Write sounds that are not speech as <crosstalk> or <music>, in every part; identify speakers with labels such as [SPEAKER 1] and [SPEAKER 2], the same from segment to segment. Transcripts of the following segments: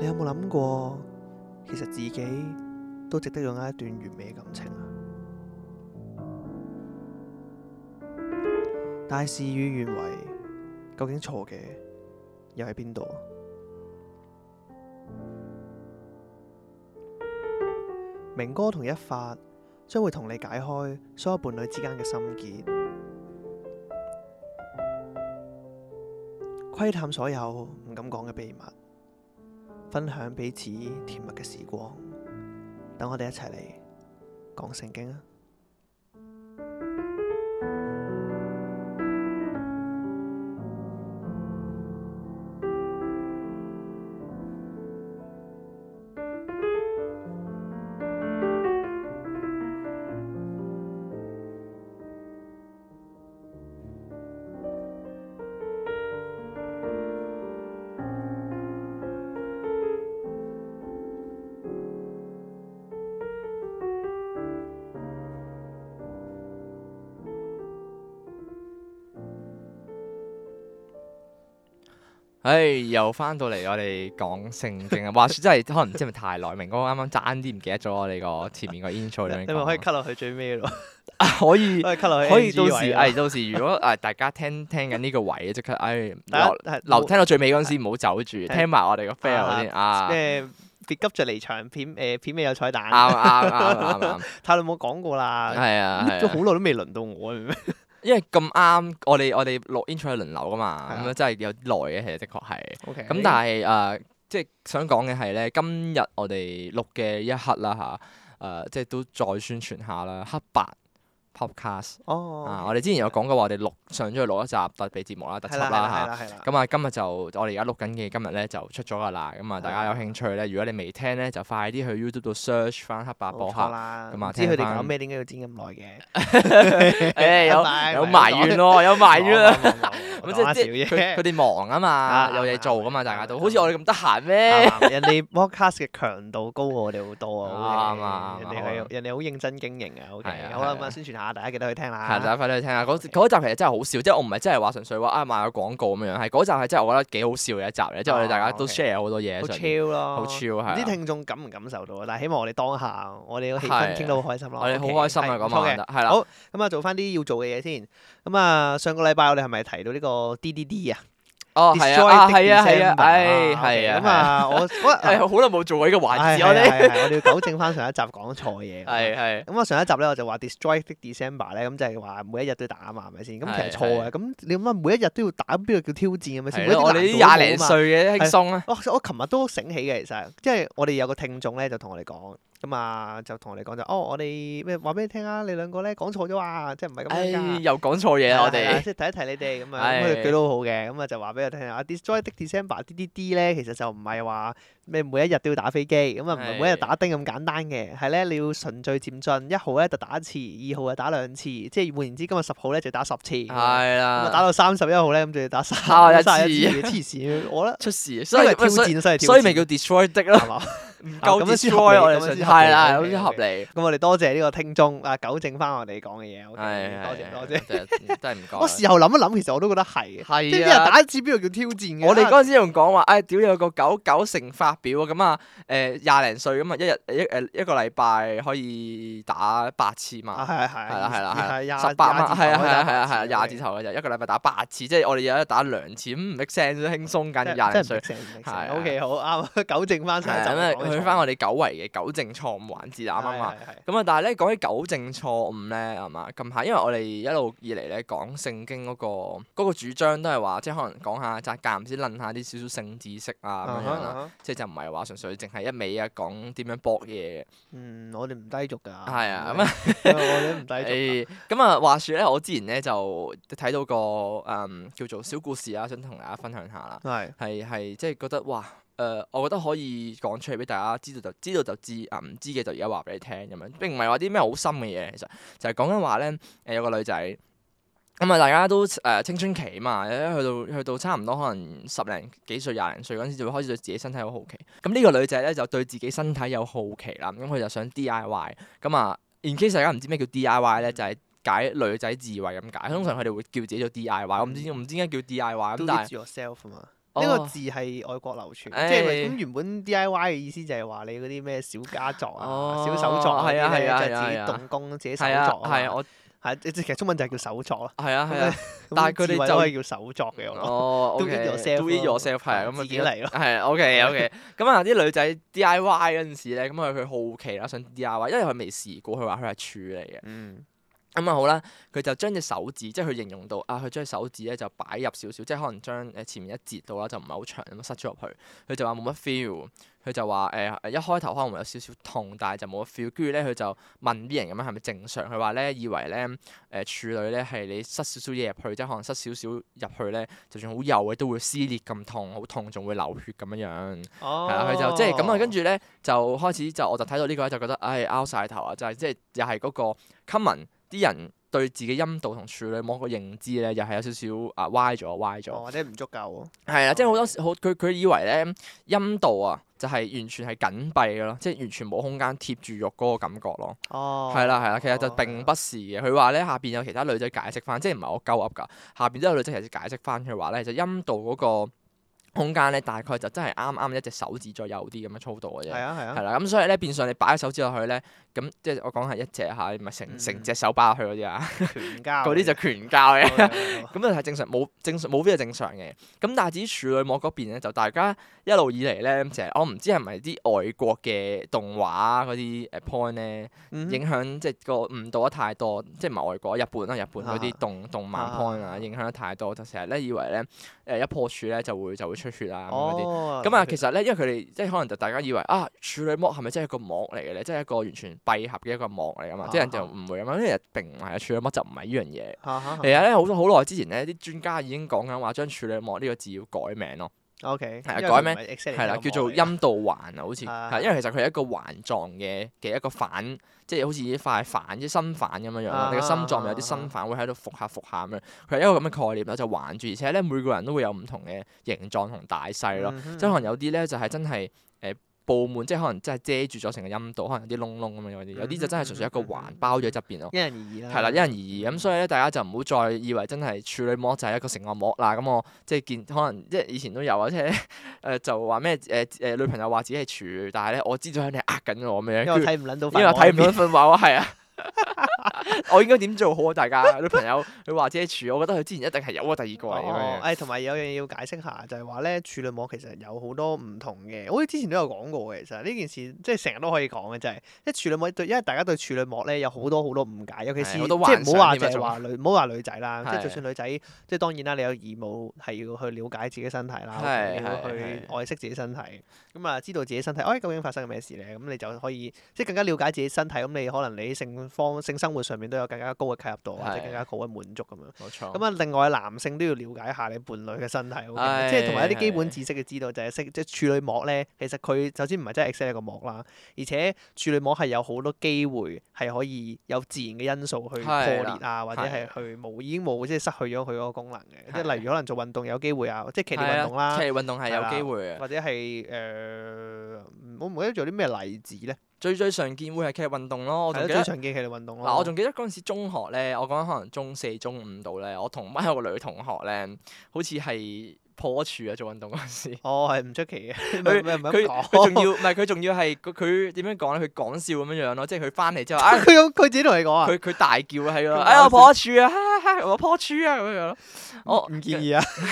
[SPEAKER 1] 你有冇諗過，其實自己都值得擁有一段完美嘅感情啊？但係事與願違，究竟錯嘅又喺邊度啊？明哥同一發將會同你解開所有伴侶之間嘅心結，窺探所有唔敢講嘅秘密，分享彼此甜蜜嘅時光。等我哋一齊嚟講聖經啊！
[SPEAKER 2] 唉，又翻到嚟我哋講聖經啊！話説真係可能唔知係咪太耐，明哥啱啱爭啲唔記得咗我哋個
[SPEAKER 1] <laughs>
[SPEAKER 2] 前面個 intro 裏面
[SPEAKER 1] 你咪可以
[SPEAKER 2] 講
[SPEAKER 1] cut 落去最尾咯，
[SPEAKER 2] 可以
[SPEAKER 1] 可以 cut 落去
[SPEAKER 2] 可以到
[SPEAKER 1] NG
[SPEAKER 2] 時，
[SPEAKER 1] 位啊
[SPEAKER 2] 誒到時如果誒大家聽聽緊呢個位，啊即刻誒
[SPEAKER 1] 大家
[SPEAKER 2] 留
[SPEAKER 1] 係
[SPEAKER 2] 留聽到最尾嗰陣時唔好走住，
[SPEAKER 1] 係
[SPEAKER 2] 聽埋我哋個 fail 先啊！啱
[SPEAKER 1] 咩？別急着離場，片誒片尾有彩蛋，
[SPEAKER 2] 啱啱啱啱，
[SPEAKER 1] <laughs> 太耐冇講過啦。
[SPEAKER 2] 係啊
[SPEAKER 1] 搣
[SPEAKER 2] 係
[SPEAKER 1] 咗
[SPEAKER 2] 啊
[SPEAKER 1] 好耐都未輪到我，明唔明？
[SPEAKER 2] 因為咁啱，我哋我哋錄 intro 係輪流噶嘛，
[SPEAKER 1] 係啊
[SPEAKER 2] 咁樣真係有啲耐嘅，其實的確係。
[SPEAKER 1] O K，
[SPEAKER 2] 咁但係誒、呃即係想講嘅係咧，今日我哋錄嘅一刻啦吓，誒、即係都再宣傳下啦，黑白 podcast 啊，
[SPEAKER 1] 哦，
[SPEAKER 2] 我哋之前有講過話，我哋錄上咗去錄一集特別節目啦、特輯
[SPEAKER 1] 係啦，係
[SPEAKER 2] 啦
[SPEAKER 1] 啦，係
[SPEAKER 2] 嚇。
[SPEAKER 1] 啦，係啦。
[SPEAKER 2] 咁啊，今日就我哋而家錄緊嘅，今日咧就出咗噶啦。咁啊，大家有興趣咧，如果你未聽咧，就快啲去 YouTube 度 search 翻黑白播
[SPEAKER 1] 冇
[SPEAKER 2] 客
[SPEAKER 1] 錯。啦，
[SPEAKER 2] 咁啊
[SPEAKER 1] 唔知佢
[SPEAKER 2] 聽
[SPEAKER 1] 哋
[SPEAKER 2] 返
[SPEAKER 1] 搞咩，點解要剪咁耐嘅？
[SPEAKER 2] <laughs> 誒
[SPEAKER 1] <laughs>
[SPEAKER 2] 有
[SPEAKER 1] 拜拜
[SPEAKER 2] 有埋
[SPEAKER 1] <laughs>
[SPEAKER 2] 怨咯，有埋怨啊！咁
[SPEAKER 1] 咁
[SPEAKER 2] 即
[SPEAKER 1] 即
[SPEAKER 2] 係即係
[SPEAKER 1] 係
[SPEAKER 2] 佢佢
[SPEAKER 1] 佢
[SPEAKER 2] 哋忙啊嘛，
[SPEAKER 1] 啊
[SPEAKER 2] 有嘢
[SPEAKER 1] 啱
[SPEAKER 2] 做
[SPEAKER 1] 啱
[SPEAKER 2] 噶嘛，
[SPEAKER 1] 啱
[SPEAKER 2] 大家都
[SPEAKER 1] 啱
[SPEAKER 2] 好似我哋咁得閒
[SPEAKER 1] <laughs>
[SPEAKER 2] 咩？ <laughs>
[SPEAKER 1] 啱人哋 podcast 嘅強度高過我哋好多啊！
[SPEAKER 2] 啱啊
[SPEAKER 1] OK，
[SPEAKER 2] 啱啊
[SPEAKER 1] 人哋係人哋好認真經營啊！OK，
[SPEAKER 2] 係啊
[SPEAKER 1] 好啦，
[SPEAKER 2] 係啊
[SPEAKER 1] 咁啊宣傳下，大家記得去聽啦。
[SPEAKER 2] 係，大啊家快啲去聽下嗰嗰集其實真係好笑，即係我唔係真係話純粹話啊賣個廣告咁樣，係嗰集係真係我覺得幾好笑嘅一集嚟，即係我哋大家
[SPEAKER 1] 哦
[SPEAKER 2] 都
[SPEAKER 1] ，OK
[SPEAKER 2] share 好多嘢
[SPEAKER 1] 好
[SPEAKER 2] 喺上面，
[SPEAKER 1] 超咯，
[SPEAKER 2] 好超
[SPEAKER 1] 唔知
[SPEAKER 2] 係啊。
[SPEAKER 1] 聽眾感唔感受到啊？但係希望我哋當下，我哋個氣
[SPEAKER 2] 係
[SPEAKER 1] 氛傾到好開心咯。
[SPEAKER 2] 我哋好
[SPEAKER 1] OK，
[SPEAKER 2] 開心啊！
[SPEAKER 1] 係
[SPEAKER 2] 嗰
[SPEAKER 1] 唔錯嘅
[SPEAKER 2] 晚係啦
[SPEAKER 1] 好，咁啊，做翻啲要做嘅嘢先。咁啊，上個禮拜我哋係咪提到呢個 DDD 啊？
[SPEAKER 2] 哦係啊，啊係啊係啊，唉係
[SPEAKER 1] OK，
[SPEAKER 2] 啊，
[SPEAKER 1] 咁啊，我
[SPEAKER 2] <laughs> 係
[SPEAKER 1] 我
[SPEAKER 2] 好耐冇做過呢個環節，
[SPEAKER 1] 係
[SPEAKER 2] 我哋
[SPEAKER 1] 係係我哋要糾正翻上一集講錯嘢。
[SPEAKER 2] <laughs> 係係
[SPEAKER 1] 咁我啊上一集咧我就話 destroy the December 咧，咁就係話每一日都要打啊嘛，係咪先？咁其實
[SPEAKER 2] 係
[SPEAKER 1] 錯嘅。咁你諗下，每一日都要打，咁邊個叫挑戰係咪先？每
[SPEAKER 2] 係
[SPEAKER 1] 一啲
[SPEAKER 2] 咯，我哋
[SPEAKER 1] 難
[SPEAKER 2] 啲
[SPEAKER 1] 度都冇啊
[SPEAKER 2] 廿零
[SPEAKER 1] 嘛
[SPEAKER 2] 歲嘅輕鬆啊，
[SPEAKER 1] 我我琴日都醒起嘅，其實即係我哋有個聽眾咧，就同我哋講，咁啊就同我哋講就哦，我哋咩話俾你聽啊？你兩個咧講錯咗啊，即係唔係咁
[SPEAKER 2] 唉
[SPEAKER 1] 樣㗎。
[SPEAKER 2] 又講錯嘢
[SPEAKER 1] 係
[SPEAKER 2] 啦
[SPEAKER 1] 啦
[SPEAKER 2] 啊我
[SPEAKER 1] 係啦啊
[SPEAKER 2] 哋，
[SPEAKER 1] 即係提一提你哋咁啊，
[SPEAKER 2] 係
[SPEAKER 1] 咁佢舉得好好嘅，咁啊就話俾我聽啊，Destroy the December D D D 咧，其實就唔係話咩每一日都要打飛機，咁啊唔係
[SPEAKER 2] 係
[SPEAKER 1] 每一日打丁咁簡單嘅，係咧你要循序漸進，一號咧就打一次，二號就打兩次，即係換言之，今日十號咧就打十次，咁啊
[SPEAKER 2] 係
[SPEAKER 1] 打
[SPEAKER 2] 啦，
[SPEAKER 1] 到三十一號咧咁就要打三
[SPEAKER 2] 打一次
[SPEAKER 1] 三十一次，黐線，我覺得
[SPEAKER 2] 出事， <laughs> 所
[SPEAKER 1] 所
[SPEAKER 2] 以
[SPEAKER 1] 以挑
[SPEAKER 2] 所以
[SPEAKER 1] 戰，所以挑
[SPEAKER 2] 所以咪
[SPEAKER 1] 戰
[SPEAKER 2] 叫 destroy 的咯，
[SPEAKER 1] 係嘛？
[SPEAKER 2] <laughs>
[SPEAKER 1] 啊
[SPEAKER 2] 唔
[SPEAKER 1] 咁
[SPEAKER 2] 夠
[SPEAKER 1] 樣先合
[SPEAKER 2] destroy
[SPEAKER 1] 理
[SPEAKER 2] 我
[SPEAKER 1] 咁
[SPEAKER 2] 哋
[SPEAKER 1] 樣
[SPEAKER 2] 想
[SPEAKER 1] 先合理
[SPEAKER 2] 係
[SPEAKER 1] OK，
[SPEAKER 2] 啦，咁先合理。
[SPEAKER 1] 咁我哋多謝呢個聽眾啊，糾正翻我哋講嘅嘢，OK，多謝多謝。
[SPEAKER 2] 謝，真真係唔
[SPEAKER 1] <laughs>
[SPEAKER 2] 該。
[SPEAKER 1] 我事後諗一諗，其實我都覺得係嘅，即係一
[SPEAKER 2] 係
[SPEAKER 1] 日
[SPEAKER 2] 啊，
[SPEAKER 1] 打一次邊度叫挑戰嘅？
[SPEAKER 2] 我哋嗰陣時仲講話，唉，屌有個九九乘法表啊咁啊，誒廿零歲咁啊，一日一誒一個禮拜可以打八次
[SPEAKER 1] 啊，
[SPEAKER 2] 嘛。
[SPEAKER 1] 係
[SPEAKER 2] 係啦係啦係
[SPEAKER 1] 係
[SPEAKER 2] 十八蚊，係啊係啊係啊係啊，
[SPEAKER 1] 係
[SPEAKER 2] 廿字頭嘅就一個禮拜打八次，即係我哋有一日打兩次，咁唔 make sense，輕鬆緊廿零歲。係啊
[SPEAKER 1] O K，好啱， <laughs> 糾正翻上一集
[SPEAKER 2] 係咁啊，去翻
[SPEAKER 1] 我
[SPEAKER 2] 我哋久違嘅糾正錯誤環節啦，啱唔啱啊？？
[SPEAKER 1] 係係係
[SPEAKER 2] 咁啊，但係咧講起糾正錯誤咧，係嘛？近排因為我哋一路以嚟咧講聖經嗰、個嗰、個主張都係話，即係可能講下扎間先論下啲少少性知識啊咁樣樣
[SPEAKER 1] 啊
[SPEAKER 2] 啦，
[SPEAKER 1] 哈
[SPEAKER 2] 即係就唔係話純粹淨係一味啊講點樣搏嘢嘅，
[SPEAKER 1] 嗯，我哋唔低俗㗎。
[SPEAKER 2] 係啊咁
[SPEAKER 1] 咁
[SPEAKER 2] 啊
[SPEAKER 1] 啊， <laughs> 我哋唔低俗㗎。
[SPEAKER 2] 誒咁啊話説咧，我之前咧就睇到個誒、嗯叫做小故事啊，想同大家分享下啦，
[SPEAKER 1] 係
[SPEAKER 2] 係係即係覺得哇〜誒、我覺得可以講出嚟俾大家知道就知道就知啊，唔知嘅就而家話俾你聽咁樣，並唔係話啲咩好深嘅嘢，其實就係講緊話咧，誒、有個女仔咁啊，大家都誒、青春期嘛，去到去到差唔多可能十零幾歲、廿零歲嗰陣時，就會開始對自己身體好好奇。咁呢個女仔咧就對自己身體有好奇啦，咁佢就想 D I Y 咁啊。in case 大家唔知咩叫 D I Y 咧，就係、解女仔智慧咁解，通常佢哋會叫自己做 D I Y，我唔知我唔知點解叫 D I Y 咁，
[SPEAKER 1] ，do
[SPEAKER 2] 但係
[SPEAKER 1] it yourself 啊嘛。呢個
[SPEAKER 2] 哦
[SPEAKER 1] 字係外國流傳，即
[SPEAKER 2] 唉
[SPEAKER 1] 係咪咁原本 D I Y 嘅意思就係話你嗰啲咩小家作啊、
[SPEAKER 2] 哦
[SPEAKER 1] 小手作嗰
[SPEAKER 2] 係啊
[SPEAKER 1] 啲咧，
[SPEAKER 2] 係啊
[SPEAKER 1] 就係自
[SPEAKER 2] 係啊
[SPEAKER 1] 己動工、自己手
[SPEAKER 2] 係啊
[SPEAKER 1] 作啊
[SPEAKER 2] 係啊，
[SPEAKER 1] 嘛，
[SPEAKER 2] 我
[SPEAKER 1] 係即其實中文就係叫手作啦。
[SPEAKER 2] <laughs> 係啊
[SPEAKER 1] 咁
[SPEAKER 2] 係啊
[SPEAKER 1] 咧，
[SPEAKER 2] 但係
[SPEAKER 1] 咁
[SPEAKER 2] 佢哋
[SPEAKER 1] 智慧
[SPEAKER 2] 就
[SPEAKER 1] 都係叫手作嘅，我諗
[SPEAKER 2] 哦
[SPEAKER 1] do
[SPEAKER 2] ，OK，
[SPEAKER 1] it yourself
[SPEAKER 2] do it
[SPEAKER 1] 咯
[SPEAKER 2] yourself 係啊，咁啊
[SPEAKER 1] 自己
[SPEAKER 2] 變咗
[SPEAKER 1] 嚟咯。
[SPEAKER 2] 係
[SPEAKER 1] <laughs>
[SPEAKER 2] OK OK，咁啊啲女仔 DIY 嗰陣時咧，咁啊佢好奇啦，想 DIY，因為佢未試過，佢話佢係處嚟嘅。
[SPEAKER 1] 嗯，
[SPEAKER 2] 咁啊好啦，佢就將隻手指，即係佢形容到啊，佢將隻手指咧就擺入少少，即係可能將誒前面一截到啦，就唔係好長咁塞咗入去。佢就話冇乜 feel，佢就話誒、一開頭可能會有少少痛，但係就冇乜 feel。跟住咧佢就問啲人咁樣係咪正常？佢話咧以為咧誒、處女咧係你塞少少嘢入去，即係可能塞少少入去咧，就算好幼嘅都會撕裂咁痛，好痛仲會流血咁樣樣。
[SPEAKER 1] 哦，
[SPEAKER 2] 係啊，佢就即係咁啊，跟住咧就開始就我就哦睇到呢個咧就覺得，唉，拗晒頭啊！就係即係又係嗰個 common 啲人對自己陰道同處女膜個認知咧，又係有少少啊歪咗歪咗。
[SPEAKER 1] 哦或者唔足夠，
[SPEAKER 2] 係啊，即係好多
[SPEAKER 1] OK
[SPEAKER 2] 時好佢佢以為咧陰道啊就係完全係緊閉嘅咯，即係完全冇空間貼住肉嗰個感覺咯。
[SPEAKER 1] 哦，
[SPEAKER 2] 係啦係啦，其實就
[SPEAKER 1] 哦
[SPEAKER 2] 並不是嘅。佢話咧下邊有其他女仔解釋翻，即係唔係我鳩噏㗎？下邊都有女仔其實解釋翻，佢話咧就陰道嗰個空間咧大概就真係啱啱一隻手指左右啲咁樣粗度嘅啫
[SPEAKER 1] 係。啊係啊，
[SPEAKER 2] 係啦，咁所以咧變相你擺手指落去咧，咁即係我講係一隻嚇，唔係成成
[SPEAKER 1] 嗯
[SPEAKER 2] 隻手擺落去嗰啲啊，
[SPEAKER 1] 拳交
[SPEAKER 2] 嗰啲就拳交嘅。 <laughs>
[SPEAKER 1] 嘅，
[SPEAKER 2] 咁就係正常，冇正常冇邊係正常嘅。咁但係至於處女膜嗰邊咧，就大家一路以嚟咧，成日我唔知係咪啲外國嘅動畫嗰啲呃誒 point 咧，
[SPEAKER 1] 嗯
[SPEAKER 2] 影響即係個誤導得太多，即係唔係外國日本啦，日本嗰啲
[SPEAKER 1] 啊
[SPEAKER 2] 動動漫 point 啊，影響得太多，就成日咧以為咧誒一破處咧就會就會出血啊咁嗰啲。
[SPEAKER 1] 哦，
[SPEAKER 2] 咁啊，其實咧，因為佢哋即係可能就大家以為啊，處女膜係咪真係一個膜嚟嘅咧？即係一個完全閉合嘅一個膜嚟噶嘛？即係人就
[SPEAKER 1] 啊
[SPEAKER 2] 誤會咁樣，因為並唔係啊，處女膜就唔係呢樣嘢。
[SPEAKER 1] 嚇嚇
[SPEAKER 2] 其實咧，好好耐之前咧，啲專家已經講緊話將處女膜呢個字要改名咯，
[SPEAKER 1] O K，
[SPEAKER 2] 係啊改名係
[SPEAKER 1] 係
[SPEAKER 2] 啦，叫做陰道環啊，好似
[SPEAKER 1] 啊
[SPEAKER 2] 係因為其實佢係一個環狀嘅嘅一個反，即係好似一塊反即係心反咁樣樣啦
[SPEAKER 1] 啊。
[SPEAKER 2] 你個心臟有啲心反會喺度復下復下咁樣，佢係一個咁嘅概念啦，就環住，而且咧每個人都會有唔同嘅形狀同大細咯。
[SPEAKER 1] 嗯哼
[SPEAKER 2] 即係可能有啲咧就係真係誒布滿，即係可能真係遮住咗成個陰道，可能有啲窿窿咁樣嗰啲，有啲就真係純粹一個環
[SPEAKER 1] 嗯
[SPEAKER 2] 包咗喺側邊咯。
[SPEAKER 1] 因人而異啦，
[SPEAKER 2] 係啦，因人而異咁，所以咧大家就唔好再以為真係處女膜就係一個成個膜啦。咁我即係見可能即係以前都有啊，即係 <laughs> 誒就話咩誒誒女朋友話自己係處，但係咧我知道佢係呃緊我咁樣，
[SPEAKER 1] 因為我
[SPEAKER 2] 跟住
[SPEAKER 1] 睇唔撚到
[SPEAKER 2] 因
[SPEAKER 1] 份
[SPEAKER 2] 為
[SPEAKER 1] 外
[SPEAKER 2] 我睇唔
[SPEAKER 1] 面，
[SPEAKER 2] 到份話我係啊。 <laughs> 我應該點做好啊？大家女朋友佢話自己處，我覺得佢之前一定係有啊過第二個嚟咁
[SPEAKER 1] 哦，
[SPEAKER 2] 樣。
[SPEAKER 1] 誒，同埋有樣嘢要解釋下，就係話咧，處女膜其實有好多唔同嘅，好似之前都有講過嘅。其實呢件事即係成日都可以講嘅，就係即係處女膜對，因為大家對處女膜咧有好多好多誤解，尤其
[SPEAKER 2] 係
[SPEAKER 1] 是即
[SPEAKER 2] 好多
[SPEAKER 1] 係唔好話
[SPEAKER 2] 幻
[SPEAKER 1] 就
[SPEAKER 2] 想添
[SPEAKER 1] 係
[SPEAKER 2] 啊
[SPEAKER 1] 話女，唔好話女仔啦，即係
[SPEAKER 2] 係
[SPEAKER 1] 就算女仔，即係當然啦，你有義務係要去了解自己身體啦，
[SPEAKER 2] 係
[SPEAKER 1] 你要
[SPEAKER 2] 係
[SPEAKER 1] 去
[SPEAKER 2] 係
[SPEAKER 1] 愛惜自己身體，咁啊知道自己身體，哎究竟發生緊咩事咧？咁你就可以即係更加了解自己身體，咁你可能你性方性生活上面都有更加高嘅契合度，或者
[SPEAKER 2] 係
[SPEAKER 1] 更加好嘅滿足咁樣。
[SPEAKER 2] 冇錯。
[SPEAKER 1] 咁啊，另外男性都要了解下你伴侶嘅身體，OK？
[SPEAKER 2] 唉
[SPEAKER 1] 即係同埋一啲基本知識嘅知道，就係識即係處女膜咧。其實佢首先唔係真係 exact 一個膜啦，而且處女膜係有好多機會係可以有自然嘅因素去破
[SPEAKER 2] 係
[SPEAKER 1] 裂
[SPEAKER 2] 啦
[SPEAKER 1] 啊，或者係去冇已經冇即係失去咗佢嗰個功能嘅。即係
[SPEAKER 2] 係
[SPEAKER 1] 例如可能做運動有機會啊，即係劇烈
[SPEAKER 2] 係啊
[SPEAKER 1] 運動啦
[SPEAKER 2] 劇，烈運動係
[SPEAKER 1] 係啦
[SPEAKER 2] 有機會嘅。
[SPEAKER 1] 或者係誒，我唔記得仲有啲咩例子咧。
[SPEAKER 2] 最最常見會係劇烈運動咯，我
[SPEAKER 1] 係咯，
[SPEAKER 2] 仲記
[SPEAKER 1] 最
[SPEAKER 2] 得
[SPEAKER 1] 常見劇烈運動咯。
[SPEAKER 2] 嗱，我仲記得嗰陣時中學咧，我講緊可能中四、中五度咧，我同班有個女同學咧，好似係破咗處啊，做運動嗰陣時。
[SPEAKER 1] 哦係唔出奇嘅，唔係
[SPEAKER 2] 佢
[SPEAKER 1] 唔係唔係
[SPEAKER 2] 佢
[SPEAKER 1] 咁
[SPEAKER 2] 佢仲
[SPEAKER 1] 講
[SPEAKER 2] 要唔係佢仲要係佢佢點樣講咧？佢講笑咁樣樣咯，即係佢翻嚟之後，啊 <laughs>
[SPEAKER 1] 佢咁佢自己同你講啊，
[SPEAKER 2] 佢佢大叫喺
[SPEAKER 1] 佢講
[SPEAKER 2] 度，<laughs> 哎我
[SPEAKER 1] 笑
[SPEAKER 2] 破咗處啊哈哈哈，我破咗處啊咁樣樣咯。我
[SPEAKER 1] 唔建議啊。
[SPEAKER 2] <laughs>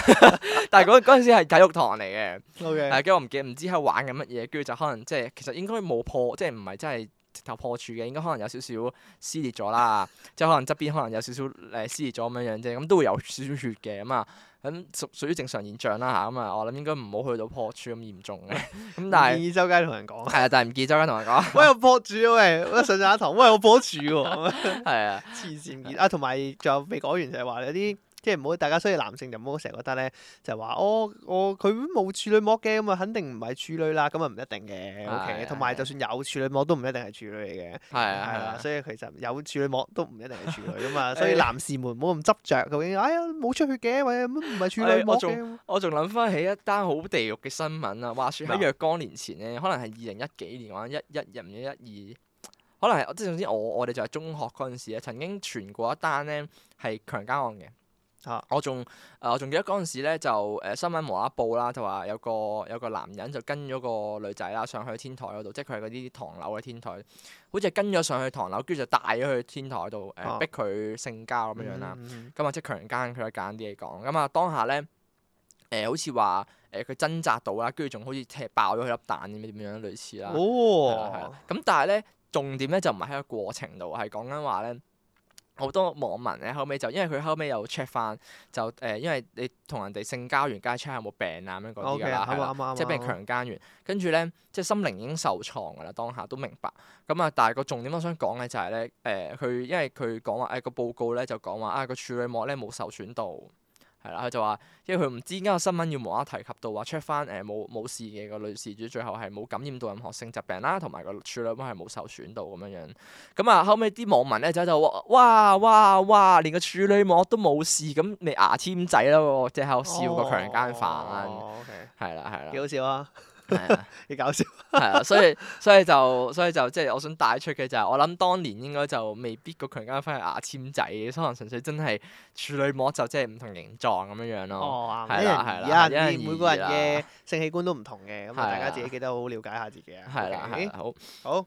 [SPEAKER 2] 但係嗰嗰陣時係體育堂嚟嘅，
[SPEAKER 1] O K
[SPEAKER 2] 係。跟住我唔記得唔知喺度玩緊乜嘢，跟住就可能即係其實應該冇破，即係唔係真係直頭破處嘅，應該可能有少少撕裂咗啦， <laughs> 即係可能側邊可能有少少誒撕裂咗咁樣樣啫，咁都會有少少血嘅咁啊，咁屬屬於正常現象啦嚇，咁啊我諗應該唔好去到破處咁嚴重嘅，咁但
[SPEAKER 1] 唔建 <laughs> 議
[SPEAKER 2] 係
[SPEAKER 1] 周街同人講，
[SPEAKER 2] 係啊，但係唔記得周間同人講，
[SPEAKER 1] 喂我博主啊喂，我上上一堂，喂我博
[SPEAKER 2] <laughs>
[SPEAKER 1] 主喎，
[SPEAKER 2] 係啊，
[SPEAKER 1] 黐線嘅啊！同埋仲有未講完就係話有啲。即係唔好，大家所以男性就唔好成日覺得咧，就係話哦，我佢冇處女膜嘅，咁啊肯定唔係處女啦，咁啊唔一定嘅
[SPEAKER 2] 係
[SPEAKER 1] ，OK。
[SPEAKER 2] 係
[SPEAKER 1] 同埋就算有處女膜都唔一定係處女嚟嘅，
[SPEAKER 2] 係啊，
[SPEAKER 1] 係
[SPEAKER 2] 係
[SPEAKER 1] 啦。
[SPEAKER 2] 啊，
[SPEAKER 1] 所以其實有處女膜都唔一定係處女噶嘛，
[SPEAKER 2] <laughs> 誒
[SPEAKER 1] 所以男士們唔好咁執着，究竟哎呀冇出血嘅，或者乜嗯唔係處女
[SPEAKER 2] 哎誒我
[SPEAKER 1] 膜
[SPEAKER 2] 仲
[SPEAKER 1] 嘅。嗯
[SPEAKER 2] 我仲諗翻起一單好地獄嘅新聞啊！話説喺
[SPEAKER 1] 咩
[SPEAKER 2] 若干年前咧，可能係二零一幾年或者一一入唔知一二，可能啊係即係總之我我哋就係中學嗰陣時咧，曾經傳過一單咧係強姦案嘅。
[SPEAKER 1] 啊
[SPEAKER 2] 我仲誒、呃我仲記得嗰陣時咧就誒、呃新聞無啦啦報啦，就話有個有個男人就跟咗個女仔啦上去天台嗰度，即係佢係嗰啲唐樓嘅天台，好似係跟咗上去唐樓，跟住就帶咗去天台度誒、呃
[SPEAKER 1] 啊
[SPEAKER 2] 逼佢性交咁樣樣啦。
[SPEAKER 1] 嗯，嗯
[SPEAKER 2] 咁啊，即係強奸佢啦，簡單啲嚟講。咁啊，當下咧，誒、好似話誒佢掙扎到啦，跟住仲好似踢爆咗佢粒蛋咁樣點樣類似啦。
[SPEAKER 1] 嗯
[SPEAKER 2] 係啦係
[SPEAKER 1] 哦
[SPEAKER 2] 啦，咁但係咧，重點咧就唔係喺個過程度，係講緊話咧。好多網民咧，後尾就因為佢後尾又 check 翻，就誒、因為你同人哋性交完，梗係 check 有冇病啊咁樣嗰啲
[SPEAKER 1] OK，
[SPEAKER 2] 㗎啦，係
[SPEAKER 1] 啱
[SPEAKER 2] 啦
[SPEAKER 1] 啊啱啊，
[SPEAKER 2] 即係俾人強奸完，跟住咧，即係心靈已經受創㗎啦，當下都明白。咁啊，但係個重點我想講嘅就係、咧，誒、佢因為佢講話誒個報告咧就講話啊個處女膜咧冇受損到，係啦，佢就話因為佢唔知點解個新聞要無啦啦提及到話 check 翻誒冇冇事嘅個女事主最後係冇感染到任何性疾病啦，同埋個處女膜係冇受損到咁樣樣。咁啊，後尾啲網民咧就喺度話哇哇哇，連個處女膜都冇事，咁你牙籤仔啦喎，即係喺度笑個強奸犯，
[SPEAKER 1] 哦，OK，
[SPEAKER 2] 係啦係啦
[SPEAKER 1] 幾，好笑啊，
[SPEAKER 2] 係啊。
[SPEAKER 1] 幾搞笑。
[SPEAKER 2] 係啊，所以 <laughs> 所以就所以就即係我想帶出嘅就係、我諗當年應該就未必個強姦犯係牙籤仔嘅，可能純粹真係處女膜就即係唔同形狀咁樣樣咯。
[SPEAKER 1] 哦，啱
[SPEAKER 2] 係
[SPEAKER 1] 因人
[SPEAKER 2] 啦
[SPEAKER 1] 而
[SPEAKER 2] 係啦
[SPEAKER 1] 異
[SPEAKER 2] 因人而異啦
[SPEAKER 1] 每個人嘅性器官都唔同嘅，咁
[SPEAKER 2] 係
[SPEAKER 1] 啊
[SPEAKER 2] 啦
[SPEAKER 1] 大家自己記得好好了解下自己啊。
[SPEAKER 2] 係啦係
[SPEAKER 1] OK，
[SPEAKER 2] 啦，好。
[SPEAKER 1] 好。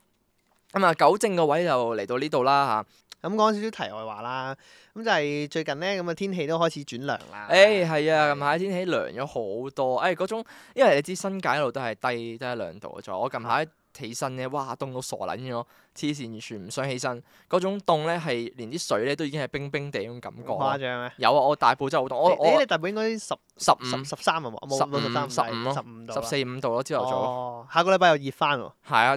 [SPEAKER 2] 咁啊，糾正個位就嚟到呢度
[SPEAKER 1] 啊
[SPEAKER 2] 啦
[SPEAKER 1] 咁講少少題外話啦，咁就係最近咧，咁啊天氣都開始轉涼啦。
[SPEAKER 2] 吓，誒係啊，近排天氣涼咗好多，哎誒嗰種因為你知新界一路都係低低一兩度嘅啫。我近排起身咧，哇凍到傻撚咗，黐線完全唔想起身。嗰種凍咧係連啲水咧都已經係冰冰地嗰種感
[SPEAKER 1] 咁誇
[SPEAKER 2] 覺。
[SPEAKER 1] 張咩？
[SPEAKER 2] 有啊，我大埔真係好凍，我
[SPEAKER 1] 你你
[SPEAKER 2] 我
[SPEAKER 1] 你大部應該十
[SPEAKER 2] 十五
[SPEAKER 1] 十十三啊冇冇冇
[SPEAKER 2] 15
[SPEAKER 1] 十三
[SPEAKER 2] 15咯
[SPEAKER 1] 十五度啦啊
[SPEAKER 2] 十四五度咯，朝頭早
[SPEAKER 1] 哦，下個禮拜又熱翻喎，
[SPEAKER 2] 係
[SPEAKER 1] <laughs>
[SPEAKER 2] 啊，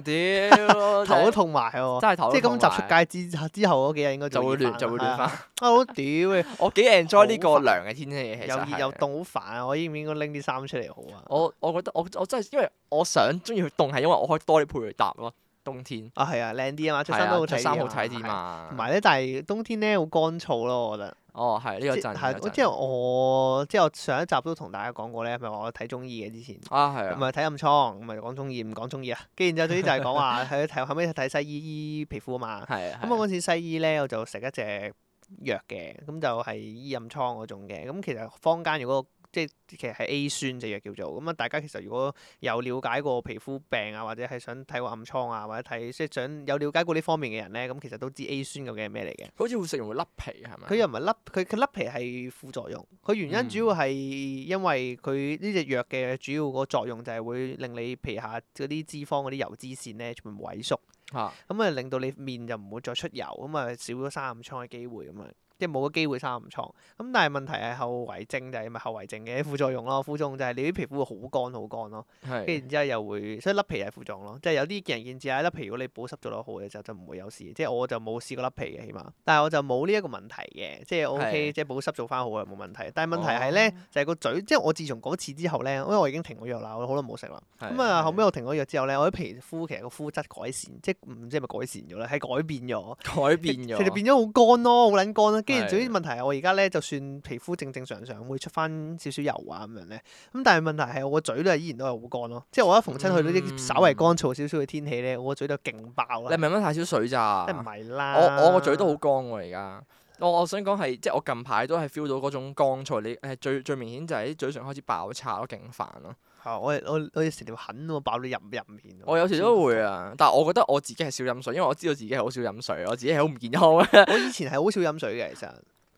[SPEAKER 1] 頭都
[SPEAKER 2] 屌痛，
[SPEAKER 1] 痛埋喎。
[SPEAKER 2] 真係頭
[SPEAKER 1] 即係
[SPEAKER 2] 都
[SPEAKER 1] 咁
[SPEAKER 2] 痛埋
[SPEAKER 1] 集出街之之後嗰幾日應該
[SPEAKER 2] 就會
[SPEAKER 1] 會
[SPEAKER 2] 亂就會亂
[SPEAKER 1] 翻啦。係啊
[SPEAKER 2] 翻。
[SPEAKER 1] <laughs> 啊好屌嘅，
[SPEAKER 2] 我幾 enjoy 呢個
[SPEAKER 1] 好煩
[SPEAKER 2] 涼嘅天氣，其
[SPEAKER 1] 又
[SPEAKER 2] 實係
[SPEAKER 1] 熱又。凍，好煩啊！我應唔應該拎啲衫出嚟好啊？
[SPEAKER 2] 我我覺得我我真係因為我想中意佢凍係因為我可以多啲配搭咯，冬天
[SPEAKER 1] 啊係啊，靚啲啊嘛，着
[SPEAKER 2] 係
[SPEAKER 1] 衫都
[SPEAKER 2] 啊
[SPEAKER 1] 好
[SPEAKER 2] 着
[SPEAKER 1] 睇
[SPEAKER 2] 衫好
[SPEAKER 1] 啲，
[SPEAKER 2] 睇啲。
[SPEAKER 1] 同
[SPEAKER 2] 嘛。
[SPEAKER 1] 埋咧，但係冬天咧好乾燥咯，我覺得。
[SPEAKER 2] 哦，係呢個
[SPEAKER 1] 即
[SPEAKER 2] 陣
[SPEAKER 1] 係
[SPEAKER 2] 呢個
[SPEAKER 1] 我
[SPEAKER 2] 陣
[SPEAKER 1] 即係我即係我上一集都同大家講過咧，咪話我睇中醫嘅之前，
[SPEAKER 2] 啊係
[SPEAKER 1] 唔係
[SPEAKER 2] 啊，
[SPEAKER 1] 睇暗瘡，唔係講中醫，唔講中醫啊。跟住然之後，總之就係講話喺睇後尾睇西醫醫皮膚啊嘛。
[SPEAKER 2] 係啊
[SPEAKER 1] 咁我
[SPEAKER 2] 係啊
[SPEAKER 1] 嗰次西醫咧，我就食一隻藥嘅，咁就係醫暗瘡嗰種嘅。咁其實坊間如果即係其實係 A 酸隻藥叫做，咁啊大家其實如果有了解過皮膚病啊，或者係想睇過暗瘡啊，或者睇即係想有了解過呢方面嘅人咧，咁其實都知 A 酸究竟係咩嚟嘅。
[SPEAKER 2] 好似會食完會甩皮係咪？
[SPEAKER 1] 佢又唔係甩，佢佢甩皮係副作用。佢原因主要係因為佢呢隻藥嘅主要個作用就係會令你皮下嗰啲脂肪嗰啲油脂腺咧全部萎縮，
[SPEAKER 2] 嚇
[SPEAKER 1] 咁啊令到你面就唔會再出油，咁啊少咗生暗瘡嘅機會咁啊。即係冇咗機會生暗瘡，咁但係問題係後遺症就係咪後遺症嘅副作用咯？副作用就係你啲皮膚會好乾好乾咯，跟住
[SPEAKER 2] 係
[SPEAKER 1] 然之後又會，所以甩皮係副作用咯。即係有啲見仁見智啊，甩皮如果你保濕做得好嘅時候就唔會有事。即係我就冇試過甩皮嘅，起碼，但係我就冇呢一個問題嘅，即係 O K，即係保濕做翻好係冇問題。但係問題係咧，就係個嘴，即係我自從嗰次之後咧，因為我已經停咗藥啦，我好耐冇食啦。
[SPEAKER 2] 係
[SPEAKER 1] 咁啊，後
[SPEAKER 2] 係
[SPEAKER 1] 尾我停咗藥之後咧，我啲皮膚其實個膚質改善，即係唔知係咪改善咗咧，係改變咗。
[SPEAKER 2] 改變咗，
[SPEAKER 1] 其實變咗好乾咯，好撚乾啦。跟住
[SPEAKER 2] 係
[SPEAKER 1] 總之問題係我而家咧，就算皮膚正正常常會出翻少少油啊咁樣咧，咁但係問題係我個嘴咧依然都係好乾咯。即係我一逢親去到啲
[SPEAKER 2] 嗯
[SPEAKER 1] 稍微乾燥少少嘅天氣咧，我個嘴就勁爆
[SPEAKER 2] 你
[SPEAKER 1] 啦
[SPEAKER 2] 係。咪飲得太少水咋？
[SPEAKER 1] 啊即係唔係啦？
[SPEAKER 2] 我我個嘴都好乾喎，而家。我我想講係，即係我近排都係 feel 到嗰種乾燥，你係最最明顯就係啲嘴唇開始爆叉咯，勁煩咯。
[SPEAKER 1] 係我我我成條痕喎，爆到入入面喎。
[SPEAKER 2] 我有時都會啊，但係我覺得我自己係少飲水，因為我知道自己係好少飲水，我自己係好唔健康啊。
[SPEAKER 1] 我以前係好少飲水嘅，其實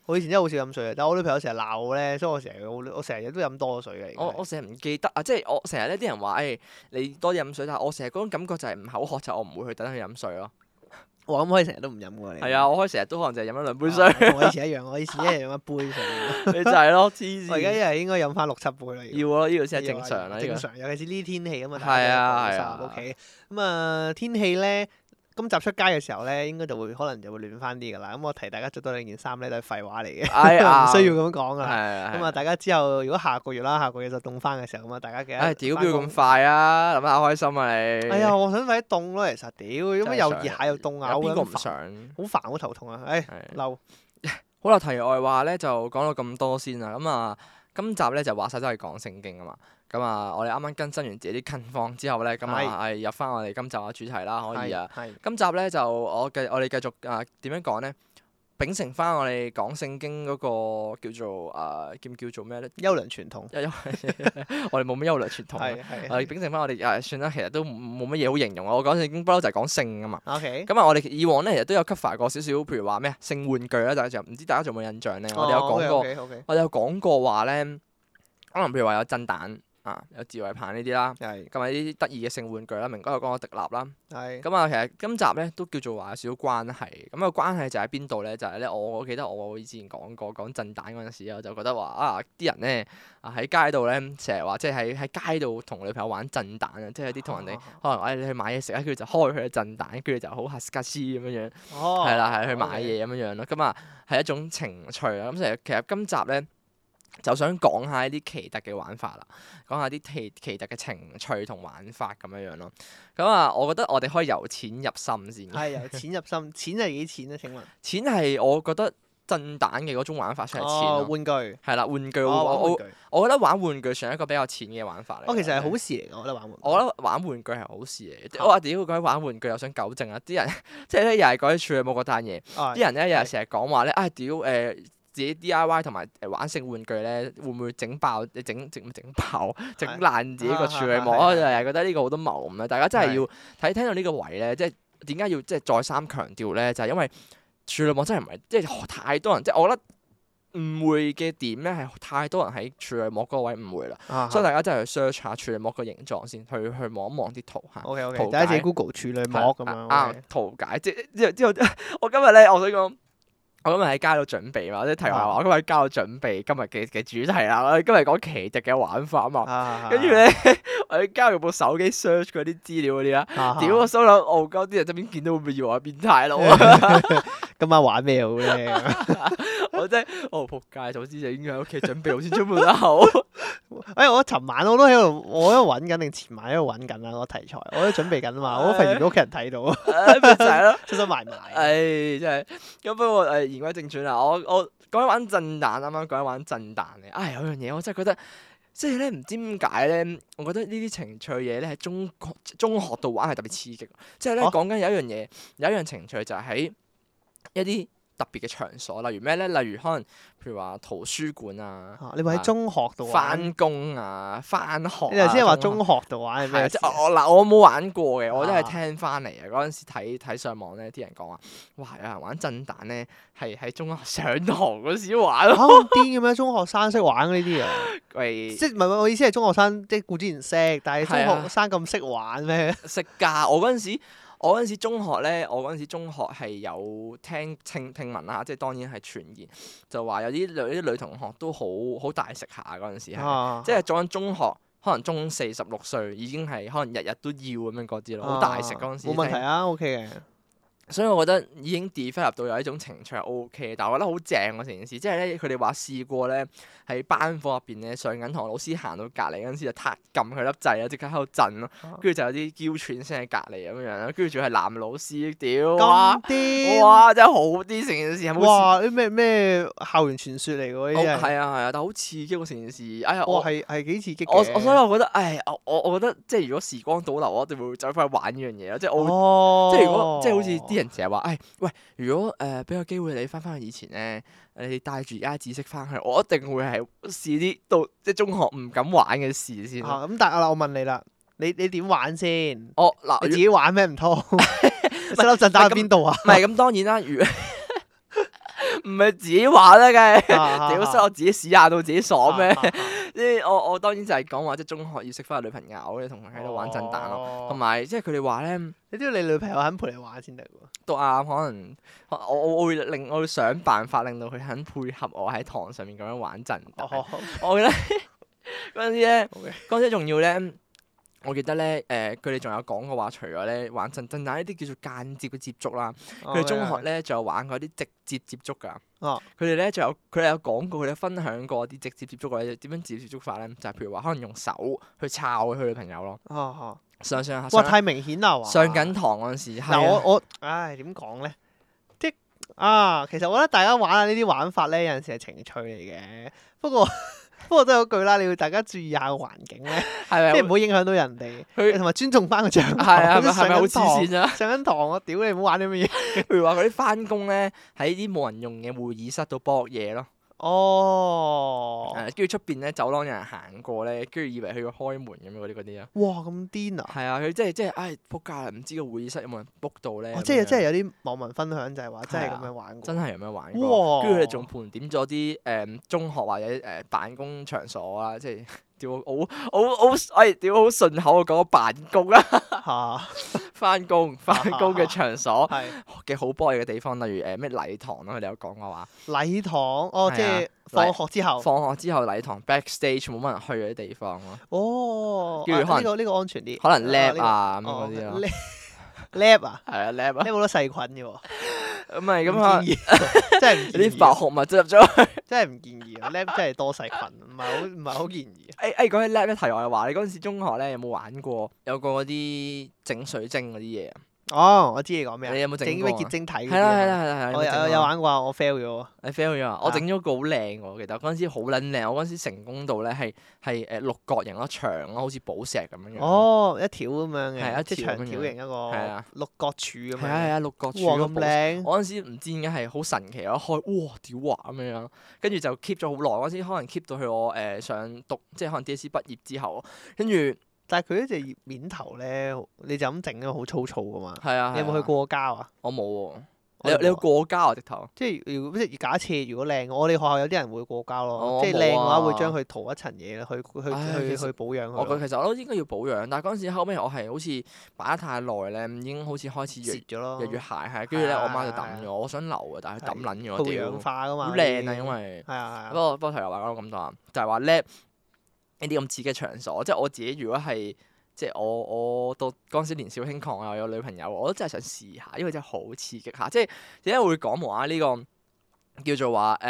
[SPEAKER 1] 我以前真係好少飲水嘅，但係我女朋友成日鬧我咧，所以我成日我成日都飲多咗水嘅。
[SPEAKER 2] 我
[SPEAKER 1] 我
[SPEAKER 2] 我成日唔記得啊，即係我成日呢啲人話誒、你多啲飲水，但係我成日嗰種感覺就係唔口渴就我唔會去等佢飲水咯。
[SPEAKER 1] 我咁可以成日都唔飲嘅你。
[SPEAKER 2] 係啊，我可以成日都可能就係飲咗兩杯水，
[SPEAKER 1] 啊，同我以前一樣，我以前一日飲一杯水。
[SPEAKER 2] <laughs> 你就係咯，黐
[SPEAKER 1] 我而家一
[SPEAKER 2] 線。
[SPEAKER 1] 日應該飲翻六七杯啦。
[SPEAKER 2] 要咯，呢個先係正常啊啦。呢
[SPEAKER 1] 正
[SPEAKER 2] 個
[SPEAKER 1] 常，尤其是呢啲天氣咁啊，
[SPEAKER 2] 係啊
[SPEAKER 1] 大
[SPEAKER 2] 係
[SPEAKER 1] 家
[SPEAKER 2] 啊
[SPEAKER 1] 都係濕 OK，咁啊天氣咧，今集出街嘅時候咧，應該就會可能就會暖翻啲㗎啦。咁我提大家着多兩件衫咧都係廢話嚟嘅，
[SPEAKER 2] <laughs> 哎
[SPEAKER 1] <laughs> 唔
[SPEAKER 2] 呀，
[SPEAKER 1] 需要咁講㗎
[SPEAKER 2] 係
[SPEAKER 1] 啦。
[SPEAKER 2] 啊係
[SPEAKER 1] 咁
[SPEAKER 2] 啊
[SPEAKER 1] 啊，大家之後如果下個月啦，下個月就凍翻嘅時候咁啊，大家記得
[SPEAKER 2] 唉，屌，
[SPEAKER 1] 翻
[SPEAKER 2] 邊
[SPEAKER 1] 工
[SPEAKER 2] 咁？快啊！諗下開心啊你。
[SPEAKER 1] 哎呀，我想快啲凍咯，其實屌，咁啊
[SPEAKER 2] 真係
[SPEAKER 1] 又
[SPEAKER 2] 想
[SPEAKER 1] 熱下又凍啊，好
[SPEAKER 2] 有邊個唔
[SPEAKER 1] 撚煩
[SPEAKER 2] <laughs> 想？
[SPEAKER 1] 好煩好頭痛啊！
[SPEAKER 2] <laughs>
[SPEAKER 1] 唉，
[SPEAKER 2] 係
[SPEAKER 1] 嬲
[SPEAKER 2] 好啦，題外話咧就講到咁多先啦。咁啊，今集咧就話晒都係講聖經啊嘛。咁啊，我哋啱啱更新完自己啲近況之後咧，咁啊，係入翻 <laughs> 我哋今集嘅主題啦，可以啊。
[SPEAKER 1] 係係
[SPEAKER 2] 今集咧就我繼我哋繼續啊點樣講咧？秉承翻我哋講聖經嗰個叫做誒、呃叫唔叫做咩咧？
[SPEAKER 1] 優良傳統。
[SPEAKER 2] 因為我哋冇咩優良傳統啊，
[SPEAKER 1] 係係
[SPEAKER 2] 我哋
[SPEAKER 1] 係。
[SPEAKER 2] 秉承翻我哋誒、唉算啦，其實都冇乜嘢好形容啊。我講聖經不嬲就係講性噶嘛。
[SPEAKER 1] O K。
[SPEAKER 2] 咁啊，我哋以往咧其實都有 cover 過少少，譬如話咩性玩具啦，大家就唔知大家仲有冇印象咧？
[SPEAKER 1] 哦
[SPEAKER 2] 我哋有講過，
[SPEAKER 1] 過。O K。
[SPEAKER 2] 我哋有講過話咧，可能譬如話有震蛋啊，有自慰棒呢啲啦，
[SPEAKER 1] 係
[SPEAKER 2] 咁啊呢啲得意嘅性玩具啦，明哥有講過迪立啦。
[SPEAKER 1] 係。
[SPEAKER 2] 咁啊，其實今集咧都叫做話有少少關係。咁啊，關係就喺邊度咧？就係、咧，我我記得我以前講過講震蛋嗰陣時，我就覺得話啊，啲人咧啊喺街度咧，成日話即係喺喺街度同女朋友玩震蛋啊，即係有啲同人哋可能誒、哎、你去買嘢食啊，跟住就開佢嘅震蛋，跟住就好嚇斯卡斯咁樣樣，
[SPEAKER 1] 哦。
[SPEAKER 2] 係啦係去買
[SPEAKER 1] OK。
[SPEAKER 2] 嘢咁樣樣咯。咁啊係一種情趣啦。咁其實其實今集咧。就想講下一啲奇特嘅玩法啦，講下啲奇奇特嘅情趣同玩法咁樣樣咯。咁啊，我覺得我哋可以由淺入深先嘅。
[SPEAKER 1] 係由錢入心， <laughs> 錢係幾錢咧？請問。
[SPEAKER 2] 淺係我覺得震蛋嘅嗰種玩法算係淺
[SPEAKER 1] 哦，
[SPEAKER 2] 咯。
[SPEAKER 1] 玩具。
[SPEAKER 2] 係啦，玩具
[SPEAKER 1] 哦，玩
[SPEAKER 2] 我
[SPEAKER 1] 玩
[SPEAKER 2] 我
[SPEAKER 1] 具。
[SPEAKER 2] 我覺得玩玩具算係一個比較淺嘅玩法嚟。
[SPEAKER 1] 哦，其實係好事嚟嘅，我覺得玩玩具。
[SPEAKER 2] 我覺得玩玩具係好事嚟嘅，我話屌講起玩玩具又想糾正啊！啲人 <laughs> 即係咧又係講起處女膜嗰單嘢，
[SPEAKER 1] 啊
[SPEAKER 2] 啲人咧又係
[SPEAKER 1] 係
[SPEAKER 2] 成日講話咧啊屌誒、呃自己 D I Y 同埋誒玩性玩具咧會唔會整爆整整整爆整爛自己個處女膜？
[SPEAKER 1] 啊啊啊
[SPEAKER 2] 我就係覺得呢個好多謬誤啦，大家真係
[SPEAKER 1] 係
[SPEAKER 2] 要睇聽到呢個位咧，即係點解要即係再三強調咧？就係、因為處女膜真係唔係即係太多人，即係我覺得誤會嘅點咧係太多人喺處女膜嗰個位誤會啦。
[SPEAKER 1] 啊
[SPEAKER 2] 所以大家真係去 search 下處女膜個形狀先，去去望一望啲圖嚇。
[SPEAKER 1] OK OK，
[SPEAKER 2] 圖
[SPEAKER 1] 大家自己
[SPEAKER 2] 解
[SPEAKER 1] Google 處女膜哦咁樣。
[SPEAKER 2] 啊啱圖解，即之後之後， <laughs> 我今日咧，我想講。我今日喺街度準備嘛，即係題外
[SPEAKER 1] 啊
[SPEAKER 2] 話。我今日喺街度準備今日嘅嘅主題啦。我哋今日講奇蹟嘅玩法嘛，
[SPEAKER 1] 啊
[SPEAKER 2] 跟住， <laughs> 咧，我喺街度用部手機 search 嗰啲資料嗰啲啦。屌，
[SPEAKER 1] 屌
[SPEAKER 2] 我心諗戇鳩啲人側邊見到會唔會以為我係變態佬啊？
[SPEAKER 1] 今晚玩咩好咧？
[SPEAKER 2] 我真係哦仆街，早知就應該喺屋企準備好先出門
[SPEAKER 1] <laughs>
[SPEAKER 2] 口。
[SPEAKER 1] 哎，我尋晚我都喺度，我喺度揾緊，定前晚喺度揾緊啦個題材，我都準備緊啊嘛，我都費事俾屋企人睇到， <laughs>
[SPEAKER 2] 唉咪就係咯。
[SPEAKER 1] 出手埋埋。
[SPEAKER 2] 唉，真係咁。不過誒，言歸正傳啊啦，我我講起玩震彈，啱啱講起玩震彈咧，唉，有樣嘢我真係覺得，即係咧唔知點解咧，我覺得呢啲情趣嘢咧喺中國中學度玩係特別刺激，即係咧
[SPEAKER 1] 哦
[SPEAKER 2] 講緊有一樣嘢，有一樣情趣就係喺一啲特別嘅場所，例如咩咧？例如可能譬如話圖書館啊、
[SPEAKER 1] 啊你話喺中學度玩？
[SPEAKER 2] 翻工啊、翻學啊。
[SPEAKER 1] 你頭先話
[SPEAKER 2] 中
[SPEAKER 1] 中
[SPEAKER 2] 學
[SPEAKER 1] 學度玩係
[SPEAKER 2] 係啊
[SPEAKER 1] 咩
[SPEAKER 2] 即
[SPEAKER 1] 事
[SPEAKER 2] 係
[SPEAKER 1] 啊？
[SPEAKER 2] 我我嗱，我冇玩過嘅，我都係
[SPEAKER 1] 啊
[SPEAKER 2] 聽翻嚟嘅。嗰陣時睇睇上網咧，啲人講話，哇！有人玩震蛋咧，係喺中學上堂嗰時玩
[SPEAKER 1] <laughs>
[SPEAKER 2] 咯。
[SPEAKER 1] 嚇咁啊癲嘅咩？中學生識玩呢啲啊？
[SPEAKER 2] 喂，
[SPEAKER 1] 即係唔係唔係我意思係中學生即係固之然識，但係
[SPEAKER 2] 係啊
[SPEAKER 1] 中學生咁識玩咩？
[SPEAKER 2] 食㗎！我嗰陣時，我嗰陣時中學咧，我嗰陣時中學係有聽聽聽聞啦，即係當然係傳言，就話有啲女啲女同學都好好大食下嗰陣時係，
[SPEAKER 1] 啊
[SPEAKER 2] 即係做緊中學。可能中四十六歲已經係可能日日都要咁樣嗰啲咯，好大食嗰陣時。
[SPEAKER 1] 冇問題啊，OK 嘅。
[SPEAKER 2] 所以我覺得已經 develop 到有一種情趣係 O K，但係我覺得好正喎成件事，即係咧佢哋話試過咧喺班房入邊咧上緊堂，老師行到隔離嗰陣時就撻撳佢粒掣啦，即刻喺度震咯
[SPEAKER 1] 啊，
[SPEAKER 2] 跟住就有啲嬌喘聲喺隔離咁樣樣啦，跟住仲係男老師，屌哇
[SPEAKER 1] 咁癲！
[SPEAKER 2] 哇真係好啲成件事，有冇
[SPEAKER 1] 哇！啲咩咩校園傳說嚟㗎喎？
[SPEAKER 2] 刺
[SPEAKER 1] 呢啲
[SPEAKER 2] 激？
[SPEAKER 1] 係
[SPEAKER 2] 係啊係啊，但係好刺激喎成件事，哎呀
[SPEAKER 1] 哇
[SPEAKER 2] 我。
[SPEAKER 1] 係係幾刺激
[SPEAKER 2] 我我
[SPEAKER 1] 嘅
[SPEAKER 2] 所以我覺得，唉，我我我覺得即係如果時光倒流，我一定會走翻去玩呢樣嘢咯，即係我會
[SPEAKER 1] 哦，
[SPEAKER 2] 即係如果即係好似啲人成日話，唉，喂，如果誒俾、個機會你翻翻去以前咧，你帶住而家知識翻去，我一定會係試啲到即係中學唔敢玩嘅事先。
[SPEAKER 1] 啊咁，但係我問你啦，你你點玩先？你
[SPEAKER 2] 我哦嗱，
[SPEAKER 1] 自
[SPEAKER 2] 如
[SPEAKER 1] 己玩咩唔
[SPEAKER 2] <laughs>
[SPEAKER 1] 通？ <laughs> 你粒陣打去邊度啊？
[SPEAKER 2] 唔係咁當然啦，如 <laughs> 唔係自己玩啦，梗係。屌，
[SPEAKER 1] 屌
[SPEAKER 2] 所以我自己試下到自己爽咩？
[SPEAKER 1] 喺
[SPEAKER 2] 即係我我當然就係講話，即係中學要識翻女朋友嘅，同 <laughs> 佢喺度玩震蛋咯。同
[SPEAKER 1] 咯。
[SPEAKER 2] 埋即係佢哋話咧，
[SPEAKER 1] 哦你都要你女朋友肯陪你玩先得喎。
[SPEAKER 2] 都啱，可能我我我會令我會想辦法令到佢肯配合我喺堂上面咁樣玩震蛋。
[SPEAKER 1] 哦
[SPEAKER 2] 我
[SPEAKER 1] <laughs>
[SPEAKER 2] 記得嗰陣時咧
[SPEAKER 1] OK，
[SPEAKER 2] 嗰陣時仲要咧，我記得咧，誒、佢哋仲有講過話，除咗咧玩震震蛋呢啲叫做間接嘅接觸啦，佢哋中學咧仲有玩過啲直接接觸㗎。
[SPEAKER 1] 哦
[SPEAKER 2] 佢哋咧仲有佢哋有講過，佢哋分享過啲直接接觸嘅咧點樣直接接觸法咧，就係、譬如話可能用手去抄佢女朋友咯，
[SPEAKER 1] 哦哦，
[SPEAKER 2] 上上下
[SPEAKER 1] 哇！
[SPEAKER 2] 上
[SPEAKER 1] 太明顯啦，哇
[SPEAKER 2] 上緊堂嗰陣時，係
[SPEAKER 1] 嗱，
[SPEAKER 2] 啊
[SPEAKER 1] 我我唉點講咧？即啊，其實我覺得大家玩下呢啲玩法咧，有陣時係情趣嚟嘅。不過 <laughs> 不過都係嗰句啦，你要大家注意下個環境咧，
[SPEAKER 2] 係
[SPEAKER 1] 即
[SPEAKER 2] 咪
[SPEAKER 1] 係唔？好影響到人哋，
[SPEAKER 2] 佢
[SPEAKER 1] 同埋尊重翻個長
[SPEAKER 2] 係啊，係咪
[SPEAKER 1] 上
[SPEAKER 2] 係咪好
[SPEAKER 1] 緊
[SPEAKER 2] 黐
[SPEAKER 1] 堂，
[SPEAKER 2] 線啊？
[SPEAKER 1] 上緊堂我屌你唔好玩啲乜嘢。
[SPEAKER 2] 譬如話嗰啲翻工咧，喺啲冇人用嘅會議室度搏嘢咯，
[SPEAKER 1] 哦
[SPEAKER 2] 誒，啊跟住出邊咧走廊有人行過咧，跟住以為佢要開門咁樣嗰啲嗰啲啊。
[SPEAKER 1] 哇咁癲啊！
[SPEAKER 2] 係啊，佢即係即係，唉，仆街啦！唔知個會議室有冇人 book 到咧？
[SPEAKER 1] 哦，
[SPEAKER 2] 啊咁
[SPEAKER 1] 即係
[SPEAKER 2] 樣
[SPEAKER 1] 即係有啲網民分享就係話真係
[SPEAKER 2] 係啊
[SPEAKER 1] 咁樣玩過
[SPEAKER 2] 真。係有咩玩過？
[SPEAKER 1] 哇
[SPEAKER 2] 跟住佢哋仲盤點咗啲誒中學或者誒、辦公場所啊，即係 <laughs> 屌好好好，哎屌好順口啊！ <laughs> 講辦公啦，
[SPEAKER 1] 嚇
[SPEAKER 2] 翻工翻工 <laughs> 嘅場所
[SPEAKER 1] 係
[SPEAKER 2] 嘅好波嘢嘅地方，例如誒咩、禮堂啊啦，佢哋有講過話，
[SPEAKER 1] 禮堂哦，即
[SPEAKER 2] 係
[SPEAKER 1] 係
[SPEAKER 2] 啊
[SPEAKER 1] 放學之後
[SPEAKER 2] 放學之後禮堂 backstage 冇乜人去嗰啲地方咯，
[SPEAKER 1] 哦，
[SPEAKER 2] 跟住
[SPEAKER 1] 啊
[SPEAKER 2] 可能
[SPEAKER 1] 呢個呢個安全啲，
[SPEAKER 2] 可能 lab
[SPEAKER 1] 呢
[SPEAKER 2] 啊
[SPEAKER 1] 個
[SPEAKER 2] 咁嗰啲
[SPEAKER 1] 哦
[SPEAKER 2] 咯，
[SPEAKER 1] lab- lab
[SPEAKER 2] <laughs>
[SPEAKER 1] 啊
[SPEAKER 2] 係啊 lab 啊，
[SPEAKER 1] ，lab 好多細菌嘅喎，
[SPEAKER 2] 咁咪咁
[SPEAKER 1] 唔
[SPEAKER 2] 啊
[SPEAKER 1] 建議真係唔
[SPEAKER 2] 有
[SPEAKER 1] 建
[SPEAKER 2] 啲
[SPEAKER 1] 議啊
[SPEAKER 2] 化學物質入咗去。
[SPEAKER 1] 真係唔建議啊！lab 真係多細菌，唔係好唔係好建議。啊
[SPEAKER 2] 誒誒哎講起 lab 咧，題外話，你嗰陣時中學咧有冇玩過有個嗰啲整水晶嗰啲嘢啊？
[SPEAKER 1] 哦，我知你講咩啊
[SPEAKER 2] 你有冇整
[SPEAKER 1] 整
[SPEAKER 2] 過
[SPEAKER 1] 咩
[SPEAKER 2] 啊
[SPEAKER 1] 結晶體嗰
[SPEAKER 2] 係
[SPEAKER 1] 啲
[SPEAKER 2] 啦
[SPEAKER 1] 啊
[SPEAKER 2] 係啦係啦係啦，
[SPEAKER 1] 我有有玩過啊，我 fail 咗啊。
[SPEAKER 2] 你 fail 咗啊！我
[SPEAKER 1] 啊
[SPEAKER 2] 整咗個好靚喎，其實嗰陣時好撚靚，我嗰陣時成功到咧係係誒六角形咯，長咯，好似寶石咁樣樣。，
[SPEAKER 1] 哦，一條咁樣
[SPEAKER 2] 係啊
[SPEAKER 1] 嘅，即係
[SPEAKER 2] 條咁
[SPEAKER 1] 長條
[SPEAKER 2] 樣
[SPEAKER 1] 形一個
[SPEAKER 2] 係啊
[SPEAKER 1] 六角柱咁
[SPEAKER 2] 係
[SPEAKER 1] 樣。
[SPEAKER 2] 啊係啊，六角柱
[SPEAKER 1] 哇，
[SPEAKER 2] 嗰
[SPEAKER 1] 咁
[SPEAKER 2] 個寶石。
[SPEAKER 1] 靚！
[SPEAKER 2] 我嗰陣時唔知點解係好神奇咯，開哇屌啊咁樣樣，跟住就 keep 咗好耐。嗰陣時可能 keep 到去我誒、呃上讀，即係可能 DSE 畢業之後，跟住係
[SPEAKER 1] 但係佢呢隻葉面頭咧，你就咁整咧，好粗糙噶嘛。
[SPEAKER 2] 啊。
[SPEAKER 1] 你有冇
[SPEAKER 2] 係啊
[SPEAKER 1] 去？過膠啊？
[SPEAKER 2] 我冇喎。
[SPEAKER 1] 我
[SPEAKER 2] 你
[SPEAKER 1] 都
[SPEAKER 2] 有
[SPEAKER 1] 冇
[SPEAKER 2] 你有
[SPEAKER 1] 啊
[SPEAKER 2] 過膠啊直頭？
[SPEAKER 1] 即係如果即係假設如果靚，我哋學校有啲人會過膠
[SPEAKER 2] 哦
[SPEAKER 1] 咯。
[SPEAKER 2] 我
[SPEAKER 1] 即係
[SPEAKER 2] 冇
[SPEAKER 1] 靚嘅話，會
[SPEAKER 2] 啊
[SPEAKER 1] 將佢塗一層嘢啦，去
[SPEAKER 2] 唉
[SPEAKER 1] 去去
[SPEAKER 2] 其實
[SPEAKER 1] 去保養
[SPEAKER 2] 我
[SPEAKER 1] 佢咯。
[SPEAKER 2] 覺哦得其實我都應該要保養，但係嗰陣時後尾我係好似擺得太耐咧，已經好似開始越
[SPEAKER 1] 蝕咗咯
[SPEAKER 2] 日，月鞋係，跟住咧
[SPEAKER 1] 係啊
[SPEAKER 2] 我媽
[SPEAKER 1] 係啊係
[SPEAKER 2] 就抌
[SPEAKER 1] 啊
[SPEAKER 2] 咗，我想留啊，但係佢抌
[SPEAKER 1] 係
[SPEAKER 2] 撚咗，
[SPEAKER 1] 佢會氧
[SPEAKER 2] 屌，
[SPEAKER 1] 化噶嘛。
[SPEAKER 2] 好靚啊，
[SPEAKER 1] 啲
[SPEAKER 2] 因為
[SPEAKER 1] 係啊
[SPEAKER 2] 不
[SPEAKER 1] 係啊。
[SPEAKER 2] 過不過題又話講咁多啊，就係話 lab 呢啲咁似嘅場所，即係我自己如果係即係我我到嗰陣時年少輕狂啊，又有女朋友，我都真係想試下，因為真係好刺激下，即係點解會講無啦啦呢個？叫做話誒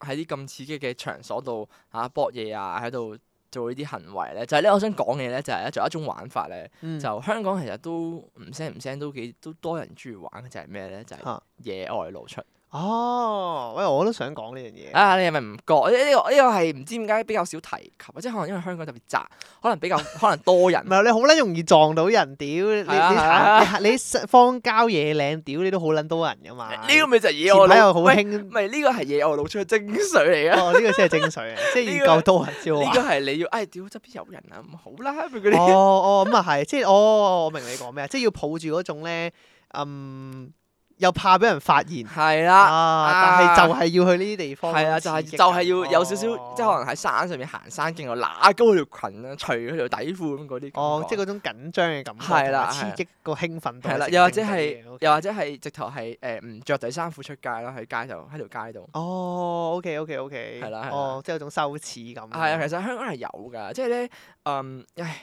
[SPEAKER 2] 喺啲咁刺激嘅場所度嚇搏嘢啊，喺度做呢啲行為咧，就係、呢。咧我想講嘅咧就係、咧，仲有一種玩法咧，
[SPEAKER 1] 嗯
[SPEAKER 2] 就香港其實都唔聲唔聲都幾都多人中意玩嘅就係咩咧？就係
[SPEAKER 1] 啊
[SPEAKER 2] 野外露出
[SPEAKER 1] 哦，喂，我都想講呢樣嘢。
[SPEAKER 2] 啊！你係咪唔覺？呢呢個呢個係唔知點解比較少提及，或者可能因為香港特別窄，可能比較可能多人
[SPEAKER 1] <laughs> 唔。係你好撚容易撞到人，屌你你
[SPEAKER 2] 係啊係啊
[SPEAKER 1] 行你行你荒郊野嶺，屌你都好撚多人噶嘛。
[SPEAKER 2] <laughs> 呢個咪就係野
[SPEAKER 1] 前
[SPEAKER 2] 外
[SPEAKER 1] 排
[SPEAKER 2] 露
[SPEAKER 1] 又好
[SPEAKER 2] 喂
[SPEAKER 1] 興
[SPEAKER 2] 唔，係呢個係野外露出嘅精髓嚟嘅。
[SPEAKER 1] 哦呢個先係精髓
[SPEAKER 2] <laughs>
[SPEAKER 1] 啊，即係
[SPEAKER 2] 呢
[SPEAKER 1] 要
[SPEAKER 2] 個
[SPEAKER 1] 夠多人啊先好
[SPEAKER 2] 呢
[SPEAKER 1] 玩
[SPEAKER 2] 個係你要唉屌側邊有人啊，唔好啦咁嗰啲。
[SPEAKER 1] 哦哦，咁啊係，即係哦，我明你講咩，即係要抱住嗰種咧，嗯，又怕俾人發現
[SPEAKER 2] <laughs> 係啦，
[SPEAKER 1] 啊，但係就係要去呢啲地方，
[SPEAKER 2] 係啊，就係
[SPEAKER 1] 係
[SPEAKER 2] 就係要有少
[SPEAKER 1] 哦
[SPEAKER 2] 少，即係可能喺山上面行山徑度揦高條裙啊，除佢條底褲咁嗰啲感覺。啊
[SPEAKER 1] 哦，即係嗰種緊張嘅感覺，
[SPEAKER 2] 係啦
[SPEAKER 1] 同埋刺激個興奮度，
[SPEAKER 2] 係啦，又或者
[SPEAKER 1] 係
[SPEAKER 2] 係，又或者係直頭係誒唔着底衫褲出街啦，喺街度，喺條街度。
[SPEAKER 1] 哦，OK OK OK，
[SPEAKER 2] 係啦係啦
[SPEAKER 1] 哦，即係有種羞恥感，
[SPEAKER 2] 係啊，其實香港係有㗎，即係咧，嗯，唉，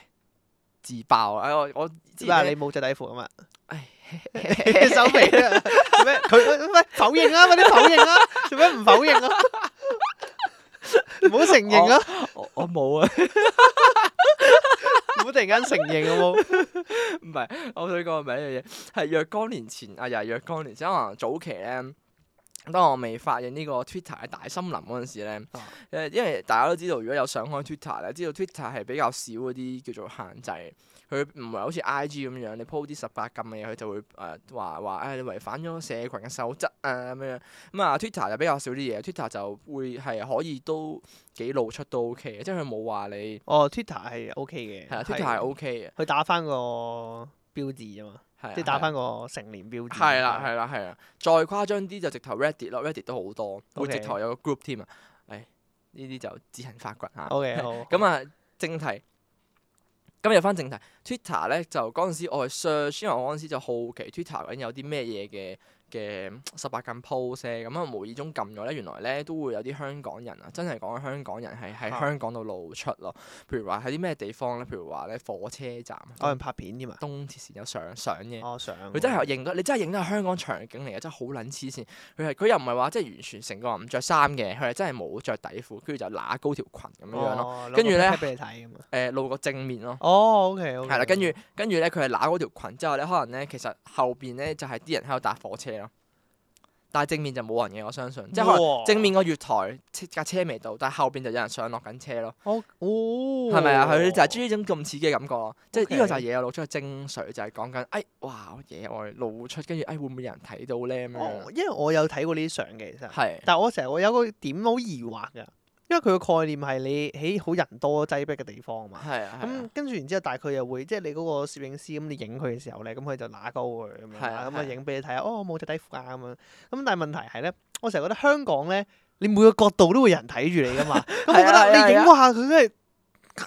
[SPEAKER 2] 自爆啊！我我之
[SPEAKER 1] 嗱
[SPEAKER 2] 前
[SPEAKER 1] 你
[SPEAKER 2] 呢
[SPEAKER 1] 冇着底褲啊嘛，
[SPEAKER 2] 唉，
[SPEAKER 1] <laughs> 收皮啦，做咩？佢喂否認啊，快啲否認啊，做咩唔否認啊？唔好承認啊！
[SPEAKER 2] 我我冇啊，
[SPEAKER 1] 唔好突然間承認好冇？
[SPEAKER 2] 唔係，我想講咪一樣嘢，係若干年前啊，又係若干年前，可能早期咧。當我未發現呢個 Twitter 嘅大森林嗰陣時咧，誒、
[SPEAKER 1] 啊
[SPEAKER 2] 因為大家都知道，如果有上開 Twitter 咧，知道 Twitter 係比較少嗰啲叫做限制，佢唔係好似 IG 咁樣，你 po 啲十八禁嘅嘢，佢就會誒話話誒你違反咗社群嘅守則啊咁樣。咁啊 Twitter 就比較少啲嘢，Twitter 就會係可以都幾露出都 OK 嘅，即係佢冇話你
[SPEAKER 1] 哦，Twitter 係 OK 嘅，
[SPEAKER 2] 係啊 Twitter 係 OK 嘅，
[SPEAKER 1] 佢打翻個標誌啫嘛，
[SPEAKER 2] 係啊
[SPEAKER 1] 即係打翻個成年標誌。
[SPEAKER 2] 係啦，係啦，係啦。啊再誇張啲就直頭 Reddit 咯，Reddit 都好多，會
[SPEAKER 1] OK
[SPEAKER 2] 直頭有個 group 添啊。誒，呢啲就自行發掘嚇。
[SPEAKER 1] 哦 OK，好。
[SPEAKER 2] <laughs> 咁啊，正題。咁入翻正題，Twitter 咧就嗰陣時我去 search，因為我嗰陣時就好奇 Twitter 究竟有啲咩嘢嘅嘅十八禁 post 咧咁啊無意中撳咗咧，原來咧都會有啲香港人啊，真係講緊香港人係喺
[SPEAKER 1] 啊
[SPEAKER 2] 香港度露出咯。譬如話喺啲咩地方咧，譬如話咧火車站、啊
[SPEAKER 1] 有人拍片
[SPEAKER 2] <laughs>
[SPEAKER 1] 添嘛？啊哦
[SPEAKER 2] 東鐵線有上上嘅。
[SPEAKER 1] 我想
[SPEAKER 2] 佢真係認得，你真係認得係香港場景嚟嘅，真係好撚黐線。佢係佢又唔係話即係完全成個人唔着衫嘅，佢係真係冇着底褲，跟住就揦高條裙咁樣樣咯。誒、
[SPEAKER 1] 咯
[SPEAKER 2] 跟住咧
[SPEAKER 1] 俾你睇咁嘛。
[SPEAKER 2] 露個正面咯，
[SPEAKER 1] 哦，OK，
[SPEAKER 2] 係啦。跟住跟住咧，佢係揦高條裙之後咧，可能咧其實後邊咧就係啲人喺度搭火車咯，但係正面就冇人嘅，我相信。即係可能正面個月台車架車未到，但係後邊就有人上落緊車咯，
[SPEAKER 1] 我哦，
[SPEAKER 2] 係咪啊？佢就係中意呢種咁刺激嘅感覺咯。即係呢個就係
[SPEAKER 1] OK
[SPEAKER 2] 野外露出嘅精髓，就係講緊，哎，哇，野外露出，跟住，哎，會唔會有人睇到咧？咁
[SPEAKER 1] 哦
[SPEAKER 2] 樣
[SPEAKER 1] 因為我有睇過呢啲相嘅，其實，
[SPEAKER 2] 係
[SPEAKER 1] 但係我成日我有個點好疑惑㗎，因為佢個概念係你喺好人多擠逼嘅地方嘛。
[SPEAKER 2] 係啊係
[SPEAKER 1] 咁
[SPEAKER 2] 啊
[SPEAKER 1] 跟住然之後，但係佢又會即係你嗰個攝影師咁，你影佢嘅時候咧，咁佢就揦高佢咁樣
[SPEAKER 2] 係啊
[SPEAKER 1] 啦，咁
[SPEAKER 2] 係啊
[SPEAKER 1] 啊影俾你睇下，哦我冇着底褲啊咁樣。咁但係問題係咧，我成日覺得香港咧，你每個角度都會有人睇住你
[SPEAKER 2] <laughs>
[SPEAKER 1] 噶嘛。咁我
[SPEAKER 2] 係啊
[SPEAKER 1] 覺得你
[SPEAKER 2] 係啊
[SPEAKER 1] 影嗰下佢真係，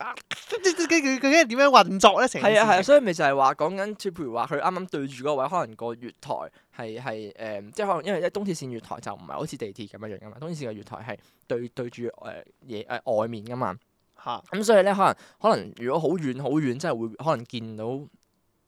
[SPEAKER 1] 啊即即即佢佢佢點樣運作咧？成件
[SPEAKER 2] 係啊係
[SPEAKER 1] 事
[SPEAKER 2] 啊，
[SPEAKER 1] 情
[SPEAKER 2] 所以咪就係話講緊，即係譬如話佢啱啱對住嗰位，可能個月台係係誒，即係可能因為一東鐵線月台就唔係好似地鐵咁樣樣噶嘛，東鐵線嘅月台係對對住誒嘢誒外面噶嘛，
[SPEAKER 1] 嚇
[SPEAKER 2] 咁所以咧可能可能如果好遠好遠，真係會可能見到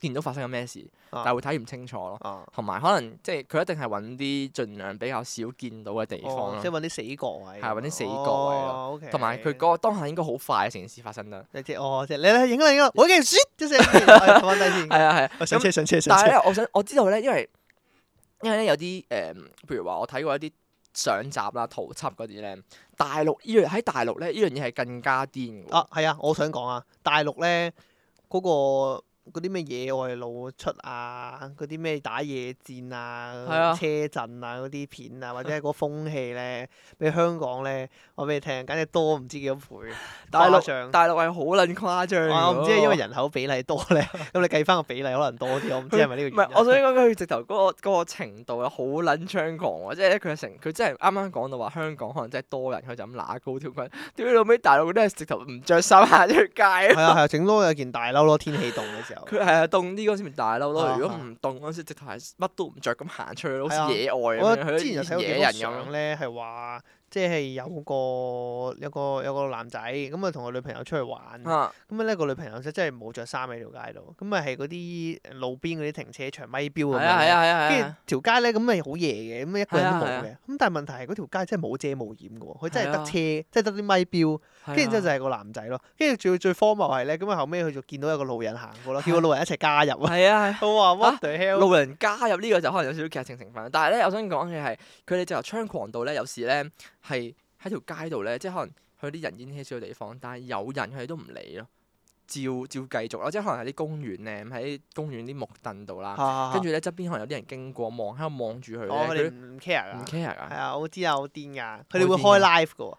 [SPEAKER 2] 見到發生緊咩事，
[SPEAKER 1] 啊
[SPEAKER 2] 但係會睇唔清楚咯。
[SPEAKER 1] 啊！
[SPEAKER 2] 同埋可能即係佢一定係揾啲盡量比較少見到嘅地方
[SPEAKER 1] 哦即係
[SPEAKER 2] 咯，
[SPEAKER 1] 揾啲死角位咁樣，
[SPEAKER 2] 係揾啲死角位咯
[SPEAKER 1] 哦，OK
[SPEAKER 2] 同埋佢嗰個當下應該好快，成件事發生得。
[SPEAKER 1] 你知哦，即係你咧影啦影啦，我嘅 shit 一聲，哎放低
[SPEAKER 2] <laughs>
[SPEAKER 1] 先，
[SPEAKER 2] 係啊係啊，
[SPEAKER 1] 我上車上車上
[SPEAKER 2] 但係
[SPEAKER 1] 車，
[SPEAKER 2] 咧，我想我知道咧，因為因為咧有啲誒、譬如話我睇過一啲上集啦、圖輯嗰啲咧，大陸依樣喺大陸咧，依樣嘢係更加癲嘅喎。
[SPEAKER 1] 啊係啊，我想講啊，大陸咧嗰個嗰啲咩野外露出啊，嗰啲咩打野戰
[SPEAKER 2] 係啊
[SPEAKER 1] 啊、車震啊嗰啲片啊，或者係個風氣咧，比香港咧，我俾你聽，簡直多唔知幾多倍，
[SPEAKER 2] 大
[SPEAKER 1] 誇
[SPEAKER 2] 陸
[SPEAKER 1] 張。
[SPEAKER 2] 大陸係好撚誇張嘅喎、
[SPEAKER 1] 啊我唔知係因為人口比例多咧，咁你計翻個比例可能多啲，我唔知係咪呢
[SPEAKER 2] 唔
[SPEAKER 1] 個原，
[SPEAKER 2] 係
[SPEAKER 1] 因。
[SPEAKER 2] 我想講佢直頭嗰個嗰個程度啊，好撚猖狂喎！即係咧，佢成佢真係啱啱講到話香港可能真係多人，佢就咁揦高條裙。屌你老尾，大陸嗰啲係直頭唔着衫行出街啊
[SPEAKER 1] <laughs> 係啊係啊，整多有件大褸咯，天氣凍嘅時候。
[SPEAKER 2] 佢係啊，凍啲嗰時咪大褸咯。
[SPEAKER 1] 啊
[SPEAKER 2] 如果
[SPEAKER 1] 啊
[SPEAKER 2] 唔凍嗰時，直頭係乜都唔着咁行出去，好
[SPEAKER 1] 係啊
[SPEAKER 2] 似野外咁
[SPEAKER 1] 我
[SPEAKER 2] 樣。佢
[SPEAKER 1] 之前有睇過
[SPEAKER 2] 野
[SPEAKER 1] 幾
[SPEAKER 2] 人
[SPEAKER 1] 多
[SPEAKER 2] 咁樣
[SPEAKER 1] 相。咧，係話即係有個有個有個男仔咁啊，同個女朋友出去玩，咁
[SPEAKER 2] 啊，
[SPEAKER 1] 啊咧個女朋友就真係冇着衫喺條街度，咁啊係嗰啲路邊嗰啲停車場咪標
[SPEAKER 2] 係
[SPEAKER 1] 咁
[SPEAKER 2] 啊係
[SPEAKER 1] 樣。
[SPEAKER 2] 啊係啊係
[SPEAKER 1] 跟
[SPEAKER 2] 啊！
[SPEAKER 1] 住條街咧，咁咪好夜嘅，咁一個人都冇
[SPEAKER 2] 係啊
[SPEAKER 1] 嘅。咁但係問題係嗰條街真係冇遮冇掩嘅喎，佢真係
[SPEAKER 2] 係啊
[SPEAKER 1] 得車，即係得啲咪標。
[SPEAKER 2] 係啊
[SPEAKER 1] 跟住之後就係個男仔咯。跟住最最荒謬係咧，咁啊後尾佢就見到有個路人行過咯，叫個路人一齊加入啊！
[SPEAKER 2] <laughs> 係啊係啊。
[SPEAKER 1] 我話 what the hell？
[SPEAKER 2] 路人加入呢個就可能有少少劇情成分，但係咧，我想講嘅係佢哋就由猖狂到咧，有時咧係喺條街度咧，即係可能去啲人煙稀少嘅地方，但係有人佢哋都唔理咯，照照繼續咯，即係可能喺啲公園咧，喺公園啲木凳度啦，啊跟
[SPEAKER 1] 跟
[SPEAKER 2] 住咧側邊可能有啲人經過望喺度望住佢
[SPEAKER 1] 我
[SPEAKER 2] 咧，
[SPEAKER 1] 哦哋
[SPEAKER 2] 佢
[SPEAKER 1] 唔 care
[SPEAKER 2] 都唔
[SPEAKER 1] 啊。
[SPEAKER 2] care
[SPEAKER 1] 係
[SPEAKER 2] 啊，
[SPEAKER 1] 啊，我知啊，好癲噶，佢哋會
[SPEAKER 2] 好癲㗎
[SPEAKER 1] 開 live 噶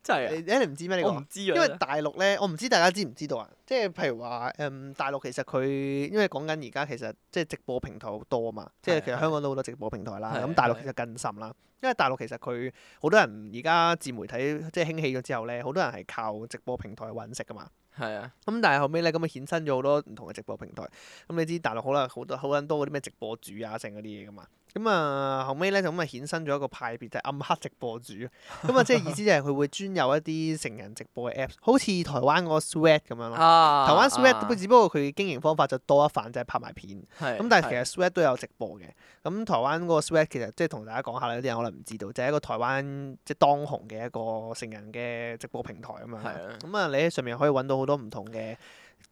[SPEAKER 2] 真
[SPEAKER 1] 喎，
[SPEAKER 2] 係
[SPEAKER 1] 你你唔知咩呢
[SPEAKER 2] 啊，我唔
[SPEAKER 1] 個？
[SPEAKER 2] 知啊，
[SPEAKER 1] 因為大陸咧，我唔知大家知唔知道啊？即係譬如話，誒、嗯大陸其實佢因為講緊而家其實即係直播平台好多嘛，即係其
[SPEAKER 2] 係
[SPEAKER 1] 實香港都好多直播平台啦。
[SPEAKER 2] 係
[SPEAKER 1] 咁大陸
[SPEAKER 2] 係
[SPEAKER 1] 其實更甚啦，因為大陸其實佢好多人而家自媒體即係興起咗之後咧，好多人係靠直播平台揾食噶嘛。
[SPEAKER 2] 係啊，
[SPEAKER 1] 咁但係後尾咧，咁啊衍生咗好多唔同嘅直播平台。咁你知大陸好啦，好多好撚多嗰啲咩直播主啊，剩嗰啲嘢噶嘛。咁啊後尾咧就咁啊衍生咗一個派別，就係暗黑直播主。咁啊即係意思就係佢會專有一啲成人直播嘅 apps，好似台灣嗰個 Sweat 咁樣咯。
[SPEAKER 2] 啊，
[SPEAKER 1] 台灣 Sweat
[SPEAKER 2] 啊
[SPEAKER 1] 都只不過佢經營方法就多一範，就係拍埋片。
[SPEAKER 2] 係
[SPEAKER 1] 咁但係其
[SPEAKER 2] 係啊
[SPEAKER 1] 實 Sweat 都有直播嘅。咁台灣嗰個 Sweat 其實即係同大家講下啦，有啲人可能唔知道，就係一個台灣即係當紅嘅一個成人嘅直播平台咁樣啦。
[SPEAKER 2] 係啊
[SPEAKER 1] 咁啊，你喺上面可以揾到好多唔同嘅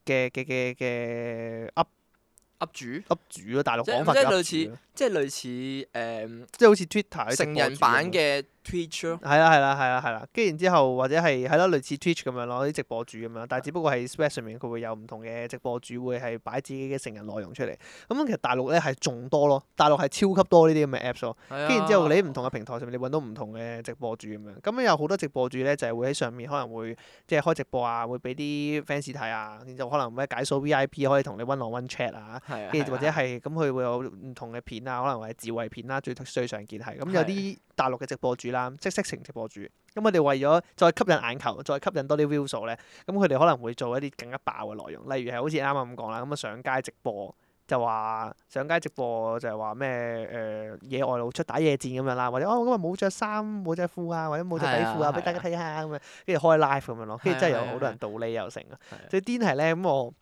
[SPEAKER 1] 嘅嘅嘅嘅 up
[SPEAKER 2] up 主，
[SPEAKER 1] up 主咯，大陸
[SPEAKER 2] 即係
[SPEAKER 1] 講法
[SPEAKER 2] 即係
[SPEAKER 1] 叫 up
[SPEAKER 2] 類
[SPEAKER 1] 主咯
[SPEAKER 2] 即係類似誒
[SPEAKER 1] 即係好似 Twitter 啲直
[SPEAKER 2] 成
[SPEAKER 1] 播
[SPEAKER 2] 人
[SPEAKER 1] 主
[SPEAKER 2] 版
[SPEAKER 1] 咁樣。
[SPEAKER 2] 嘅 Twitch 咯，
[SPEAKER 1] 係啦係啦係啦係啦，跟住然之後或者係係啦，類似 Twitch 咁樣咯，啲直播主咁樣，
[SPEAKER 2] 啊
[SPEAKER 1] 但係只不過係 Sweat 上面佢會有唔同嘅直播主會係擺自己嘅成人內容出嚟。咁其實大陸咧係仲多咯，大陸係超級多呢啲咁嘅 apps 咯。
[SPEAKER 2] 跟
[SPEAKER 1] 跟住之後，你喺唔同嘅平台上面，你揾到唔同嘅直播主咁樣。咁有好多直播主咧，就係會喺上面可能會即係開直播啊，會俾啲 fans 睇啊，然之後可能咩解鎖 VIP 可以同你 one on one chat 啊，
[SPEAKER 2] 係啊
[SPEAKER 1] 跟住或者
[SPEAKER 2] 係
[SPEAKER 1] 係
[SPEAKER 2] 啊
[SPEAKER 1] 咁佢會有唔同嘅片啊，可能係智慧片啦，最最常見係咁有
[SPEAKER 2] 係
[SPEAKER 1] 啲大陸嘅直播主啦，即色情直播主。咁佢哋為咗再吸引眼球，再吸引多啲 view 數咧，咁佢哋可能會做一啲更加爆嘅內容，例如係好似啱啱咁講啦，咁啊上街直播。就話上街直播就係話咩誒野外露出打野戰咁樣啦，或者哦今日冇着衫冇着褲啊，或者冇着底褲
[SPEAKER 2] 係啊
[SPEAKER 1] 啊，俾大家睇下咁樣，跟住開 live 咁樣咯，跟住真係
[SPEAKER 2] 係啊
[SPEAKER 1] 有
[SPEAKER 2] 係啊
[SPEAKER 1] 好多人倒呢又成啊
[SPEAKER 2] 係啊！
[SPEAKER 1] 最癲係咧咁我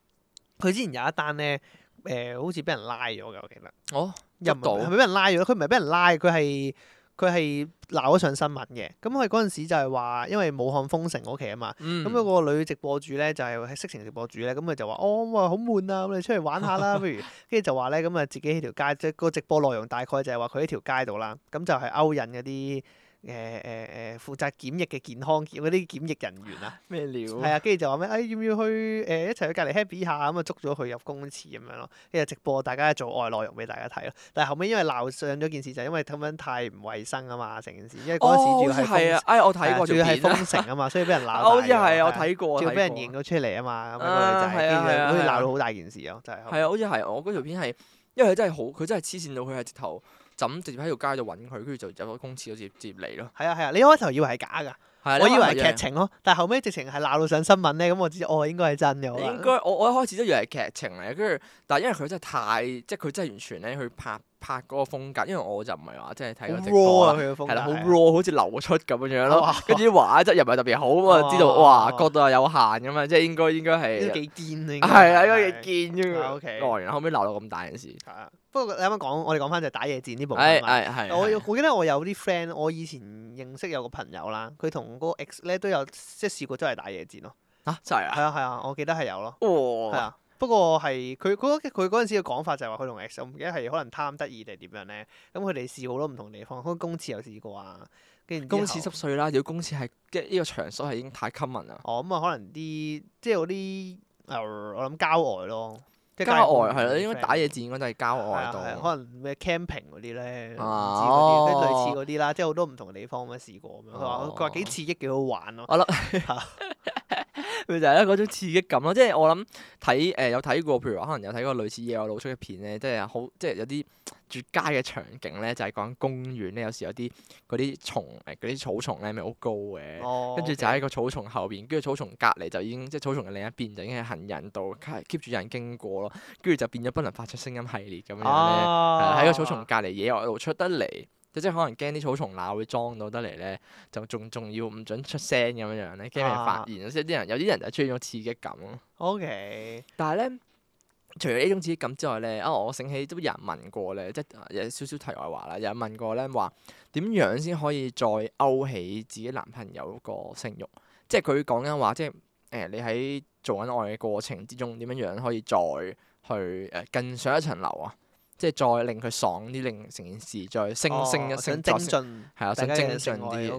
[SPEAKER 1] 佢之前有一單咧誒，好似俾人拉咗嘅，我記得
[SPEAKER 2] 哦，
[SPEAKER 1] 又唔
[SPEAKER 2] 捉到
[SPEAKER 1] 係係咪俾人拉咗？佢唔係俾人拉，佢係佢係鬧咗上新聞嘅。咁佢嗰陣時就係話，因為武漢封城嗰期啊嘛，
[SPEAKER 2] 嗯
[SPEAKER 1] 咁有個女直播主咧，就係係色情直播主咧，咁佢就話：哦，我好悶啊，咁你出嚟玩下
[SPEAKER 2] <laughs>
[SPEAKER 1] 啦，不如。跟住就話咧，咁啊自己喺條街，即係個直播內容大概就係話佢喺條街度啦，咁就係勾引嗰啲誒誒誒負責檢疫嘅健康嗰啲檢疫人員啊，
[SPEAKER 2] 咩料？
[SPEAKER 1] 係啊，跟住就話咩？誒、要唔要去誒、一齊去隔離 happy 下咁啊？捉咗佢入公廁咁樣咯，跟住直播大家做愛內容俾大家睇咯。但係後尾因為鬧上咗件事，就係因為咁樣太唔衞生啊嘛，成件事，因為嗰陣時
[SPEAKER 2] 哦，
[SPEAKER 1] 仲
[SPEAKER 2] 好
[SPEAKER 1] 要
[SPEAKER 2] 似
[SPEAKER 1] 係
[SPEAKER 2] 係
[SPEAKER 1] 封
[SPEAKER 2] 啊，哎，我
[SPEAKER 1] 係
[SPEAKER 2] 睇
[SPEAKER 1] 啊
[SPEAKER 2] 過
[SPEAKER 1] 仲
[SPEAKER 2] 條
[SPEAKER 1] 要係
[SPEAKER 2] 片啦
[SPEAKER 1] 封，城啊嘛，所以俾人鬧大
[SPEAKER 2] 啊
[SPEAKER 1] 咗。
[SPEAKER 2] 好似係啊我
[SPEAKER 1] 係啊
[SPEAKER 2] 睇過，
[SPEAKER 1] 照
[SPEAKER 2] 睇
[SPEAKER 1] 俾人
[SPEAKER 2] 過
[SPEAKER 1] 影咗出嚟啊嘛，咁樣個女
[SPEAKER 2] 啊係
[SPEAKER 1] 仔，
[SPEAKER 2] 啊係
[SPEAKER 1] 跟
[SPEAKER 2] 啊
[SPEAKER 1] 住好似
[SPEAKER 2] 係啊
[SPEAKER 1] 鬧到好大件事啊，真係。
[SPEAKER 2] 係啊，好似係我嗰條片係，因為佢真係好，佢真係黐線到佢係直頭就咁直接喺條街度揾佢，跟住就入咗公廁就直接直接嚟咯。
[SPEAKER 1] 係啊係啊，你一開頭以為係假㗎，
[SPEAKER 2] 係啊
[SPEAKER 1] 我以為
[SPEAKER 2] 你
[SPEAKER 1] 係
[SPEAKER 2] 可能
[SPEAKER 1] 劇情咯，但係後尾直情係鬧到上新聞咧，咁我知哦應該係真嘅。
[SPEAKER 2] 應該我我一開始都以為係劇情嚟，跟住但係因為佢真係太即係佢真係完全咧去拍拍嗰個風格，因為我就唔係話即係睇個
[SPEAKER 1] 好
[SPEAKER 2] 直
[SPEAKER 1] raw
[SPEAKER 2] 播
[SPEAKER 1] 啊
[SPEAKER 2] 啦，
[SPEAKER 1] 佢嘅風格
[SPEAKER 2] 係啦，好
[SPEAKER 1] 係啊
[SPEAKER 2] raw 好似流出咁樣樣咯
[SPEAKER 1] 哇。
[SPEAKER 2] 跟住啲畫質又唔係特別好咁啊，知道
[SPEAKER 1] 哇
[SPEAKER 2] 哇角度又有限咁啊，即係應該應該
[SPEAKER 1] 呢個幾
[SPEAKER 2] 係
[SPEAKER 1] 堅啊應該
[SPEAKER 2] 係啊，因為見啫
[SPEAKER 1] 啊
[SPEAKER 2] 嘛。
[SPEAKER 1] ，OK
[SPEAKER 2] 哦，然後後尾鬧到咁大件事，
[SPEAKER 1] 係啊不過你啱啱講，我哋講翻就係打野戰呢部分啊
[SPEAKER 2] 係
[SPEAKER 1] 嘛
[SPEAKER 2] 係係。
[SPEAKER 1] 我
[SPEAKER 2] 係
[SPEAKER 1] 有我記得我有啲 friend，我以前認識有個朋友啦，佢同嗰個 ex 咧都有即係試過真係打野戰咯。
[SPEAKER 2] 啊，真係
[SPEAKER 1] 係
[SPEAKER 2] 啊！
[SPEAKER 1] 啊係啊，我記得係有咯。係
[SPEAKER 2] 哇，
[SPEAKER 1] 啊，不過係佢嗰佢嗰陣時嘅講法就係話佢同 X，我唔記得係可能貪得意定係點樣咧。咁佢哋試好多唔同地方，嗰公廁又試過啊，跟住
[SPEAKER 2] 公
[SPEAKER 1] 之
[SPEAKER 2] 廁
[SPEAKER 1] 後
[SPEAKER 2] 濕碎啦，如果公廁係即係呢個場所係已經太 common 啦。
[SPEAKER 1] 哦咁啊，可能啲即係嗰啲呃我諗郊外咯，即係
[SPEAKER 2] 郊
[SPEAKER 1] 公
[SPEAKER 2] 外
[SPEAKER 1] 園
[SPEAKER 2] 係
[SPEAKER 1] 嗰
[SPEAKER 2] 啦，
[SPEAKER 1] 啲
[SPEAKER 2] 應該
[SPEAKER 1] friend
[SPEAKER 2] 打野戰應該都係郊
[SPEAKER 1] 係
[SPEAKER 2] 外
[SPEAKER 1] 啊
[SPEAKER 2] 度。
[SPEAKER 1] 係啊可能咩 camping 嗰啲咧，唔知
[SPEAKER 2] 啊
[SPEAKER 1] 嗰啲跟住類
[SPEAKER 2] 哦
[SPEAKER 1] 似嗰啲啦，即係好多唔同嘅地方咁樣試過咁樣。佢話佢話幾
[SPEAKER 2] 哦
[SPEAKER 1] 刺激，幾好玩咯。
[SPEAKER 2] 我咪就係咧嗰種刺激感咯，即係我諗睇誒有睇過，譬如話可能有睇過類似野外露出嘅片咧，即係好即係有啲絕佳嘅場景咧，就係講公園咧，有時有啲嗰啲蟲誒嗰啲草叢咧，咪好高嘅，
[SPEAKER 1] 哦，
[SPEAKER 2] 跟住
[SPEAKER 1] OK
[SPEAKER 2] 就喺個草叢後邊，跟住草叢隔離就已經即係草叢嘅另一邊就已經係行人道，keep 住有人經過咯，跟住就變咗不能發出聲音系列咁樣咧，係啦
[SPEAKER 1] 啊
[SPEAKER 2] 喺個草叢隔離野外露出得嚟，即係可能驚啲草叢罅會裝到得嚟咧，就仲仲要唔准出聲咁樣樣咧，驚俾人
[SPEAKER 1] 啊
[SPEAKER 2] 發現，即係啲人有啲人就中意種刺激感咯。
[SPEAKER 1] OK，
[SPEAKER 2] 但係咧，除咗呢種刺激感之外咧，啊我醒起都有人問過咧，即係呃有少少題外話啦，有人問過咧話點樣先可以再勾起自己男朋友個性慾？即係佢講緊話，即係誒、你喺做緊愛嘅過程之中，點樣樣可以再去誒、更上一層樓啊？即係再令佢爽啲，令成件事再升
[SPEAKER 1] 哦
[SPEAKER 2] 升一
[SPEAKER 1] 想
[SPEAKER 2] 升，
[SPEAKER 1] 精
[SPEAKER 2] 再升
[SPEAKER 1] 進，
[SPEAKER 2] 係
[SPEAKER 1] 大
[SPEAKER 2] 啊，想
[SPEAKER 1] 家嘅性
[SPEAKER 2] 精進
[SPEAKER 1] 愛
[SPEAKER 2] 啲
[SPEAKER 1] 嗰
[SPEAKER 2] 嘅。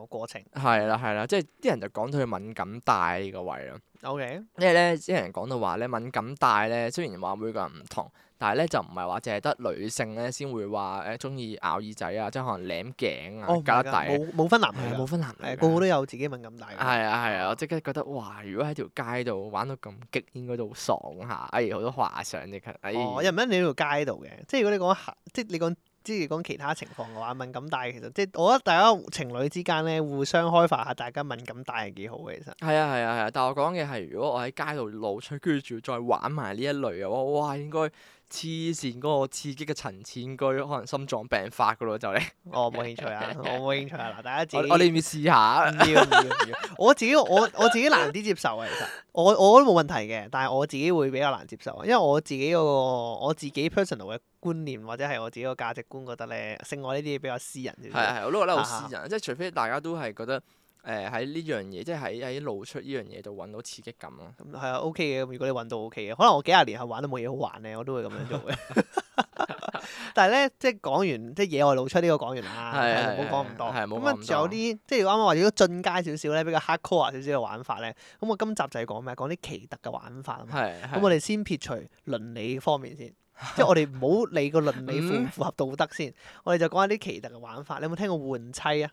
[SPEAKER 1] 個過程。
[SPEAKER 2] 係啦，係啦，即係啲人就講到佢敏感帶呢個位咯。
[SPEAKER 1] OK，
[SPEAKER 2] 因為咧，啲人講到話咧，敏感帶咧，雖然話每個人唔同，但係咧就唔係話淨係得女性咧先會話誒中意咬耳仔啊，即係可能舐頸啊、
[SPEAKER 1] 哦唔係
[SPEAKER 2] 隔
[SPEAKER 1] 㗎
[SPEAKER 2] 得底，
[SPEAKER 1] 冇冇分男女
[SPEAKER 2] 係啊
[SPEAKER 1] 㗎
[SPEAKER 2] 冇分男女
[SPEAKER 1] 誒
[SPEAKER 2] 㗎。
[SPEAKER 1] 個個都有自己敏感帶㗎。
[SPEAKER 2] 係啊係啊！我即刻覺得哇，如果喺條街度玩到咁激，應該都好爽下。哎，好多話想即刻。哎，
[SPEAKER 1] 哦，又唔一定喺條街度嘅，即係如果你講行即係你講即係講其他情況嘅話，敏感帶其實即係我覺得大家情侶之間咧互相開發下大家敏感帶係幾好嘅，其實
[SPEAKER 2] 係啊係啊係啊！但我講嘅係，如果我喺街度露出，跟住仲要再玩埋呢一類嘅話，哇，應該黐線嗰個刺激嘅層次應該可能心臟病發噶咯，就嚟。
[SPEAKER 1] 我冇興趣
[SPEAKER 2] <laughs>
[SPEAKER 1] 啊，我冇興趣啊，嗱大家自
[SPEAKER 2] 我
[SPEAKER 1] 己
[SPEAKER 2] 我哋要唔要試下？
[SPEAKER 1] 唔要唔要唔要，
[SPEAKER 2] <laughs>
[SPEAKER 1] 我自己我我自己難啲接受啊，其實我我都冇問題嘅，但係我自己會比較難接受啊，因為我自己嗰個我自己 personal 嘅觀念或者係我自己個價值觀覺得咧，性愛呢啲嘢比較私人少
[SPEAKER 2] 係
[SPEAKER 1] 少，
[SPEAKER 2] 係，我都覺得好
[SPEAKER 1] 啊
[SPEAKER 2] 私人，即係除非大家都係覺得誒喺呢樣嘢，即係喺喺露出呢樣嘢度揾到刺激感咯。
[SPEAKER 1] 咁係啊 OK 嘅，咁如果你揾到 OK 嘅，可能我幾廿年後玩都冇嘢好玩咧，我都會咁樣做
[SPEAKER 2] <laughs>
[SPEAKER 1] 嘅。但係咧，即係講完即係野外露出呢個講完啦，
[SPEAKER 2] 係
[SPEAKER 1] 係
[SPEAKER 2] 係係
[SPEAKER 1] 冇講咁多。
[SPEAKER 2] 係冇
[SPEAKER 1] 咁啊，
[SPEAKER 2] 講咁
[SPEAKER 1] 仲有
[SPEAKER 2] 多
[SPEAKER 1] 啲即係如果啱啱話如果進階少少咧，比較 hardcore 少少嘅玩法咧，咁我今集就係講咩？講啲奇特嘅玩法啊嘛。
[SPEAKER 2] 係
[SPEAKER 1] 咁我哋先撇除倫理方面先， <laughs> 即係我哋唔好理個倫理符唔
[SPEAKER 2] 嗯
[SPEAKER 1] 符合道德先，我哋就講下啲奇特嘅玩法。你有冇聽過換妻啊？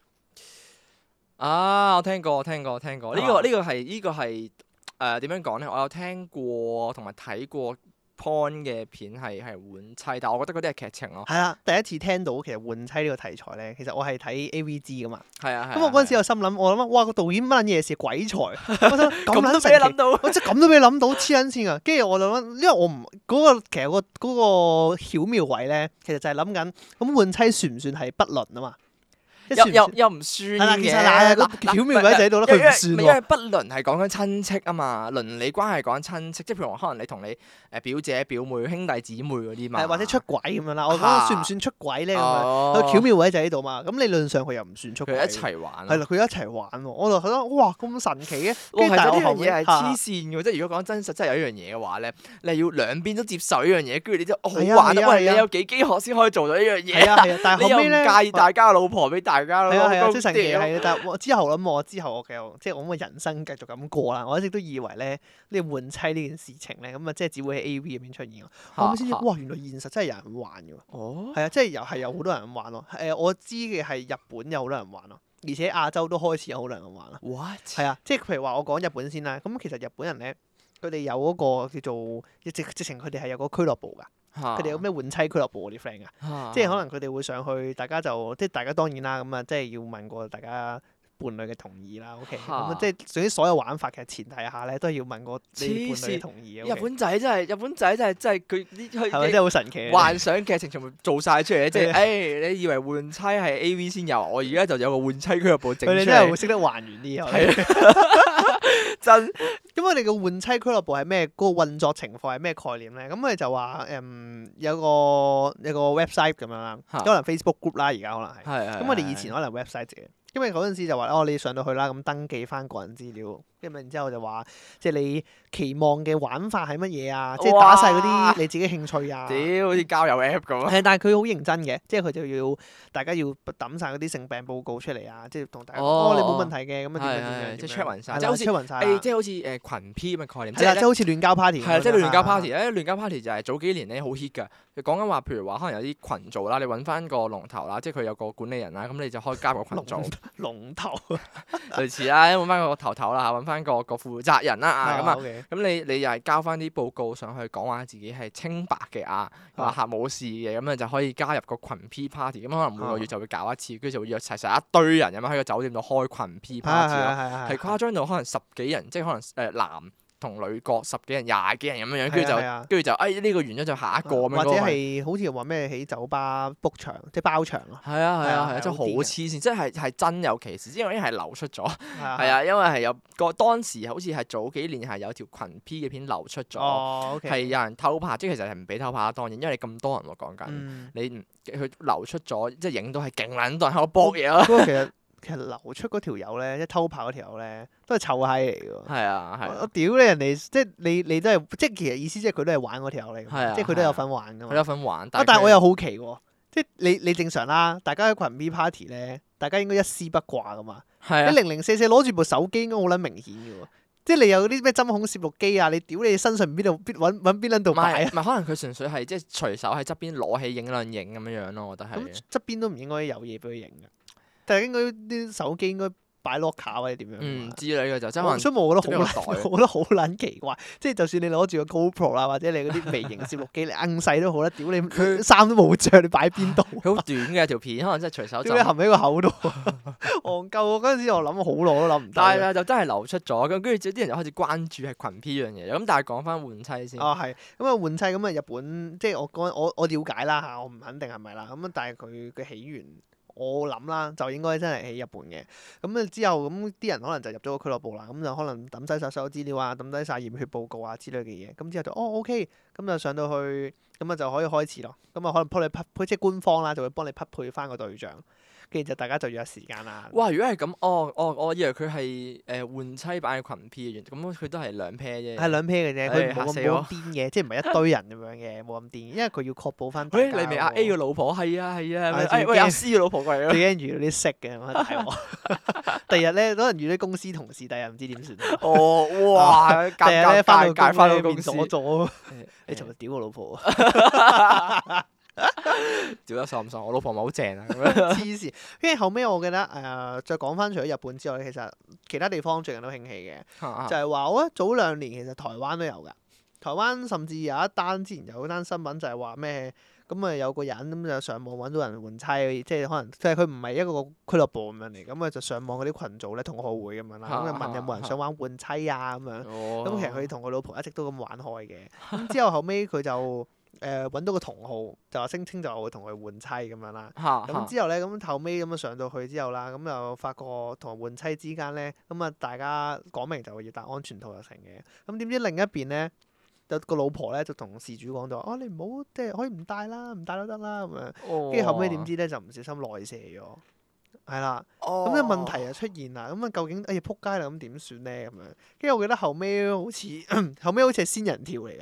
[SPEAKER 2] 啊，我聽過，我聽過，我聽過。呢
[SPEAKER 1] 啊
[SPEAKER 2] 個呢個係呢個係誒點樣講咧？我有聽過同埋睇過 porn 嘅片係係換妻，但係我覺得嗰啲係劇情咯。
[SPEAKER 1] 係啦，第一次聽到其實換妻呢個題材咧，其實我係睇 A V G 噶嘛。
[SPEAKER 2] 係啊，係啊
[SPEAKER 1] 咁我嗰陣時
[SPEAKER 2] 係啊
[SPEAKER 1] 有心諗，我諗哇個導演乜撚嘢事鬼
[SPEAKER 2] <laughs>
[SPEAKER 1] 才，我諗咁
[SPEAKER 2] 咁都
[SPEAKER 1] 撚
[SPEAKER 2] 俾
[SPEAKER 1] 神
[SPEAKER 2] 你諗
[SPEAKER 1] 奇，
[SPEAKER 2] 到。
[SPEAKER 1] 我即係咁都俾你諗到黐撚線啊！跟住我就諗，因為我唔嗰、個其實、個嗰、個巧妙位咧，其實就係諗緊咁換妻算唔算係不倫啊嘛？一
[SPEAKER 2] 又
[SPEAKER 1] 算唔
[SPEAKER 2] 又
[SPEAKER 1] 算
[SPEAKER 2] 又唔算
[SPEAKER 1] 係啦，其實
[SPEAKER 2] 嘅。
[SPEAKER 1] 嗱個巧妙位就喺度啦佢唔
[SPEAKER 2] 因為
[SPEAKER 1] 算
[SPEAKER 2] 因為
[SPEAKER 1] 喎
[SPEAKER 2] 不倫係講緊親戚啊嘛，鄰里關係講緊親戚，即係譬如可能你同你誒表姐、表妹、兄弟姊妹嗰啲嘛，
[SPEAKER 1] 係或者出軌咁樣啦。我
[SPEAKER 2] 啊
[SPEAKER 1] 講算唔算出軌咧？咁樣
[SPEAKER 2] 哦
[SPEAKER 1] 佢巧妙位就喺度嘛。咁理論上佢又唔算出
[SPEAKER 2] 佢
[SPEAKER 1] 軌
[SPEAKER 2] 哋
[SPEAKER 1] 喎。
[SPEAKER 2] 一齊玩啊。
[SPEAKER 1] 係啦，佢一齊玩喎。我就覺得哇咁神奇嘅。
[SPEAKER 2] 哇，
[SPEAKER 1] 跟住
[SPEAKER 2] 係
[SPEAKER 1] 但係
[SPEAKER 2] 真
[SPEAKER 1] 我
[SPEAKER 2] 呢樣
[SPEAKER 1] 後
[SPEAKER 2] 嘢係
[SPEAKER 1] 尾
[SPEAKER 2] 黐
[SPEAKER 1] 嚇
[SPEAKER 2] 線嘅，即係如果講真實，真係有一樣嘢嘅話咧，你係要兩邊都接受呢樣嘢，跟住你就哦
[SPEAKER 1] 係啊
[SPEAKER 2] 好玩
[SPEAKER 1] 係
[SPEAKER 2] 啊！
[SPEAKER 1] 啊
[SPEAKER 2] 喂，
[SPEAKER 1] 係啊
[SPEAKER 2] 你有幾飢渴先可以做到呢樣
[SPEAKER 1] 係
[SPEAKER 2] 嘢
[SPEAKER 1] 啊
[SPEAKER 2] 啊？
[SPEAKER 1] 係啊，但
[SPEAKER 2] 你
[SPEAKER 1] 係後
[SPEAKER 2] 又唔
[SPEAKER 1] 尾咧
[SPEAKER 2] 介意大家老婆俾大家咯？
[SPEAKER 1] 係啊係啊，即係
[SPEAKER 2] 咁
[SPEAKER 1] 神奇
[SPEAKER 2] 屌
[SPEAKER 1] 係啊！但係我之後諗，我之後我嘅即係我咁嘅人生繼續咁過啦。我一直都以為咧呢個換妻呢件事情咧，咁啊即係只會喺 A V 入面出現。我後尾先知，
[SPEAKER 2] 嚇嚇
[SPEAKER 1] 哇原來現實真係有人玩嘅喎。
[SPEAKER 2] 哦，
[SPEAKER 1] 係啊，即係又係有好多人玩咯。誒，我知嘅係日本有好多人玩咯，而且亞洲都開始有好多人玩啦。
[SPEAKER 2] what
[SPEAKER 1] 係啊，即係譬如話我講日本先啦，咁其實日本人咧。佢哋有嗰個叫做直直情，佢哋係有個俱樂部㗎，
[SPEAKER 2] 嚇
[SPEAKER 1] 佢哋有咩換妻俱樂部嗰啲 friend 㗎，
[SPEAKER 2] 嚇
[SPEAKER 1] 即係可能佢哋會上去，大家就即係大家當然啦，咁啊即係要問過大家伴侶嘅同意啦，OK，咁啊
[SPEAKER 2] 嚇
[SPEAKER 1] 即係總之所有玩法嘅前提下咧，都係要問過你伴侶嘅同意嘅
[SPEAKER 2] 日
[SPEAKER 1] OK，
[SPEAKER 2] 本仔真係日本仔真係真係佢呢
[SPEAKER 1] 係咪
[SPEAKER 2] 佢
[SPEAKER 1] 真係好神奇啊？
[SPEAKER 2] 幻想劇情全部做晒出嚟，即係
[SPEAKER 1] 係啊
[SPEAKER 2] 誒你以為換妻係 A V 先有，我而家就有個換妻俱樂部整
[SPEAKER 1] 佢哋
[SPEAKER 2] 出
[SPEAKER 1] 真係會
[SPEAKER 2] 嚟，
[SPEAKER 1] 識得還原啲嘢。
[SPEAKER 2] 係啊真
[SPEAKER 1] 咁我哋嘅換妻俱樂部係咩？嗰、個運作情況係咩概念咧？咁佢就話誒、嗯有個有個 website 咁樣啦，
[SPEAKER 2] 嚇
[SPEAKER 1] 可能 Facebook group 啦，而家可能係。
[SPEAKER 2] 係係
[SPEAKER 1] 咁我哋以前可能 website 嘅，因為嗰陣時就話哦，你上到去啦，咁登記翻個人資料，跟住然之後就話即係你期望嘅玩法係乜嘢啊？即係打晒嗰
[SPEAKER 2] 哇
[SPEAKER 1] 啲你自己興趣啊。
[SPEAKER 2] 屌好似交友 app 咁啊！
[SPEAKER 1] 係，但係佢好認真嘅，即係佢就要大家要抌晒嗰啲性病報告出嚟啊，即係同大家講
[SPEAKER 2] 哦
[SPEAKER 1] 哦你冇問題嘅，咁啊點樣點
[SPEAKER 2] 係係
[SPEAKER 1] 樣
[SPEAKER 2] 即係
[SPEAKER 1] 點樣
[SPEAKER 2] check 勻晒
[SPEAKER 1] 係
[SPEAKER 2] 即係
[SPEAKER 1] 啦
[SPEAKER 2] 好似
[SPEAKER 1] ，check 勻晒啊啦
[SPEAKER 2] 誒，哎即係好似誒羣 P 咁嘅概念，即
[SPEAKER 1] 係啦，
[SPEAKER 2] 係
[SPEAKER 1] 即
[SPEAKER 2] 咧
[SPEAKER 1] 係好似亂交 party 咁樣
[SPEAKER 2] 係
[SPEAKER 1] 啦。
[SPEAKER 2] 啦，即係亂交 party
[SPEAKER 1] 係
[SPEAKER 2] 咧，亂交 party 就係早幾年咧好 hit 㗎。佢講緊話，譬如話可能有啲群組啦，你揾翻個龍頭啦，即係佢有個管理人啦，咁你就開加入個群
[SPEAKER 1] 龍
[SPEAKER 2] 組，
[SPEAKER 1] 龍頭
[SPEAKER 2] 類似啦，揾翻個頭頭啦，揾翻個個負責人啦啊咁啊。
[SPEAKER 1] ，OK
[SPEAKER 2] 咁你你又係交翻啲報告上去講話自己係清白嘅啊，話
[SPEAKER 1] 啊
[SPEAKER 2] 客冇事嘅，咁你就可以加入個群 P party，咁可能每個
[SPEAKER 1] 啊
[SPEAKER 2] 月就會搞一次，跟住就會約齊晒一堆人咁樣喺個酒店度開群 P
[SPEAKER 1] 係係
[SPEAKER 2] party
[SPEAKER 1] 啊係
[SPEAKER 2] 咯，
[SPEAKER 1] 係
[SPEAKER 2] 係誇張到可能十幾人，即係可能誒、呃男同女各十幾人、廿幾人咁樣樣，
[SPEAKER 1] 係
[SPEAKER 2] 跟住就
[SPEAKER 1] 係啊
[SPEAKER 2] 跟住就誒呢個完咗就下一個咁樣
[SPEAKER 1] 或者
[SPEAKER 2] 嗰個位
[SPEAKER 1] 係好似話咩喺酒吧 book 場，即係包場啊，
[SPEAKER 2] 係啊係
[SPEAKER 1] 係
[SPEAKER 2] 啊
[SPEAKER 1] 啊
[SPEAKER 2] 係啊，
[SPEAKER 1] 係
[SPEAKER 2] 真係
[SPEAKER 1] 好
[SPEAKER 2] 好
[SPEAKER 1] 癲嘅
[SPEAKER 2] 黐線，即係係真有其事，因為因為係流出咗，
[SPEAKER 1] 係
[SPEAKER 2] 係
[SPEAKER 1] 啊，
[SPEAKER 2] 啊，因為係有個當時好似係早幾年係有條群 P 嘅片流出咗。
[SPEAKER 1] 哦，OK，
[SPEAKER 2] 係啊有人偷拍，即係其實係唔俾偷拍啦。當然，因為你咁多人喎講緊，
[SPEAKER 1] 嗯，
[SPEAKER 2] 你唔佢流出咗，即係影到係勁撚多人喺度搏嘢啦。
[SPEAKER 1] 不過其實其實流出嗰條友咧，即係偷拍嗰條友咧，都係臭閪嚟㗎喎。
[SPEAKER 2] <laughs> 係啊，係
[SPEAKER 1] 我
[SPEAKER 2] 啊，
[SPEAKER 1] 屌你人哋，即係你你都係，即係其實意思即係佢都係玩嗰條友嚟㗎
[SPEAKER 2] 係啊
[SPEAKER 1] 嘛，即係佢都有
[SPEAKER 2] 係啊
[SPEAKER 1] 份玩㗎
[SPEAKER 2] 佢
[SPEAKER 1] 嘛。
[SPEAKER 2] 有份玩，
[SPEAKER 1] 啊！但係
[SPEAKER 2] 佢
[SPEAKER 1] 我又好奇喎，即係你你正常啦，大家喺群 B party 咧，大家應該一絲不掛噶嘛。
[SPEAKER 2] 係
[SPEAKER 1] 你
[SPEAKER 2] 啊，
[SPEAKER 1] 零零四四攞住部手機應該好撚明顯嘅喎，即係你有啲咩針孔攝錄機啊？你屌你身上邊度邊揾揾邊撚
[SPEAKER 2] 唔
[SPEAKER 1] 度擺
[SPEAKER 2] 係
[SPEAKER 1] 啊？
[SPEAKER 2] 唔係，可能佢純粹係即係隨手喺側邊攞起影兩影咁樣樣咯，我覺得
[SPEAKER 1] 咁啊
[SPEAKER 2] 係。啊
[SPEAKER 1] 側邊都唔應該有嘢俾佢影嘅，但係應該啲手機應該擺 lock 卡或者點樣㗎
[SPEAKER 2] 嗯
[SPEAKER 1] 嘛。
[SPEAKER 2] 之類嘅就即係可
[SPEAKER 1] 我
[SPEAKER 2] 能
[SPEAKER 1] 所以我覺
[SPEAKER 2] 即係
[SPEAKER 1] 得
[SPEAKER 2] 個
[SPEAKER 1] 好
[SPEAKER 2] 袋
[SPEAKER 1] 撚，我覺得好撚奇怪。即係就算你攞住個 GoPro 啊啦，或者你嗰啲微型攝錄機，你硬細都好啦，屌
[SPEAKER 2] 佢
[SPEAKER 1] 你 <laughs> 衫都冇着，你擺邊度？
[SPEAKER 2] 佢啊好短嘅條片，可能真係隨手就
[SPEAKER 1] 屌你含喺個 <laughs> 口度，戇鳩喎！嗰陣時我諗好耐都諗唔到
[SPEAKER 2] 但係
[SPEAKER 1] 嘅。
[SPEAKER 2] 但係就真係流出咗，咁跟住啲人就開始關注係群 P 呢樣嘢。咁但係講翻換妻先，
[SPEAKER 1] 哦，係咁啊，換妻咁啊，日本即係我講我我了解啦嚇，我唔肯定係咪啦。咁啊，但係佢嘅起源我諗啦，就應該真係喺日本嘅。咁啊之後咁啲人可能就入咗個俱樂部啦，咁就可能抌低晒所有資料啊，抌低晒驗血報告啊之類嘅嘢。咁之後就哦 OK，咁就上到去咁啊就可以開始咯。咁啊可能
[SPEAKER 2] <laughs>
[SPEAKER 1] 幫你匹配，即係官方啦，就會幫你匹配翻個對象，跟住就大家就約時間啦。
[SPEAKER 2] 哇！如果係咁，哦哦，我以為佢係誒換妻版嘅群 P 嘅，咁佢都係兩 pair 啫。
[SPEAKER 1] 係兩 pair 嘅啫，佢
[SPEAKER 2] 唉嚇
[SPEAKER 1] 冇
[SPEAKER 2] 死
[SPEAKER 1] 咁冇
[SPEAKER 2] 我
[SPEAKER 1] 咁癲嘅，即係唔係一堆人咁樣嘅，冇咁癲，因為佢要確保翻大家
[SPEAKER 2] 喂，
[SPEAKER 1] 喎。
[SPEAKER 2] 你咪阿 A 嘅老婆，係啊係啊，
[SPEAKER 1] 啊
[SPEAKER 2] 咪
[SPEAKER 1] 最
[SPEAKER 2] 哎喂阿
[SPEAKER 1] 驚
[SPEAKER 2] C 嘅老婆過嚟咯。
[SPEAKER 1] 最驚遇到啲識嘅咁啊大鑊！ <laughs> 第日咧可能遇到啲公司同事，第日唔知點算好。
[SPEAKER 2] 哦，哇，尷
[SPEAKER 1] 第日
[SPEAKER 2] 尬
[SPEAKER 1] 咧
[SPEAKER 2] 尷
[SPEAKER 1] 翻
[SPEAKER 2] 尬，
[SPEAKER 1] 到
[SPEAKER 2] 翻
[SPEAKER 1] 翻
[SPEAKER 2] 到
[SPEAKER 1] 到
[SPEAKER 2] 公
[SPEAKER 1] 公
[SPEAKER 2] 司
[SPEAKER 1] 司，
[SPEAKER 2] <laughs>
[SPEAKER 1] 我咗，你
[SPEAKER 2] 誒
[SPEAKER 1] 尋日屌我老婆
[SPEAKER 2] <laughs>
[SPEAKER 1] 啊！
[SPEAKER 2] 屌得爽唔爽？我老婆咪好正啊，咁
[SPEAKER 1] <laughs>
[SPEAKER 2] 樣
[SPEAKER 1] 黐線。跟住後尾我記得誒，再講翻除咗日本之外咧，其實其他地方最近都興起嘅，就係話我覺得早兩年其實台灣都有㗎。台灣甚至有一單之前有一單新聞就係話咩咁啊有個人咁就上網揾到人換妻，即係可能即係佢唔係一個俱樂部咁樣嚟，咁啊就上網嗰啲群組咧同學會咁樣啦，咁啊問有冇人想玩換妻啊咁樣。
[SPEAKER 2] 咁
[SPEAKER 1] 咁其實佢同佢老婆一直都咁玩開嘅，咁之後後尾佢就誒揾到個同號，就話聲稱就話會同佢換妻咁樣啦。
[SPEAKER 2] 嚇
[SPEAKER 1] 咁
[SPEAKER 2] 嚇
[SPEAKER 1] 之後咧，咁後尾咁樣啊上到去之後啦，咁又發覺同埋換妻之間咧，咁啊大家講明就要戴安全套就成嘅。咁點知另一邊咧，就個老婆咧就同事主講咗：哦、你唔好即係可以唔戴啦，唔戴都得啦咁樣。
[SPEAKER 2] 哦
[SPEAKER 1] 跟住後尾點知咧就唔小心內射咗，係啦。咁
[SPEAKER 2] 咁
[SPEAKER 1] 嘅問題就出現啦。咁啊，究竟哎呀撲街啦，咁點算咧？咁樣，跟住我記得後尾好似 <clears throat> 後尾好似係仙人跳嚟嘅。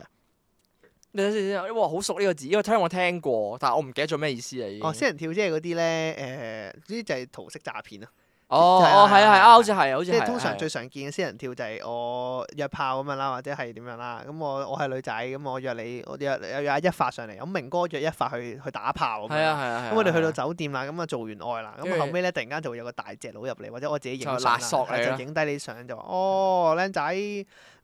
[SPEAKER 2] 你睇先先，哇！好熟呢個字，呢個聽我聽過，但係我唔記得咗咩意思啊啦已經。
[SPEAKER 1] 哦，仙人跳即係嗰啲咧誒，呢就係桃色詐騙啊。
[SPEAKER 2] 哦哦，係啊係啊，好似係，好似
[SPEAKER 1] 即
[SPEAKER 2] 係。
[SPEAKER 1] 係通
[SPEAKER 2] 係啊
[SPEAKER 1] 常最常見嘅私人跳就係我約炮咁樣啦，或者係點樣啦。咁我我係女仔，咁我約你，我約我約阿一發上嚟，咁明哥約一發去去打炮咁
[SPEAKER 2] 係啊係
[SPEAKER 1] 樣。
[SPEAKER 2] 啊係啊。
[SPEAKER 1] 咁我哋去到
[SPEAKER 2] 係啊
[SPEAKER 1] 酒店啦，咁啊做完愛啦，
[SPEAKER 2] 跟
[SPEAKER 1] 咁
[SPEAKER 2] 住
[SPEAKER 1] 後尾咧突然間就會有個大隻佬入嚟，或者我自己影相
[SPEAKER 2] 就勒
[SPEAKER 1] 啦，
[SPEAKER 2] 索你
[SPEAKER 1] 係
[SPEAKER 2] 啦嗯
[SPEAKER 1] 就影低你相就話：哦，靚仔，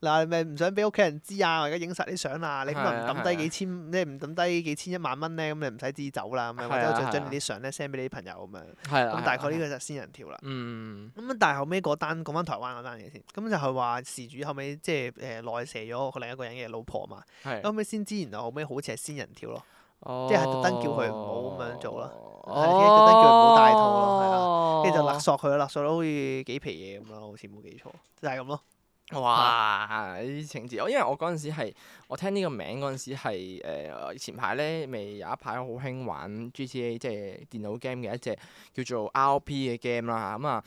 [SPEAKER 1] 嗱你咪唔想俾屋企人知啊，我而家影晒啲相啦，你咁啊唔抌低幾千，即係唔抌低幾千一萬蚊咧，咁你唔使自己走啦，咁樣或
[SPEAKER 2] 係
[SPEAKER 1] 者
[SPEAKER 2] 啊
[SPEAKER 1] 我再
[SPEAKER 2] 係
[SPEAKER 1] 將
[SPEAKER 2] 啊
[SPEAKER 1] 你啲相咧 send 俾你啲朋友咁樣。
[SPEAKER 2] 係啊啦。
[SPEAKER 1] 咁大概呢
[SPEAKER 2] 個。
[SPEAKER 1] 個就係仙人跳啦。
[SPEAKER 2] 嗯，
[SPEAKER 1] 咁啊但係後尾嗰單講翻台灣嗰單嘢先，咁就係話事主後尾即係誒內射咗另一個人嘅老婆嘛，
[SPEAKER 2] 係。
[SPEAKER 1] 後尾先知原來後尾好似係仙人跳咯，
[SPEAKER 2] 哦
[SPEAKER 1] 即係特登叫佢唔好咁樣做啦。係即係特登叫佢唔好戴套咯係
[SPEAKER 2] 哦。
[SPEAKER 1] 跟住就勒索佢，勒索到好似幾皮嘢咁咯，好似冇記錯，就係咁咯。
[SPEAKER 2] 哇！呢啲情節，哦我因為我嗰陣時係我聽呢個名嗰陣時係誒前排咧，咪有一排好興玩 GTA 即係電腦 game 嘅一隻叫做 RP 嘅 game 啦咁啊，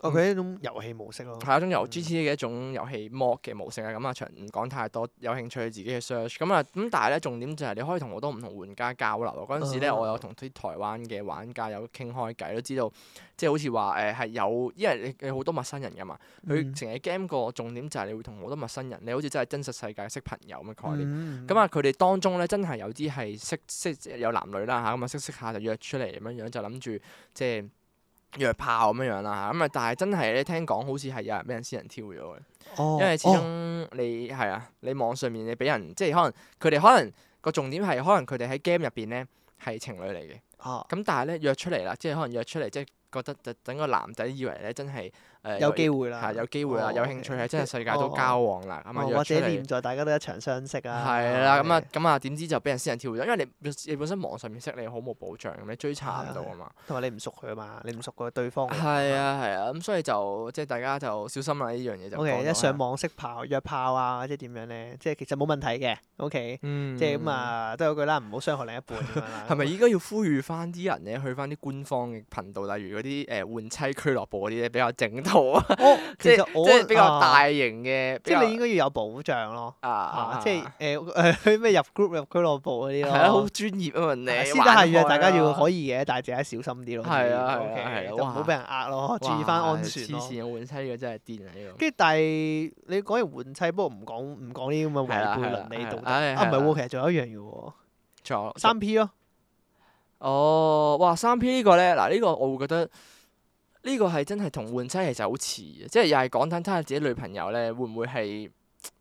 [SPEAKER 1] 哦，佢係一種遊戲模式咯。
[SPEAKER 2] 係一種
[SPEAKER 1] 嗯
[SPEAKER 2] 由 GTA 嘅一種遊戲 mod 嘅模式啊。咁啊，長唔講太多，有興趣自己去 search。咁啊，咁但係咧重點就係你可以同好多唔同玩家交流啊。嗰陣時咧，
[SPEAKER 1] 啊
[SPEAKER 2] 我有同啲台灣嘅玩家有傾開偈，都知道即係好似話誒係有，因為你你好多陌生人㗎嘛。佢
[SPEAKER 1] 嗯
[SPEAKER 2] 成日 game 個重點就係你會同好多陌生人，你好似真係真實世界識朋友咁嘅概念。
[SPEAKER 1] 嗯
[SPEAKER 2] 咁啊、佢哋當中咧真係有啲係識識有男女啦嚇，咁啊識識下就約出嚟咁樣樣，就諗住即係約炮咁樣樣啦嚇。咁啊，但係真係咧聽講好似係有人俾人私人挑咗嘅，
[SPEAKER 1] 哦，
[SPEAKER 2] 因為始
[SPEAKER 1] 哦
[SPEAKER 2] 終你係啊，你網上面你俾人即係可能佢哋可能個重點係可能佢哋喺 game 入邊咧係情侶嚟嘅。
[SPEAKER 1] 啊
[SPEAKER 2] 咁但係咧約出嚟啦，即係可能約出嚟，即係覺得就等個男仔以為咧真係誒、呃、
[SPEAKER 1] 有機會啦，
[SPEAKER 2] 係有機會啦，
[SPEAKER 1] 哦
[SPEAKER 2] 有興趣係
[SPEAKER 1] OK
[SPEAKER 2] 真係世界都交往啦，咁啊
[SPEAKER 1] 哦
[SPEAKER 2] 約
[SPEAKER 1] 或
[SPEAKER 2] 出
[SPEAKER 1] 者念
[SPEAKER 2] 嚟。
[SPEAKER 1] 在大家都一場相識啊。
[SPEAKER 2] 係啦，咁啊
[SPEAKER 1] OK，
[SPEAKER 2] 咁啊，點知就俾人私人跳咗，因為你你本身網上面識你好冇保障咁，你追查唔到啊嘛。
[SPEAKER 1] 同埋你唔熟佢啊嘛，你唔熟個對方嘅人嘛。
[SPEAKER 2] 係啊係啊，咁所以就即係大家就小心啦呢樣嘢就。
[SPEAKER 1] O.K. 一上，網識炮約炮啊，或者點樣咧？即係其實冇問題嘅。O.K.
[SPEAKER 2] 嗯，
[SPEAKER 1] 即係咁。啊，都有句啦，唔好傷害另一半咁樣啦。
[SPEAKER 2] <laughs> 係咪應該要呼籲翻啲人咧，去翻啲官方嘅頻道，例如嗰啲誒換妻俱樂部嗰啲咧，比較正統啊，
[SPEAKER 1] 哦， <laughs> 其
[SPEAKER 2] 即係
[SPEAKER 1] 實我
[SPEAKER 2] 即係比較
[SPEAKER 1] 啊
[SPEAKER 2] 大型嘅，
[SPEAKER 1] 即
[SPEAKER 2] 比
[SPEAKER 1] 係
[SPEAKER 2] 較
[SPEAKER 1] 你應該要有保障咯。
[SPEAKER 2] 啊
[SPEAKER 1] 啊
[SPEAKER 2] 啊，
[SPEAKER 1] 即係誒誒咩入 group 入俱樂部嗰啲
[SPEAKER 2] 係
[SPEAKER 1] 咯。
[SPEAKER 2] 啊，好專業啊嘛，你
[SPEAKER 1] 啊私底
[SPEAKER 2] 玩
[SPEAKER 1] 下約
[SPEAKER 2] 開
[SPEAKER 1] 大家要
[SPEAKER 2] 啦
[SPEAKER 1] 可以嘅，但係自己小心啲咯。
[SPEAKER 2] 係啊
[SPEAKER 1] ，OK，
[SPEAKER 2] 係啊係啊
[SPEAKER 1] 就唔好
[SPEAKER 2] 哇
[SPEAKER 1] 俾人呃咯，注意翻
[SPEAKER 2] 哇
[SPEAKER 1] 安全
[SPEAKER 2] 黐
[SPEAKER 1] 咯。
[SPEAKER 2] 線，換妻嘅真係癲啊！呢個
[SPEAKER 1] 跟住但係你講完換妻，不過唔講唔講呢啲咁嘅
[SPEAKER 2] 係啦
[SPEAKER 1] 違
[SPEAKER 2] 係
[SPEAKER 1] 背
[SPEAKER 2] 啦
[SPEAKER 1] 倫理
[SPEAKER 2] 係啦
[SPEAKER 1] 道德。
[SPEAKER 2] 唉
[SPEAKER 1] 啊，唔
[SPEAKER 2] 係
[SPEAKER 1] 係
[SPEAKER 2] 啦
[SPEAKER 1] 喎，其實仲有一樣嘢喎，
[SPEAKER 2] 仲有
[SPEAKER 1] 三 P 咯。
[SPEAKER 2] 哦，哇三 P 呢個咧，嗱呢個我會覺得呢個係真係同換妻其實好似嘅，即係又係講緊睇下自己女朋友咧會唔會係。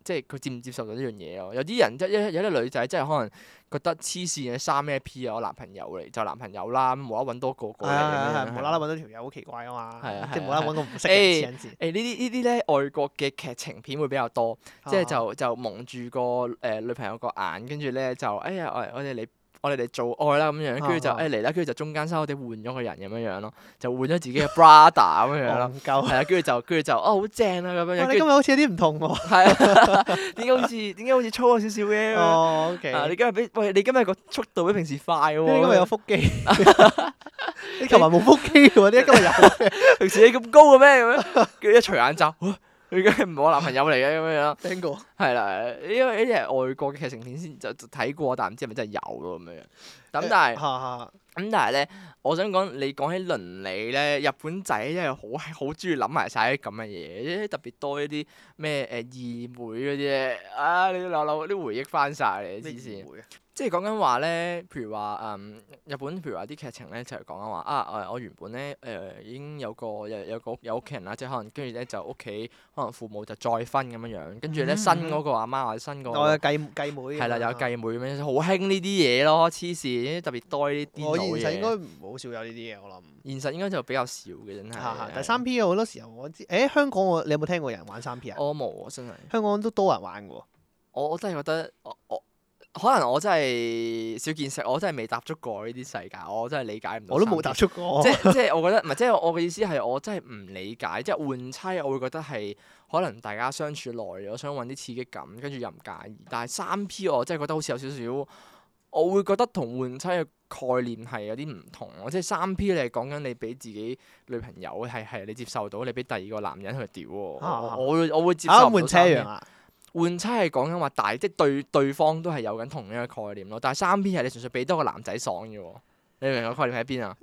[SPEAKER 2] 即係佢接唔接受到呢樣嘢咯？有啲人即係有啲女仔，即係可能覺得黐線嘅三咩 P 啊，我男朋友嚟就男朋友啦，咁無啦揾多個過
[SPEAKER 1] 係
[SPEAKER 2] 嚟咁
[SPEAKER 1] 係
[SPEAKER 2] 樣
[SPEAKER 1] 係，
[SPEAKER 2] 樣。
[SPEAKER 1] 無啦啦揾到條友好奇怪噶嘛
[SPEAKER 2] 係啊，
[SPEAKER 1] 即係
[SPEAKER 2] 係啊
[SPEAKER 1] 無啦啦揾個唔識嘅人黐緊線，
[SPEAKER 2] 誒呢啲呢啲咧，外國嘅劇情片會比較多，即
[SPEAKER 1] 啊
[SPEAKER 2] 係就就蒙住個誒、呃女朋友個眼，跟住咧就哎呀，我我哋嚟我哋嚟做愛啦咁樣，跟住就
[SPEAKER 1] 啊啊
[SPEAKER 2] 誒嚟啦，跟住就中間收我哋換咗個人咁樣樣咯，就換咗自己嘅 brother 咁樣樣咯，
[SPEAKER 1] 戇鳩。
[SPEAKER 2] 係啊，跟住就跟住就哦好正啊咁樣
[SPEAKER 1] 哦
[SPEAKER 2] 樣，
[SPEAKER 1] 哇！
[SPEAKER 2] 跟
[SPEAKER 1] 你今
[SPEAKER 2] 住
[SPEAKER 1] 日好似有啲唔同喎。
[SPEAKER 2] 係啊，點解好似點解好似粗咗少少嘅？
[SPEAKER 1] 哦，OK。
[SPEAKER 2] 啊！你今日比喂，你今日個速度比平時快喎、
[SPEAKER 1] 你今日有腹
[SPEAKER 2] <laughs>
[SPEAKER 1] 肌，你琴日冇腹肌喎，你今日有。
[SPEAKER 2] 平時你咁高嘅咩？咁樣，跟住一除眼罩，哇你梗係唔係我男朋友嚟嘅咁樣樣咯。
[SPEAKER 1] 聽過。
[SPEAKER 2] 係啦，因為呢啲係外國嘅劇情片先就就睇過，但唔知係咪真係有咯咁樣樣。咁但 <laughs> 係
[SPEAKER 1] 嚇嚇
[SPEAKER 2] 咁但係咧，我想講你講起倫理咧，日本仔真係好好中意諗埋晒啲咁嘅嘢，特別多呢啲咩誒義妹嗰啲咧，啊你扭扭啲回憶翻晒嚟，黐線。
[SPEAKER 1] 會啊？
[SPEAKER 2] 即係講緊話咧，譬如話誒、嗯日本譬如話啲劇情咧，就係講緊話啊誒，我原本咧誒、已經有個有有個有屋企人啦，即係可能跟住咧就屋企可能父母就再婚咁樣樣，跟住咧
[SPEAKER 1] 嗯
[SPEAKER 2] 新
[SPEAKER 1] 嗯
[SPEAKER 2] 嗰個阿媽或者新嗰啊
[SPEAKER 1] 我有
[SPEAKER 2] 個
[SPEAKER 1] 繼繼妹。啊
[SPEAKER 2] 係啦有。繼妹咁樣，好興呢啲嘢咯，黐線，特別多呢啲
[SPEAKER 1] 我
[SPEAKER 2] 癲佬
[SPEAKER 1] 現實應該
[SPEAKER 2] 嘢。
[SPEAKER 1] 唔好少有呢啲嘢，我諗。
[SPEAKER 2] 現實應該就比較少嘅，真
[SPEAKER 1] 嚇嚇
[SPEAKER 2] 係。，
[SPEAKER 1] 但
[SPEAKER 2] <laughs>
[SPEAKER 1] 三 P 好多時候我知，誒香港我你有冇聽過有人玩三 P 啊？
[SPEAKER 2] 我冇啊，真係，
[SPEAKER 1] 香港都多人玩嘅喎。
[SPEAKER 2] 我我真係覺得我我可能我真係少見識，我真係未踏足過呢啲世界，我真係理解唔到。
[SPEAKER 1] 我都冇踏。足過
[SPEAKER 2] 即。即係我覺得唔係，即係我嘅意思係我真係唔理解，即係換妻，我會覺得係可能大家相處耐咗，想揾啲刺激感，跟住又唔介意。但係三 P 我真係覺得好似有少少，我會覺得同換妻嘅概念係有啲唔同咯。即係三 P 你係講緊你俾自己女朋友係係你接受到，你俾第二個男人去屌喎，我
[SPEAKER 1] 啊
[SPEAKER 2] 我會我會接
[SPEAKER 1] 啊，
[SPEAKER 2] 受唔
[SPEAKER 1] 換
[SPEAKER 2] 到
[SPEAKER 1] 車
[SPEAKER 2] 三 P
[SPEAKER 1] 樣。啊！
[SPEAKER 2] 換妻係講緊話大，即係對對方都係有緊同樣嘅概念咯。但係三 P 係你純粹俾多個男仔爽嘅喎，你明唔明個概念喺邊啊？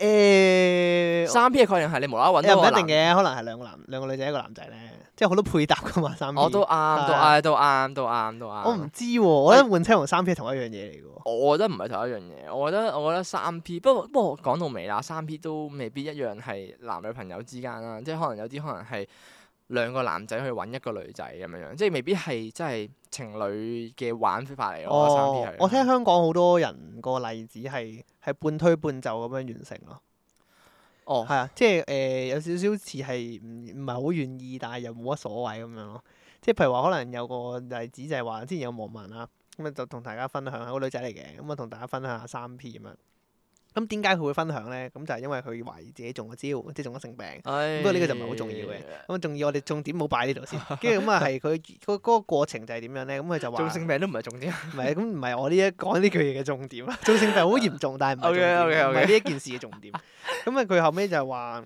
[SPEAKER 1] 誒，
[SPEAKER 2] 三 P 嘅概念係你無啦啦揾
[SPEAKER 1] 又唔
[SPEAKER 2] 到個
[SPEAKER 1] 一
[SPEAKER 2] 男
[SPEAKER 1] 定嘅，可能係兩個男兩個女仔一個男仔咧，即係好多配搭噶嘛三 P。
[SPEAKER 2] 我都啱，都
[SPEAKER 1] 係
[SPEAKER 2] 啱，都啱，都啱，都啱。
[SPEAKER 1] 我唔知喎，我覺得換車同三 P 係同一樣嘢嚟嘅喎。
[SPEAKER 2] 我覺得唔係同一樣嘢，我覺得我覺得三 P，不過不過講到尾啦，三 P 都未必一樣係男女朋友之間啦，即係可能有啲可能係兩個男仔去揾一個女仔咁樣樣，即係未必係真係情侶嘅玩法嚟咯。三 P
[SPEAKER 1] 哦
[SPEAKER 2] 係，
[SPEAKER 1] 我聽香港好多人個例子係係半推半就咁樣完成咯，
[SPEAKER 2] 哦
[SPEAKER 1] 係啊，即係誒、呃有少少似係唔唔係好願意，但係又冇乜所謂咁樣咯。即係譬如話，可能有個呃例子就係話，之前有網民啦，咁啊就同大家分享，係個女仔嚟嘅，咁啊同大家分享下三 P 咁樣。咁點解佢會分享咧？咁就係因為佢懷疑自己中咗招，即係中咗性
[SPEAKER 2] <laughs>
[SPEAKER 1] 病。
[SPEAKER 2] 不
[SPEAKER 1] 不過呢個就唔係好重要嘅咁仲要我哋重點冇擺呢度先，跟住咁啊係佢嗰嗰個過程就係點樣咧？咁佢就話
[SPEAKER 2] 做性病都唔係重 <laughs> 點。
[SPEAKER 1] 唔係，咁唔係我呢一講呢句嘢嘅重點 <laughs> 啦。做性病好嚴重，但係唔係重點，
[SPEAKER 2] OK，OK，OK
[SPEAKER 1] 唔係呢一件事嘅重點。咁啊，佢後尾就係話，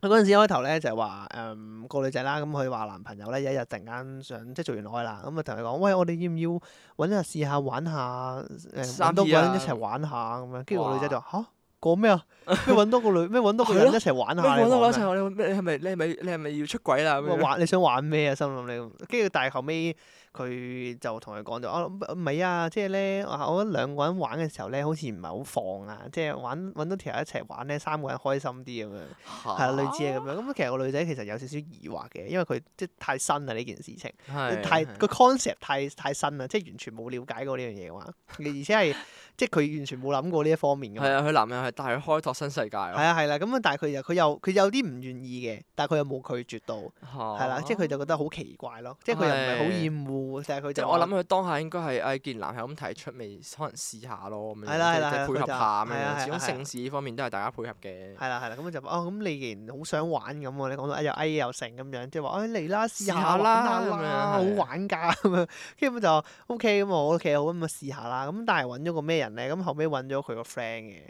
[SPEAKER 1] 佢嗰陣時一開頭咧就係話，誒、個女仔啦，咁佢話男朋友咧有一日突然間想即係做完愛啦，咁啊同佢講，喂，我哋要唔要揾日試下玩下，誒、
[SPEAKER 2] 三
[SPEAKER 1] 揾多個
[SPEAKER 2] P 啊
[SPEAKER 1] 人一齊玩下咁樣。跟住個女仔
[SPEAKER 2] 哇
[SPEAKER 1] 就話嚇，講咩啊？咩揾多個女，咩揾多個人
[SPEAKER 2] 係
[SPEAKER 1] 一
[SPEAKER 2] 咯
[SPEAKER 1] 齊玩
[SPEAKER 2] 咩
[SPEAKER 1] 下？你
[SPEAKER 2] 講到
[SPEAKER 1] 講啊咩
[SPEAKER 2] 嗰陣，我哋咩？你係咪你係咪你係咪要出軌啦？咁
[SPEAKER 1] 喂
[SPEAKER 2] 樣
[SPEAKER 1] 玩你想玩咩啊？心諗你，跟住但係後尾佢就同佢講咗，啊唔唔係啊，即係咧，啊我覺得兩個人玩嘅時候咧，好似唔係好放啊，即係玩揾到條友一齊玩咧，三個人開心啲咁樣，係啊，類似係咁樣。咁其實個女仔其實有少少疑惑嘅，因為佢即係太新啦呢件事情，
[SPEAKER 2] 係
[SPEAKER 1] 太
[SPEAKER 2] 係
[SPEAKER 1] 個 concept 太太新啦，即係完全冇了解過呢樣嘢嘛，而且係即係佢完全冇諗過呢一方面㗎嘛
[SPEAKER 2] 係。啊！佢男人係帶佢開拓新世界
[SPEAKER 1] 係
[SPEAKER 2] 咯。
[SPEAKER 1] 啊係啦，咁啊但係佢又佢又佢有啲唔願意嘅，但係佢又冇拒絕到。係
[SPEAKER 2] 係
[SPEAKER 1] 啦，即係佢就覺得好奇怪咯，即係佢又唔係好厭惡，但係佢
[SPEAKER 2] 哦即係
[SPEAKER 1] 就
[SPEAKER 2] 我
[SPEAKER 1] 話
[SPEAKER 2] 諗佢當下應該係誒，既然男友咁提出，咪可能試下咯咁樣，
[SPEAKER 1] 係啦係啦
[SPEAKER 2] 即
[SPEAKER 1] 係
[SPEAKER 2] 係
[SPEAKER 1] 啦
[SPEAKER 2] 配
[SPEAKER 1] 佢
[SPEAKER 2] 合
[SPEAKER 1] 就
[SPEAKER 2] 下咁
[SPEAKER 1] 係啊係啊
[SPEAKER 2] 樣。始
[SPEAKER 1] 係啊
[SPEAKER 2] 終性事呢方面都係大家配合嘅。
[SPEAKER 1] 係啦係啦，咁就話哦，咁你既然好想玩咁喎，你講到哎又哎又成咁樣，即係話哎嚟啦，試
[SPEAKER 2] 試下
[SPEAKER 1] 玩
[SPEAKER 2] 啦
[SPEAKER 1] 下
[SPEAKER 2] 咁樣
[SPEAKER 1] 啦，好
[SPEAKER 2] 係啊
[SPEAKER 1] 玩㗎咁樣，跟住咁就 O K 咁我 O K 好咁啊試下啦，咁但係揾咗個咩人咧？咁後尾揾咗佢個 friend 嘅，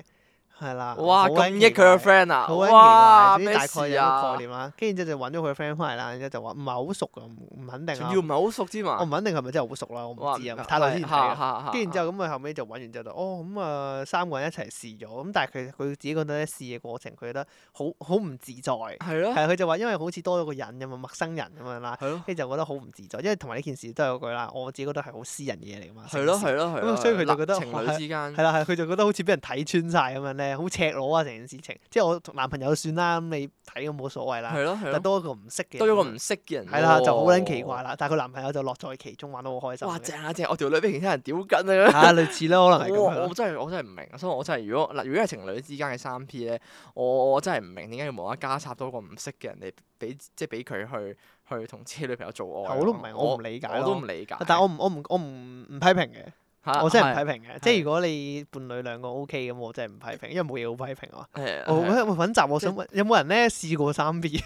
[SPEAKER 1] 係啦，
[SPEAKER 2] 哇！
[SPEAKER 1] 好
[SPEAKER 2] 咁
[SPEAKER 1] 撚
[SPEAKER 2] 益
[SPEAKER 1] 奇
[SPEAKER 2] 佢個
[SPEAKER 1] 怪
[SPEAKER 2] friend 啊！
[SPEAKER 1] 好撚奇怪，
[SPEAKER 2] 哇！
[SPEAKER 1] 總之
[SPEAKER 2] 咩
[SPEAKER 1] 大概
[SPEAKER 2] 事
[SPEAKER 1] 有個概
[SPEAKER 2] 啊？
[SPEAKER 1] 念啦，跟住之後就揾咗佢個 friend 翻嚟啦，然之後就話唔係好熟㗎，唔唔肯定
[SPEAKER 2] 仲
[SPEAKER 1] 啊
[SPEAKER 2] 要唔，係好熟之嘛
[SPEAKER 1] 我？唔肯定係咪真係好熟啦，我
[SPEAKER 2] 哇
[SPEAKER 1] 唔知啊，太耐之前睇
[SPEAKER 2] 嚇
[SPEAKER 1] 啦。
[SPEAKER 2] 嚇嚇
[SPEAKER 1] 跟住之後咁佢後尾就揾完之後就哦咁啊三個人一齊試咗，咁但係佢佢自己覺得咧試嘅過程佢覺得好好唔自
[SPEAKER 2] <laughs>
[SPEAKER 1] 在，係
[SPEAKER 2] 係咯
[SPEAKER 1] 啊佢就話因為好似多咗個人咁啊陌生人咁樣啦，
[SPEAKER 2] 係咯
[SPEAKER 1] 跟住就覺得好唔自在，因為同埋呢件事都係嗰句啦，我自己覺得係好私人嘅嘢嚟噶嘛，
[SPEAKER 2] 係咯
[SPEAKER 1] 成件
[SPEAKER 2] 係咯係
[SPEAKER 1] 咁
[SPEAKER 2] 咯。
[SPEAKER 1] 啊所以佢就覺得
[SPEAKER 2] 情侶之間
[SPEAKER 1] 事係啦係，佢就覺得好似俾人睇穿晒咁樣咧，好赤裸啊成件事情，即係我同男朋友算啦，咁你睇咁冇所謂啦，
[SPEAKER 2] 係咯係
[SPEAKER 1] 但
[SPEAKER 2] 咯，
[SPEAKER 1] 多一個唔識嘅人，啊
[SPEAKER 2] 多咗個唔識嘅人。
[SPEAKER 1] 係啦就好撚奇怪。啦，但係佢男朋友就樂在其中玩得好開心
[SPEAKER 2] 哇！
[SPEAKER 1] 嘅，
[SPEAKER 2] 正啊正啊，我條女俾其他人屌緊啊！
[SPEAKER 1] 啊類似啦，可能係咁
[SPEAKER 2] 我
[SPEAKER 1] 樣啦
[SPEAKER 2] 我。真係我真係唔明，所以我真係如果嗱，如果係情侶之間嘅三 P 咧，我我真係唔明點解要無啦啦加插多個唔識嘅人嚟俾即係俾佢去去同自己女朋友做愛咯。
[SPEAKER 1] 我都唔明我唔理解
[SPEAKER 2] 我都
[SPEAKER 1] 咯
[SPEAKER 2] 唔理解。
[SPEAKER 1] 但我唔我唔我唔唔批評嘅，
[SPEAKER 2] 係
[SPEAKER 1] 我真係唔
[SPEAKER 2] 係
[SPEAKER 1] 批評嘅。即係如果你伴侶兩個 O K 咁，我真係唔批評，因為冇嘢好批評啊。
[SPEAKER 2] 係
[SPEAKER 1] 我
[SPEAKER 2] 係
[SPEAKER 1] 揾揾集，我想問有冇人咧試過三
[SPEAKER 2] <laughs>
[SPEAKER 1] B？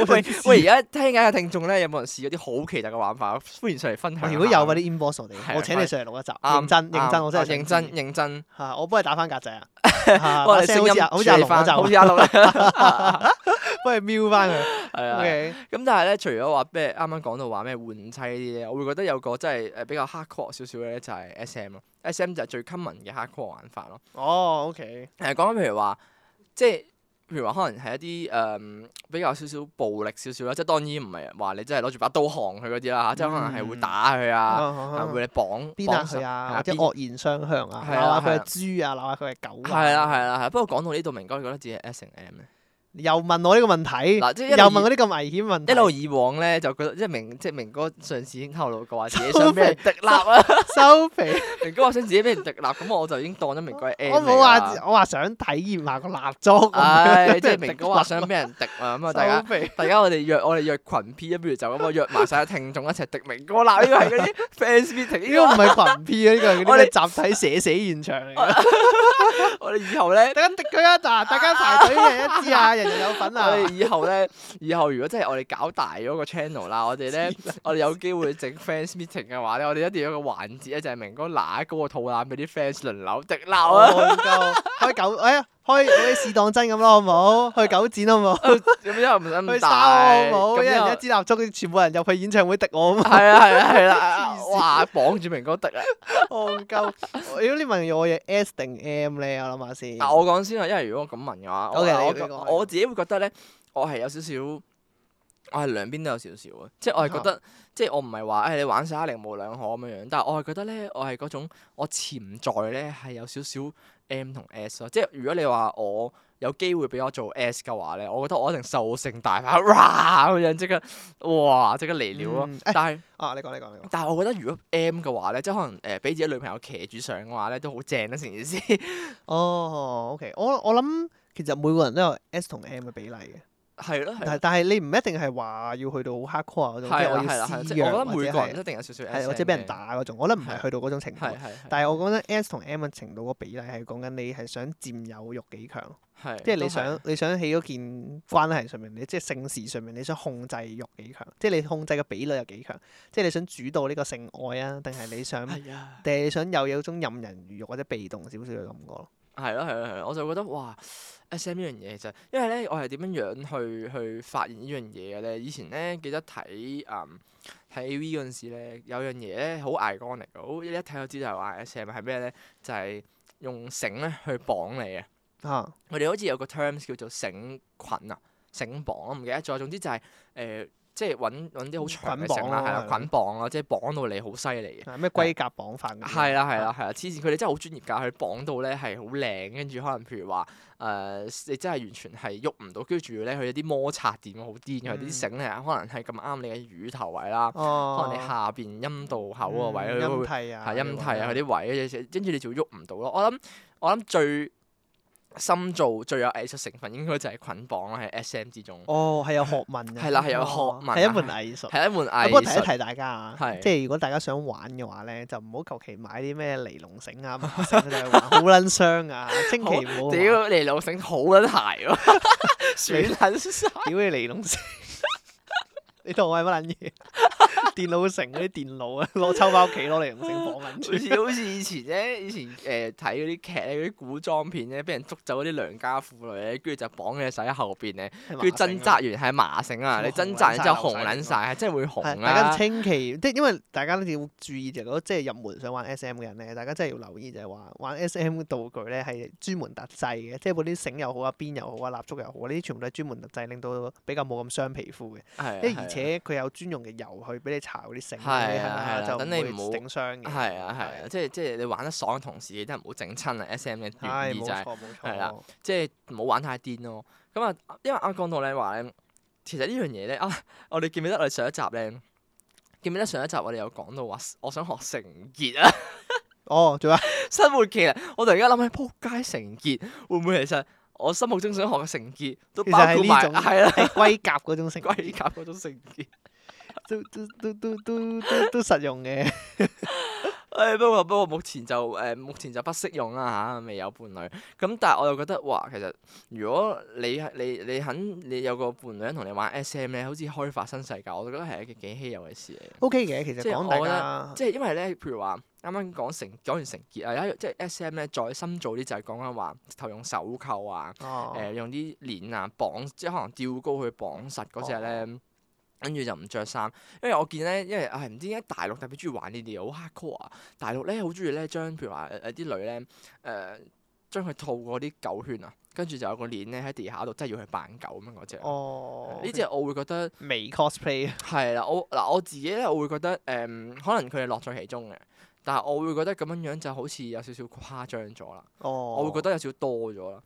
[SPEAKER 1] 我想
[SPEAKER 2] 喂
[SPEAKER 1] 知
[SPEAKER 2] 喂，而家聽緊嘅聽眾咧，有冇人試咗啲好奇特嘅玩法？歡迎上嚟分享下。
[SPEAKER 1] 喂如果有嗰啲 inbox 我
[SPEAKER 2] 係
[SPEAKER 1] 哋，
[SPEAKER 2] 啊
[SPEAKER 1] 我請你上嚟錄一集，認
[SPEAKER 2] 啱
[SPEAKER 1] 真認真，
[SPEAKER 2] 啱啊
[SPEAKER 1] 我真係想
[SPEAKER 2] 認真
[SPEAKER 1] 知
[SPEAKER 2] 認真。
[SPEAKER 1] 嚇，我幫你打翻格仔
[SPEAKER 2] <laughs>
[SPEAKER 1] 啊！
[SPEAKER 2] 不
[SPEAKER 1] 嚇把
[SPEAKER 2] 過你
[SPEAKER 1] 聲
[SPEAKER 2] 聲
[SPEAKER 1] 好
[SPEAKER 2] 音
[SPEAKER 1] 似阿好似阿
[SPEAKER 2] 處理
[SPEAKER 1] 龍
[SPEAKER 2] 返好
[SPEAKER 1] 嗰
[SPEAKER 2] 似
[SPEAKER 1] 集，啊
[SPEAKER 2] 阿龍啦。 <laughs> 啊
[SPEAKER 1] <laughs> 幫你瞄翻佢。
[SPEAKER 2] 係啊。
[SPEAKER 1] OK，
[SPEAKER 2] 咁但係咧，除咗話咩啱啱講到話咩換妻呢啲咧，我會覺得有個真係呃誒比較 hardcore 少少嘅咧，就係 S.M. 咯。S.M. 就係最 common 嘅 hardcore 玩法咯。
[SPEAKER 1] 哦 OK，
[SPEAKER 2] 誒講緊譬如話，即係譬如話可能係一啲誒、嗯比較少少暴力少少啦，即係當然唔係話你真係攞住把刀行佢嗰啲啦，即係可能係會
[SPEAKER 1] 嗯
[SPEAKER 2] 打佢啊，啊
[SPEAKER 1] 啊
[SPEAKER 2] 會
[SPEAKER 1] <laughs>
[SPEAKER 2] 你綁
[SPEAKER 1] 邊下
[SPEAKER 2] 綁手
[SPEAKER 1] 佢啊，
[SPEAKER 2] 係
[SPEAKER 1] 或者
[SPEAKER 2] 邊
[SPEAKER 1] 惡言相向啊，
[SPEAKER 2] 係啊
[SPEAKER 1] 鬧下佢
[SPEAKER 2] 係啊
[SPEAKER 1] 係豬啊，鬧下佢係狗啊。
[SPEAKER 2] 係啦係啦係啦。不過講到呢度，明哥你覺得自己係 S 定 M 咧？
[SPEAKER 1] 又問我呢個問題，
[SPEAKER 2] 嗱，即係一
[SPEAKER 1] 又
[SPEAKER 2] 路
[SPEAKER 1] 問我呢個危險問
[SPEAKER 2] 以一路
[SPEAKER 1] 題，
[SPEAKER 2] 以往咧，就覺得即係明即係明哥上次已經透露過話自己
[SPEAKER 1] 收 <laughs>
[SPEAKER 2] 想俾人
[SPEAKER 1] 皮
[SPEAKER 2] 滴立啊啦。
[SPEAKER 1] 收皮。
[SPEAKER 2] 明哥話想自己俾人滴立，咁我就已經當咗明哥係 M
[SPEAKER 1] 我冇
[SPEAKER 2] 嚟
[SPEAKER 1] 話
[SPEAKER 2] 啦，
[SPEAKER 1] 我話想體驗下個蠟燭咁樣。
[SPEAKER 2] 唉，即係
[SPEAKER 1] 俾人
[SPEAKER 2] 明
[SPEAKER 1] 滴
[SPEAKER 2] 哥話
[SPEAKER 1] 蠟
[SPEAKER 2] 想俾人滴啊，咁啊大
[SPEAKER 1] 收
[SPEAKER 2] 家。
[SPEAKER 1] 皮。
[SPEAKER 2] 大家我哋約我哋約群 P 啊，不如就咁啊約埋晒啲聽眾一齊滴明哥啦！呢個係嗰
[SPEAKER 1] <laughs>
[SPEAKER 2] 啲 fans meeting，
[SPEAKER 1] 呢
[SPEAKER 2] 呢
[SPEAKER 1] 個
[SPEAKER 2] 個
[SPEAKER 1] 唔係群 P 啊，呢個係
[SPEAKER 2] 我
[SPEAKER 1] 嗰啲集體寫死現場嚟嘅。
[SPEAKER 2] 我哋以
[SPEAKER 1] <laughs>
[SPEAKER 2] 後咧，
[SPEAKER 1] 大家滴佢一嗱，大家排隊一人一支啊，人人有份
[SPEAKER 2] 我
[SPEAKER 1] 啊。
[SPEAKER 2] 哋以後咧，以後如果真係我哋搞大咗個 channel 啦，我哋咧，我哋有機會整 fans meeting 嘅話咧，我哋一定要有一個環節咧，就係明哥揦高個肚腩俾啲 fans 輪流滴鬧啊！
[SPEAKER 1] 我夠開九，哎呀，開好似試當真咁咯，好唔好？去九展好唔好？
[SPEAKER 2] 咁又唔使
[SPEAKER 1] 去
[SPEAKER 2] 咁
[SPEAKER 1] 沙澳
[SPEAKER 2] 大，
[SPEAKER 1] 好唔好？
[SPEAKER 2] 咁
[SPEAKER 1] 一人
[SPEAKER 2] 又
[SPEAKER 1] 一支蠟燭，全部人入去演唱會滴我啊嘛。
[SPEAKER 2] 係啊係啊係啦
[SPEAKER 1] 黐！線 <laughs>
[SPEAKER 2] 哇，綁住明哥滴啊！
[SPEAKER 1] 戇鳩。如果你問我嘢 S 定 M 咧，我諗下先。
[SPEAKER 2] 嗱，我講先啊，因為如果我咁問嘅話，我
[SPEAKER 1] OK，
[SPEAKER 2] 我
[SPEAKER 1] 你你講
[SPEAKER 2] 我我自己會覺得咧，我係有少少，我係兩邊都有少少嘅，即係我係覺得，即係我唔係話誒你玩晒一零無兩可咁樣樣，但係我係覺得咧，我係嗰種我潛在咧係有少少 M 同 S 咯，即係如果你話我。有機會俾我做 S 嘅話咧，我覺得我一定獸性大發，哇咁樣即刻，哇即刻嚟料咯。
[SPEAKER 1] 嗯誒
[SPEAKER 2] 但係
[SPEAKER 1] 啊，你講你講你講。
[SPEAKER 2] 但係我覺得如果 M 嘅話咧，即係可能誒俾、自己女朋友騎住上嘅話咧，都好正啦成件事。
[SPEAKER 1] 哦，OK，我我諗其實每個人都有 S 同 M 嘅比例嘅，
[SPEAKER 2] 係咯係咯
[SPEAKER 1] 但係但係你唔一定係話要去到好 hardcore 嗰種，即
[SPEAKER 2] 係
[SPEAKER 1] 係
[SPEAKER 2] 啦
[SPEAKER 1] 我
[SPEAKER 2] 係啦
[SPEAKER 1] 要
[SPEAKER 2] 係啦，
[SPEAKER 1] 私
[SPEAKER 2] 即係
[SPEAKER 1] 約
[SPEAKER 2] 我覺得
[SPEAKER 1] 或
[SPEAKER 2] 每
[SPEAKER 1] 者
[SPEAKER 2] 個人都
[SPEAKER 1] 係
[SPEAKER 2] 一定有少少 S
[SPEAKER 1] 係或者俾人打嗰種，我覺得唔係去到嗰種程度
[SPEAKER 2] 係。係
[SPEAKER 1] 但係我講緊 S 同 M 嘅程度個比例係講緊你係想佔有欲幾強，
[SPEAKER 2] 係
[SPEAKER 1] 即係
[SPEAKER 2] 都
[SPEAKER 1] 你想你想喺嗰件關係上面，你即係性事上面你想控制欲幾強，即係你控制嘅比率有幾強，即係你想主導呢個性愛啊，定係你想
[SPEAKER 2] 係啊，
[SPEAKER 1] 定係你想有有種任人魚肉或者被動少少嘅感覺咯。
[SPEAKER 2] 係啊咯係咯係咯，我就覺得哇，S M 呢樣嘢其實，因為咧我係點樣樣去去發現呢樣嘢嘅咧？以前咧記得睇嗯睇 A V 嗰陣時咧，有樣嘢咧好 iconic 嘅，好一睇就知道係話 S M 係咩咧？就係用繩咧去綁你啊！
[SPEAKER 1] 啊，
[SPEAKER 2] 佢哋好似有個 terms 叫做繩捆啊、繩綁啊，唔記得咗。總之就係、誒、即係揾揾啲好長嘅
[SPEAKER 1] 捆綁
[SPEAKER 2] 繩啦，係
[SPEAKER 1] 啊
[SPEAKER 2] 啦，捆綁啦，即係綁到你好犀利嘅。
[SPEAKER 1] 係咩龜甲綁法嗰啲？
[SPEAKER 2] 啊係啦，係啦，係啦，黐
[SPEAKER 1] 嗯
[SPEAKER 2] 線！佢哋真係好專業㗎，佢綁到咧係好靚，跟住可能譬如話誒、呃你真係完全係喐唔到，跟住仲要咧佢有啲摩擦點好癲嘅，佢
[SPEAKER 1] 嗯
[SPEAKER 2] 啲繩咧可能係咁啱你嘅乳頭位啦，可
[SPEAKER 1] 哦，嗯
[SPEAKER 2] 能你下邊陰道口個位，啊佢
[SPEAKER 1] 陰
[SPEAKER 2] 會
[SPEAKER 1] 蒂啊，
[SPEAKER 2] 係陰蒂啊
[SPEAKER 1] 嗰
[SPEAKER 2] 嗰啲位，跟住跟住你就喐唔到咯。我諗我諗最深造最有藝術成分應該就係捆綁啦，喺 S.M. 之中
[SPEAKER 1] 哦，係有學問嘅，
[SPEAKER 2] 係啦係有
[SPEAKER 1] 哦
[SPEAKER 2] 學問啊
[SPEAKER 1] 係一門藝術。
[SPEAKER 2] 係一門
[SPEAKER 1] 啊
[SPEAKER 2] 藝
[SPEAKER 1] 不過提一
[SPEAKER 2] 術。
[SPEAKER 1] 提大家啊，
[SPEAKER 2] 係
[SPEAKER 1] 即係如果大家想玩嘅話咧，就唔好求其買啲咩尼龍繩啊、麻繩就玩，好撚傷
[SPEAKER 2] <laughs>
[SPEAKER 1] 啊！千祈唔好玩
[SPEAKER 2] 屌你老繩好撚
[SPEAKER 1] <laughs>
[SPEAKER 2] 鞋喎，損撚晒。
[SPEAKER 1] 屌你尼龍繩， <laughs> 你當我係乜撚
[SPEAKER 2] <laughs>
[SPEAKER 1] 嘢？電腦城嗰啲電腦啊，攞抽翻屋企攞尼龍繩綁撚
[SPEAKER 2] 好
[SPEAKER 1] 住。
[SPEAKER 2] 似好似以前咧，以前誒睇嗰啲劇咧，嗰啲古裝片咧，俾人捉走嗰啲良家婦女咧，跟住就綁佢隻手喺後邊咧，
[SPEAKER 1] 係
[SPEAKER 2] 跟住
[SPEAKER 1] <laughs> 麻繩啊
[SPEAKER 2] 掙扎完係麻繩啊！
[SPEAKER 1] 哦
[SPEAKER 2] 你
[SPEAKER 1] 紅
[SPEAKER 2] 掙
[SPEAKER 1] 撚
[SPEAKER 2] 扎完
[SPEAKER 1] 晒
[SPEAKER 2] 之
[SPEAKER 1] 流
[SPEAKER 2] 後紅
[SPEAKER 1] 晒
[SPEAKER 2] 撚
[SPEAKER 1] 血
[SPEAKER 2] 晒，係真係會紅啊
[SPEAKER 1] 係，大
[SPEAKER 2] 啦
[SPEAKER 1] 家。千祈即係因為大家都要注意就係嗰即係入門想玩 S.M 嘅人咧，大家真係要留意就係話玩 S.M 嘅道具咧係專門特製嘅，即係嗰啲繩又好啊、邊又好啊、蠟燭又好啊，呢啲全部都係專門特製，令到比較冇咁傷皮膚嘅。
[SPEAKER 2] 係啊
[SPEAKER 1] 因為
[SPEAKER 2] 係啊
[SPEAKER 1] 而且佢有專用嘅油去俾你搽嗰啲繩，
[SPEAKER 2] 係啊
[SPEAKER 1] 你係咪
[SPEAKER 2] 係啊
[SPEAKER 1] 就
[SPEAKER 2] 等你唔好
[SPEAKER 1] 會整傷嘅。
[SPEAKER 2] 係啊係啊，即係即係你玩得爽嘅同時，亦都係唔好整親啊！S M 嘅
[SPEAKER 1] 係
[SPEAKER 2] 原意
[SPEAKER 1] 冇
[SPEAKER 2] 就係
[SPEAKER 1] 錯冇
[SPEAKER 2] 係啦
[SPEAKER 1] 錯。
[SPEAKER 2] 即係唔好玩太癲咯。咁啊，因為啱講到咧話咧，其實呢樣嘢咧啊，我哋記唔記得我哋上一集咧？記唔記得上一集我哋有講到話，我想學成結啊， <laughs>
[SPEAKER 1] 哦，做咩？
[SPEAKER 2] 生活技能。我突然間諗起，撲街成結會唔會其實我心目中想學嘅成結都
[SPEAKER 1] 其
[SPEAKER 2] 包
[SPEAKER 1] 實係
[SPEAKER 2] 括
[SPEAKER 1] 呢
[SPEAKER 2] 埋
[SPEAKER 1] 種
[SPEAKER 2] 係啦，
[SPEAKER 1] 係龜甲嗰種繩，
[SPEAKER 2] 龜甲嗰種成結。
[SPEAKER 1] 都都都都都都都實用嘅。
[SPEAKER 2] 誒不過不過目前就誒、目前就不適用啦嚇，未有伴侶。咁但係我又覺得哇，其實如果你係你你肯你有個伴侶同你玩 S.M 咧，好似開發新世界，我都覺得係一件幾稀有嘅事嚟嘅。
[SPEAKER 1] O.K. 嘅，其實
[SPEAKER 2] 即係
[SPEAKER 1] 講
[SPEAKER 2] 我
[SPEAKER 1] 大
[SPEAKER 2] 覺得
[SPEAKER 1] 家
[SPEAKER 2] 即係因為咧，譬如話啱啱講成講完成結啊，有一即係 S.M 咧再深造啲就係講緊話直頭用手扣啊，誒、
[SPEAKER 1] 哦
[SPEAKER 2] 用啲鏈啊綁，即係可能吊高佢綁實嗰只
[SPEAKER 1] 哦
[SPEAKER 2] 咧。跟住就唔着衫，因為我見咧，因為唉唔知點解大陸特別中意玩呢啲嘢，好 hardcore 啊！大陸咧好中意咧將譬如話誒誒啲女咧誒、將佢套過啲狗圈啊，跟住就有個鏈咧喺地下度，真係要去扮狗咁樣嗰只。呢
[SPEAKER 1] 哦，
[SPEAKER 2] 只、我會覺得
[SPEAKER 1] 微 cosplay 啊
[SPEAKER 2] 係啦，我嗱我自己咧，我會覺得誒、可能佢係樂在其中嘅，但係我會覺得咁樣樣就好似有少少誇張咗啦，
[SPEAKER 1] 哦，
[SPEAKER 2] 我會覺得有少少多咗啦。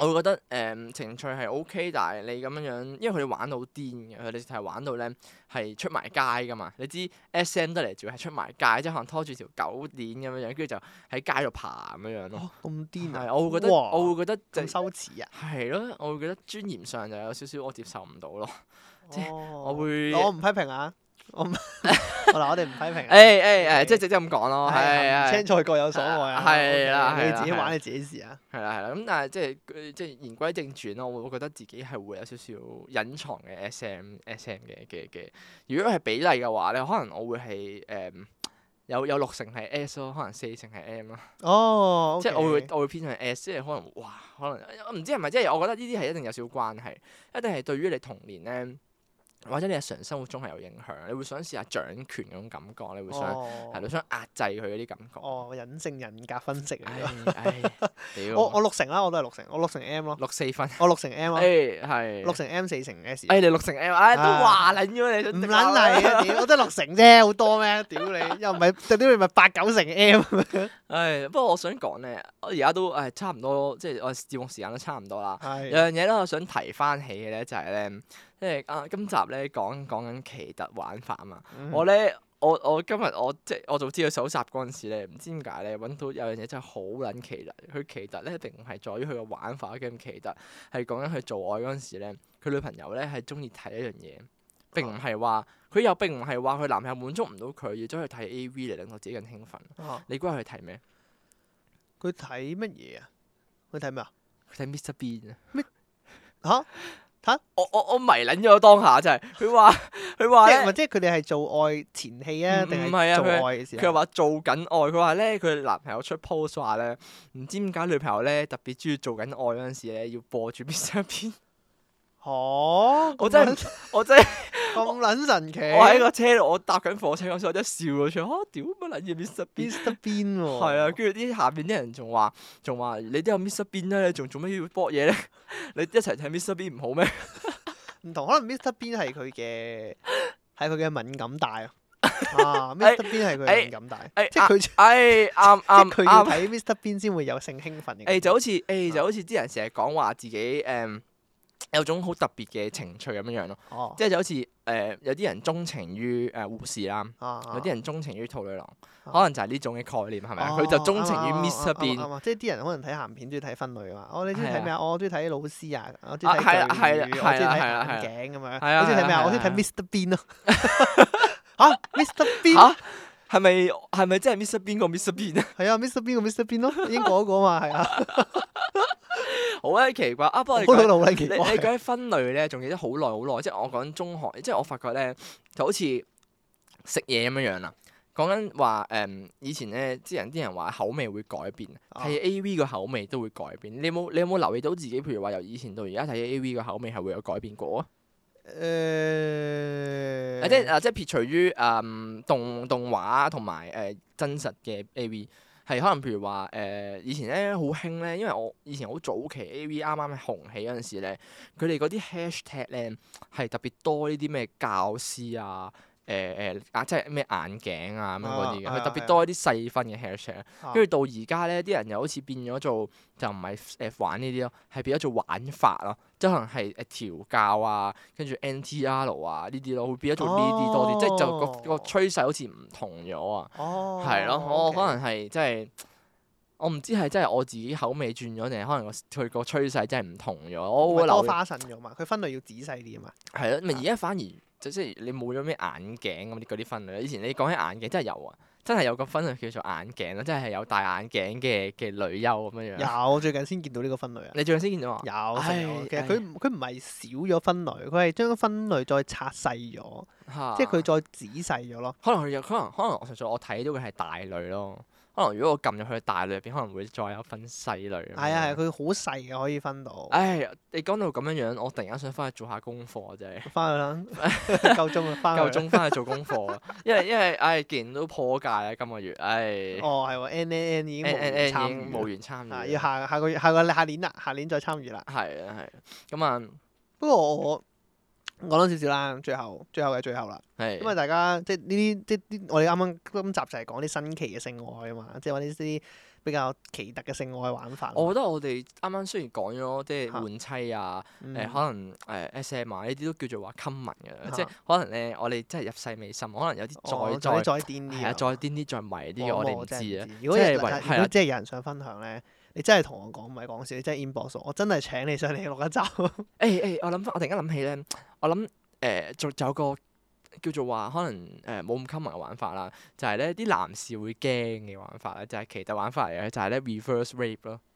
[SPEAKER 2] 我會覺得誒、嗯情趣係 O K，但係你咁樣樣，因為佢哋玩到癲嘅，佢哋係玩到咧係出埋街噶嘛。你知 S M 得嚟仲要係出埋街，即係可能拖住條狗鏈咁樣樣，跟住就喺街度爬咁樣樣咯。
[SPEAKER 1] 哦，咁癲啊！
[SPEAKER 2] 係，我會覺得
[SPEAKER 1] 哇
[SPEAKER 2] 我會覺得就
[SPEAKER 1] 咁羞恥啊！
[SPEAKER 2] 係咯，我會覺得尊嚴上就有少少我接受唔到咯。即係
[SPEAKER 1] 我
[SPEAKER 2] 我會
[SPEAKER 1] 哦我唔批評啊！我
[SPEAKER 2] <laughs>
[SPEAKER 1] 唔嗱，我哋唔批評
[SPEAKER 2] 誒
[SPEAKER 1] 啊。
[SPEAKER 2] 誒誒，即係直接咁講咯，係
[SPEAKER 1] 係青
[SPEAKER 2] 係
[SPEAKER 1] 菜各有所愛啊！
[SPEAKER 2] 係啦
[SPEAKER 1] OK，
[SPEAKER 2] 係
[SPEAKER 1] 你自己
[SPEAKER 2] 啦係啦
[SPEAKER 1] 玩你自己事啊！
[SPEAKER 2] 係啦係啦。咁但係即係佢即係言歸正傳咯，我會覺得自己係會有少少隱藏嘅 S M S M 嘅嘅嘅。如果係比例嘅話咧，可能我會係誒、呃有有六成係 S 咯，可能四成係 M 咯。
[SPEAKER 1] 哦，
[SPEAKER 2] 即係我
[SPEAKER 1] OK
[SPEAKER 2] 會我會偏向 S，即係可能哇，可能我唔知係咪，即係我覺得呢啲係一定有少少關係，一定係對於你童年咧，或者你日常生活中係有影響，你會想試下掌權嗰種感覺，你會想
[SPEAKER 1] 哦
[SPEAKER 2] 係你想壓制佢嗰啲感覺。
[SPEAKER 1] 哦，人性人格分析嚟
[SPEAKER 2] 唉
[SPEAKER 1] 㗎 <laughs>
[SPEAKER 2] 唉，屌
[SPEAKER 1] 我我六成啦，我都係六成，我六成 M 咯，
[SPEAKER 2] 六四分，
[SPEAKER 1] 我六成 M 咯，
[SPEAKER 2] 誒係
[SPEAKER 1] 六成 M 四成 S。
[SPEAKER 2] 誒你六成 M，唉都
[SPEAKER 1] 啊
[SPEAKER 2] 話撚咗你，
[SPEAKER 1] 唔撚嚟啊！屌，我得六成啫，好多咩？屌
[SPEAKER 2] <laughs>
[SPEAKER 1] 你，又唔係，屌你咪八九成 M。啊
[SPEAKER 2] 唉，不過我想講咧，我而家都誒差唔多，即係我節目時間都差唔多啦。有
[SPEAKER 1] 係。
[SPEAKER 2] 樣嘢咧，我想提翻起嘅咧，就係咧，即係啊，今集咧講講緊奇特玩法啊嘛。
[SPEAKER 1] 嗯
[SPEAKER 2] 我咧，我我今日我即係我做資料搜集嗰陣時咧，唔知點解咧揾到有樣嘢真係好撚奇特。佢奇特咧並唔係在於佢嘅玩法嘅咁奇特，係講緊佢做愛嗰陣時咧，佢女朋友咧係中意睇一樣嘢，並唔係話佢又並唔係話佢男朋友滿足唔到佢，要走去睇 A V 嚟令到自己更興奮。
[SPEAKER 1] 哦
[SPEAKER 2] 你估下佢睇咩？
[SPEAKER 1] 佢睇乜嘢啊？佢睇咩啊？
[SPEAKER 2] 佢睇 Mr Bean 啊！
[SPEAKER 1] 嚇？
[SPEAKER 2] 我我我迷撚咗當下真係，佢話佢話
[SPEAKER 1] 即
[SPEAKER 2] 咧
[SPEAKER 1] 係。咪即係佢哋係做愛前戲啊，
[SPEAKER 2] 唔
[SPEAKER 1] 定
[SPEAKER 2] 唔係
[SPEAKER 1] 係
[SPEAKER 2] 啊
[SPEAKER 1] 做愛嘅時
[SPEAKER 2] 佢又
[SPEAKER 1] 候？
[SPEAKER 2] 話做緊愛，佢話咧佢男朋友出 post 話咧，唔知點解女朋友咧特別中意做緊愛嗰陣時咧，要播住
[SPEAKER 1] <laughs>
[SPEAKER 2] Mr. Bean。
[SPEAKER 1] 哦，
[SPEAKER 2] 我真
[SPEAKER 1] 咁
[SPEAKER 2] 係
[SPEAKER 1] <laughs>
[SPEAKER 2] 我真係
[SPEAKER 1] 撚咁撚神奇。
[SPEAKER 2] 我喺個車度，我搭緊火車嗰時，我真係笑咗出嚟，啊屌乜撚嘢 Mr. Bean！
[SPEAKER 1] Mr Bean 喎。
[SPEAKER 2] 係啊，跟住啲下邊啲人仲話，仲話你都有 Mr. Bean 啦，你仲做咩要播嘢咧？ <laughs> 你一齊睇 Mr. Bean 唔好咩？
[SPEAKER 1] 唔同，可能 Mr Bean 係佢嘅係佢嘅敏感帶
[SPEAKER 2] <laughs>
[SPEAKER 1] 啊。啊，Mr Bean 係佢
[SPEAKER 2] 哎
[SPEAKER 1] 嘅敏感帶，
[SPEAKER 2] 誒
[SPEAKER 1] 即係佢即
[SPEAKER 2] 唉，哎啊啱啱
[SPEAKER 1] 係佢要啊
[SPEAKER 2] 啱。
[SPEAKER 1] 睇 Mr Bean 先會有性興奮嘅感覺。
[SPEAKER 2] 誒就好似誒就好似啲人成日講話自己誒有種好特別嘅情趣咁樣樣咯。
[SPEAKER 1] 哦，
[SPEAKER 2] 即係就好似誒、呃有啲人鍾情於誒、呃、護士啦，
[SPEAKER 1] 啊
[SPEAKER 2] 有啲人鍾情於兔女郎，
[SPEAKER 1] 啊
[SPEAKER 2] 可能就係呢種嘅概念係
[SPEAKER 1] 哦
[SPEAKER 2] 咪啊？佢就鍾情於 Mr. Bean，
[SPEAKER 1] 啊即係啲人可能睇鹹片中意睇分類啊嘛。哦，你中意睇咩啊？我中意睇老師啊，我中意睇
[SPEAKER 2] 啊係啦
[SPEAKER 1] 巨
[SPEAKER 2] 係啦
[SPEAKER 1] 乳，我中意
[SPEAKER 2] 係啦係啦
[SPEAKER 1] 睇眼鏡咁
[SPEAKER 2] 係啊
[SPEAKER 1] 樣。你中意睇咩
[SPEAKER 2] 係啊
[SPEAKER 1] 啊？我中意
[SPEAKER 2] 係啊
[SPEAKER 1] 睇 Mr Bean
[SPEAKER 2] <laughs>
[SPEAKER 1] 咯。嚇，Mr Bean
[SPEAKER 2] 嚇係咪係咪真係 Mr. Bean 個 Mr. Bean 啊？ <laughs>
[SPEAKER 1] 係啊，Mr Bean 個 Mr Bean 咯，英國嗰個嘛係啊，
[SPEAKER 2] 好鬼奇怪啊！不過你
[SPEAKER 1] 好
[SPEAKER 2] 講
[SPEAKER 1] 老好撚
[SPEAKER 2] 你
[SPEAKER 1] 奇
[SPEAKER 2] 你
[SPEAKER 1] 怪。
[SPEAKER 2] 講起分類咧，仲記得好耐好耐，即係我講中學，即係我發覺咧就好似食嘢咁樣樣啦。講緊話誒，以前咧啲人啲人話口味會改變，
[SPEAKER 1] 哦
[SPEAKER 2] 睇 A V 個口味都會改變。你有冇你有冇留意到自己？譬如話由以前到而家睇 A V 個口味係會有改變過啊？啊即係
[SPEAKER 1] 誒，
[SPEAKER 2] 啊，即係撇除於誒、嗯、動動畫同埋誒真實嘅 A.V. 係可能譬如話誒、呃以前咧好興咧，因為我以前好早期 A.V. 啱啱紅起嗰陣時咧，佢哋嗰啲 hashtag 咧係特別多呢啲咩教師啊。誒誒啊，即係咩眼鏡啊咁樣嗰啲嘅，
[SPEAKER 1] 啊
[SPEAKER 2] 佢
[SPEAKER 1] 啊
[SPEAKER 2] 特別
[SPEAKER 1] 啊
[SPEAKER 2] 多一啲細分嘅 hashtag，
[SPEAKER 1] 啊
[SPEAKER 2] 跟住到而家咧，啲人又好似變咗做就唔係誒呃玩呢啲咯，係變咗做玩法咯，即係可能係誒呃調教啊，跟住 NTR 啊呢啲咯，會變咗做呢啲多啲，即係就個
[SPEAKER 1] 哦
[SPEAKER 2] 個趨勢好似唔同咗啊，
[SPEAKER 1] 哦，
[SPEAKER 2] 係咯、我
[SPEAKER 1] OK
[SPEAKER 2] 可能係即係我唔知係真係我自己口味轉咗，定係可能個佢個趨勢真係唔同咗，我
[SPEAKER 1] 咪
[SPEAKER 2] 會
[SPEAKER 1] 多
[SPEAKER 2] 留意
[SPEAKER 1] 花神咗嘛，佢分類要仔細啲啊嘛。
[SPEAKER 2] 係咯，咪而家反而就即係你冇咗咩眼鏡咁啲嗰啲分類。以前你講起眼鏡真係有啊，真係有個分類叫做眼鏡啦，真係有戴眼鏡嘅嘅女優咁樣樣。
[SPEAKER 1] 有最近先見到呢個分類啊。
[SPEAKER 2] 你最近先見到啊？
[SPEAKER 1] 有成
[SPEAKER 2] 唉
[SPEAKER 1] 有，其實
[SPEAKER 2] 唉
[SPEAKER 1] 佢唔佢唔係少咗分類，佢係將分類再拆細咗，即係佢
[SPEAKER 2] 嚇
[SPEAKER 1] 再仔細咗咯。
[SPEAKER 2] 可能佢有可能可能我純粹我睇到佢係大類咯。可能如果我撳入去大類入邊，可能會再有分細
[SPEAKER 1] 係
[SPEAKER 2] 類。
[SPEAKER 1] 啊係啊，。佢好細嘅可以分到。
[SPEAKER 2] 唉，你講到咁樣樣，我突然間想翻去做下功課真
[SPEAKER 1] <laughs>
[SPEAKER 2] 係。
[SPEAKER 1] 翻去
[SPEAKER 2] <laughs>
[SPEAKER 1] 啦，夠鐘啦，翻
[SPEAKER 2] 夠
[SPEAKER 1] 去啦。
[SPEAKER 2] 鐘翻去做功課啊，因為因為唉，既然都破戒啦，今個月唉
[SPEAKER 1] 哦，係喎，N N N 已經
[SPEAKER 2] N
[SPEAKER 1] 無緣
[SPEAKER 2] N N 已
[SPEAKER 1] 參
[SPEAKER 2] 經
[SPEAKER 1] 與
[SPEAKER 2] 無
[SPEAKER 1] 啦
[SPEAKER 2] 緣參
[SPEAKER 1] 啊，
[SPEAKER 2] 與啦。
[SPEAKER 1] 要下下個月下個下年啦，下年再參與啦。
[SPEAKER 2] 係啊係啊，咁啊
[SPEAKER 1] 不過我講多少少啦，最後最後嘅最後啦，
[SPEAKER 2] 係
[SPEAKER 1] 因為大家即係呢啲即係啲我哋啱啱今集就係講啲新奇嘅性愛啊嘛，即係話呢啲比較奇特嘅性愛玩法。
[SPEAKER 2] 我覺得我哋啱啱雖然講咗即係
[SPEAKER 1] 嚇
[SPEAKER 2] 換妻啊，誒、
[SPEAKER 1] 嗯
[SPEAKER 2] 可能誒、SM 啊呢啲都叫做話 common 嘅，即係
[SPEAKER 1] 嚇
[SPEAKER 2] 可能咧我哋真係入世未深，可能有
[SPEAKER 1] 哦
[SPEAKER 2] 啲
[SPEAKER 1] 再
[SPEAKER 2] 再再
[SPEAKER 1] 再癲啲
[SPEAKER 2] 係啊
[SPEAKER 1] 啊
[SPEAKER 2] 再癲啲再迷啲嘅我哋唔
[SPEAKER 1] 真係
[SPEAKER 2] 知啊。
[SPEAKER 1] 如果有
[SPEAKER 2] 即係
[SPEAKER 1] 人
[SPEAKER 2] 為
[SPEAKER 1] 嗱
[SPEAKER 2] 係
[SPEAKER 1] 如
[SPEAKER 2] 啦
[SPEAKER 1] 果真係有人想分享咧，你真係同我講，唔係講笑，你真係 inbox 我我真係請你上嚟錄一集。
[SPEAKER 2] 誒誒，我諗翻，我突然間諗起咧，我諗誒，仲、仲有個叫做話可能誒冇咁 common 嘅玩法啦，就係咧啲男士會驚嘅玩法咧，就係、其他玩法嚟嘅，就係、咧 reverse rape 咯。
[SPEAKER 1] <laughs>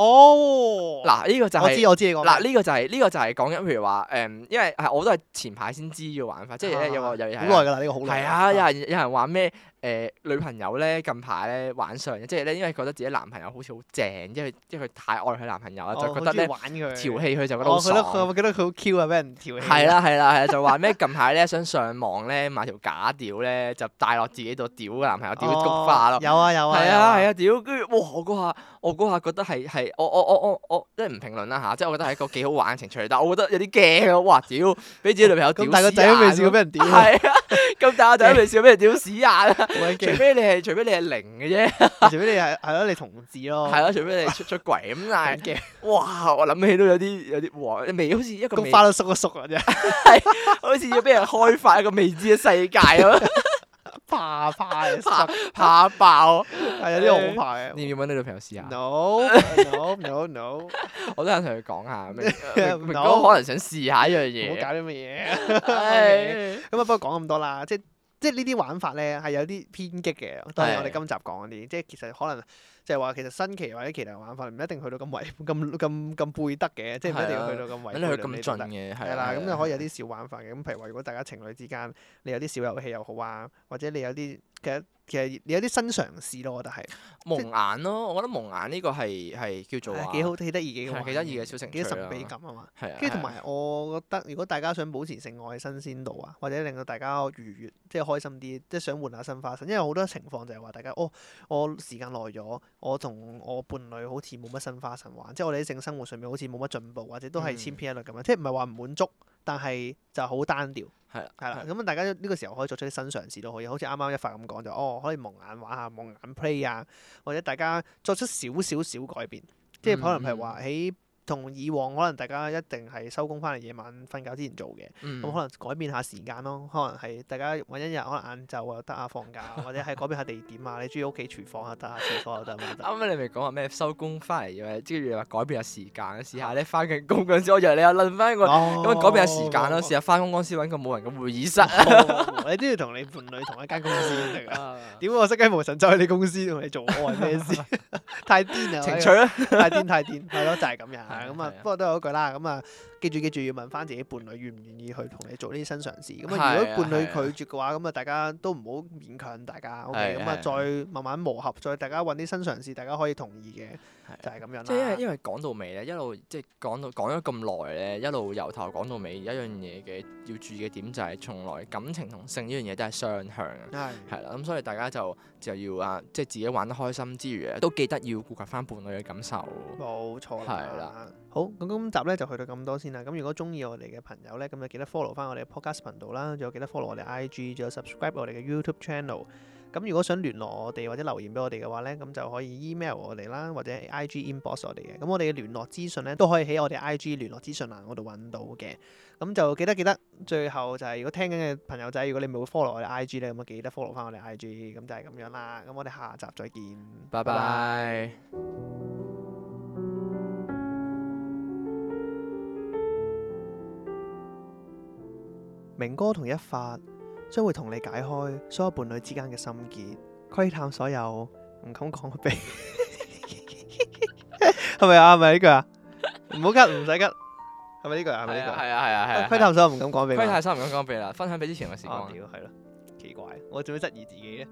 [SPEAKER 1] 哦，
[SPEAKER 2] 嗱、呢、個就
[SPEAKER 1] 我
[SPEAKER 2] 係、
[SPEAKER 1] 知我知你講
[SPEAKER 2] 嗱
[SPEAKER 1] 咩，
[SPEAKER 2] 呢個就係、呢、個就係講緊譬如話誒、因為係我都係前排先知嘅玩法，即係咧有個有
[SPEAKER 1] 啊好
[SPEAKER 2] 有
[SPEAKER 1] 耐㗎啦，呢個好耐
[SPEAKER 2] 係
[SPEAKER 1] 㗎。
[SPEAKER 2] 啊，有人有人話咩誒女朋友咧近排咧玩上癮，即係咧因為覺得自己男朋友好似好正，因為因為佢太愛佢男朋友啦，
[SPEAKER 1] 哦
[SPEAKER 2] 就覺
[SPEAKER 1] 好中
[SPEAKER 2] 得
[SPEAKER 1] 意
[SPEAKER 2] 咧
[SPEAKER 1] 玩佢，
[SPEAKER 2] 調戲佢就覺得
[SPEAKER 1] 啊
[SPEAKER 2] 好
[SPEAKER 1] 哦我覺得
[SPEAKER 2] 爽。
[SPEAKER 1] 佢，我覺得佢好 Q 啊，俾人調戲。
[SPEAKER 2] 係，啦係啦係啦，就話咩近排咧想上網咧買條假屌咧，就帶落自己度屌男朋友屌菊花咯。
[SPEAKER 1] 有啊有啊。
[SPEAKER 2] 係啊係
[SPEAKER 1] 啊。
[SPEAKER 2] 啊，屌！跟住哇，我嗰下我嗰下覺得係係我我我我我即係唔評論啦吓，即係我覺得係一個幾好玩嘅情趣，但係我覺得有啲驚啊！哇，屌！俾自己女朋友屌
[SPEAKER 1] 咁但係個仔都未
[SPEAKER 2] <laughs>
[SPEAKER 1] 試過俾人屌
[SPEAKER 2] 屌。係啊，咁但係我仔都未試過俾人屌屎
[SPEAKER 1] <laughs>
[SPEAKER 2] 眼啊！
[SPEAKER 1] 好鬼
[SPEAKER 2] 除
[SPEAKER 1] 驚
[SPEAKER 2] 非你係除非你係零嘅啫，
[SPEAKER 1] 除非你係係咯，你同志咯。
[SPEAKER 2] 係咯，除非你出出軌咁，
[SPEAKER 1] 好
[SPEAKER 2] 但係
[SPEAKER 1] <laughs> 驚，
[SPEAKER 2] 哇！我諗起都有啲有啲哇，未好似一個未
[SPEAKER 1] 菊花都縮一縮啊，真係 <laughs>
[SPEAKER 2] 好似要俾人開發一個未知嘅世界咁，
[SPEAKER 1] <laughs> 怕 <laughs> 怕嘅，
[SPEAKER 2] 怕怕爆。
[SPEAKER 1] 係有啲好怕 <laughs> 嘅。
[SPEAKER 2] 你要唔要揾你女朋友
[SPEAKER 1] 啊
[SPEAKER 2] 試下？
[SPEAKER 1] No no no no，唔好
[SPEAKER 2] 我都有同佢講下，
[SPEAKER 1] <laughs>
[SPEAKER 2] 明明明
[SPEAKER 1] No
[SPEAKER 2] 哥可能想試下一樣嘢。
[SPEAKER 1] 搞啲乜
[SPEAKER 2] <laughs>
[SPEAKER 1] 嘢。
[SPEAKER 2] 唉
[SPEAKER 1] 咁啊，不過講咁多啦，即係即係呢啲玩法咧係有啲偏激嘅。當然我哋
[SPEAKER 2] 係
[SPEAKER 1] 今集講嗰啲，即係其實可能就係話其實新奇或者其他玩法唔一定去到咁違 <laughs> 咁咁咁背德嘅，即係唔一定要去到咁違
[SPEAKER 2] 咁
[SPEAKER 1] 背
[SPEAKER 2] 你去
[SPEAKER 1] 倫
[SPEAKER 2] 咁
[SPEAKER 1] 理道
[SPEAKER 2] 盡
[SPEAKER 1] 德。
[SPEAKER 2] 嘅係啊
[SPEAKER 1] 係啦，咁就可以有
[SPEAKER 2] 啲
[SPEAKER 1] 啲小玩法嘅。咁譬如話，如果大家情侶之間，你有啲小遊戲又好啊，或者你有啲其實其實啊你有啲新嘗試咯，我覺得係
[SPEAKER 2] 蒙眼咯。我覺得蒙眼呢個係係叫做
[SPEAKER 1] 係
[SPEAKER 2] 話
[SPEAKER 1] 幾好幾得意嘅
[SPEAKER 2] 係
[SPEAKER 1] 玩
[SPEAKER 2] 幾得意嘅小情
[SPEAKER 1] 幾
[SPEAKER 2] 趣
[SPEAKER 1] 有
[SPEAKER 2] 啦
[SPEAKER 1] 神秘感啊嘛。
[SPEAKER 2] 係啊，
[SPEAKER 1] 跟住同
[SPEAKER 2] 係
[SPEAKER 1] 埋
[SPEAKER 2] 啊
[SPEAKER 1] 我覺得，如果大家想保持性愛嘅新鮮度啊，或者令到大家愉悅，即係開心啲，即係想換下新花神，因為好多情況就係話大家哦，我時間耐咗，我同我伴侶好似冇乜新花神玩，即係我哋喺性生活上面好似冇乜進步，或者都係千篇一律咁
[SPEAKER 2] 嗯
[SPEAKER 1] 樣，即係唔係話唔滿足，但係就好單調。
[SPEAKER 2] 係啊啦
[SPEAKER 1] 係啦，咁大家呢個時候可以作出啲新嘗試都可以，好似啱啱一發咁講就，哦，可以蒙眼玩下蒙眼 play 啊，或者大家作出少少少改變，即
[SPEAKER 2] 嗯
[SPEAKER 1] 係可能係話喺同以往可能大家一定係收工翻嚟夜晚瞓覺之前做嘅，咁、
[SPEAKER 2] 嗯
[SPEAKER 1] 可能改變下時間咯，可能係大家揾一日可能晏晝又得啊，放假或者係改變下地點啊，你中意屋企廚房又得啊，廁所又得啊，
[SPEAKER 2] 啱啱你咪講話咩收工翻嚟嘅，跟住你話改變下時間，試下咧翻緊工嗰陣時，我以為你又論翻個
[SPEAKER 1] 咁
[SPEAKER 2] <laughs> 咁啊樣改變下時間咯，試下翻工嗰陣時揾個冇人嘅會議室。
[SPEAKER 1] 哦下，你都要同你伴侶同一間公司先得㗎。
[SPEAKER 2] 啊
[SPEAKER 1] 屌我識雞無神走去你公司同你做愛咩事？太癲啊啦！
[SPEAKER 2] <laughs> 情趣啦，
[SPEAKER 1] 太癲太癲，係咯，就係咁樣。
[SPEAKER 2] 啊
[SPEAKER 1] 咁
[SPEAKER 2] 係
[SPEAKER 1] 啊
[SPEAKER 2] 啊，
[SPEAKER 1] 不過都有一句啦。咁啊，記住記住要問翻自己伴侶願唔願意去同你做呢啲新嘗試。咁啊，如
[SPEAKER 2] 係啊
[SPEAKER 1] 果伴
[SPEAKER 2] 係啊
[SPEAKER 1] 侶拒絕嘅話，咁啊，大家都唔好勉強大家。OK，
[SPEAKER 2] 係
[SPEAKER 1] 咁啊，
[SPEAKER 2] 係
[SPEAKER 1] 再慢慢磨合，再大家揾啲新嘗試，大家可以同意嘅，
[SPEAKER 2] 係啊
[SPEAKER 1] 就係咁樣啦。
[SPEAKER 2] 即係因為因為講到尾咧，一路即係講到講咗咁耐咧，一路由頭講到尾，有一樣嘢嘅要注意嘅點就係，從來感情同性呢樣嘢都係雙向嘅。
[SPEAKER 1] 係
[SPEAKER 2] 係啦，咁所以大家就就要啊，即係自己玩得開心之餘咧，都記得要顧及翻伴侶嘅感受。
[SPEAKER 1] 冇錯
[SPEAKER 2] 係
[SPEAKER 1] 啦
[SPEAKER 2] 啦。
[SPEAKER 1] 好，咁今集咧就去到咁多先啦。咁如果中意我哋嘅朋友咧，咁就記得 follow 翻我哋嘅 podcast 頻道啦，仲有記得 follow 我哋 IG，仲有 subscribe 我哋嘅 YouTube channel。咁如果想聯絡我哋或者留言俾我哋嘅話咧，咁就可以 email 我哋啦，或者 IG inbox 我哋嘅。咁我哋嘅聯絡資訊咧都可以喺我哋 IG 聯絡資訊欄嗰度揾到嘅。咁就記得記得，最後就係、如果聽緊嘅朋友仔，如果你冇 follow 我哋 IG 咧，咁啊記得 follow 翻我哋 IG，咁就係咁樣啦。咁我哋下集再見，
[SPEAKER 2] 拜拜。
[SPEAKER 1] 明哥同一發將會同你解開所有伴侶之間嘅心結，窺探所有唔敢講嘅秘， <laughs> 係咪啊？係咪呢句啊？唔好吉，唔使吉，係咪呢句啊？係咪
[SPEAKER 2] 係啊
[SPEAKER 1] 呢句啊？
[SPEAKER 2] 係啊係啊係啊！
[SPEAKER 1] 窺探所有唔敢講嘅秘
[SPEAKER 2] 窺
[SPEAKER 1] 密。
[SPEAKER 2] 探三唔敢講秘啦，分享俾之前嘅時
[SPEAKER 1] 哦
[SPEAKER 2] 光。
[SPEAKER 1] 屌，係咯，奇怪，我做咩質疑自己咧？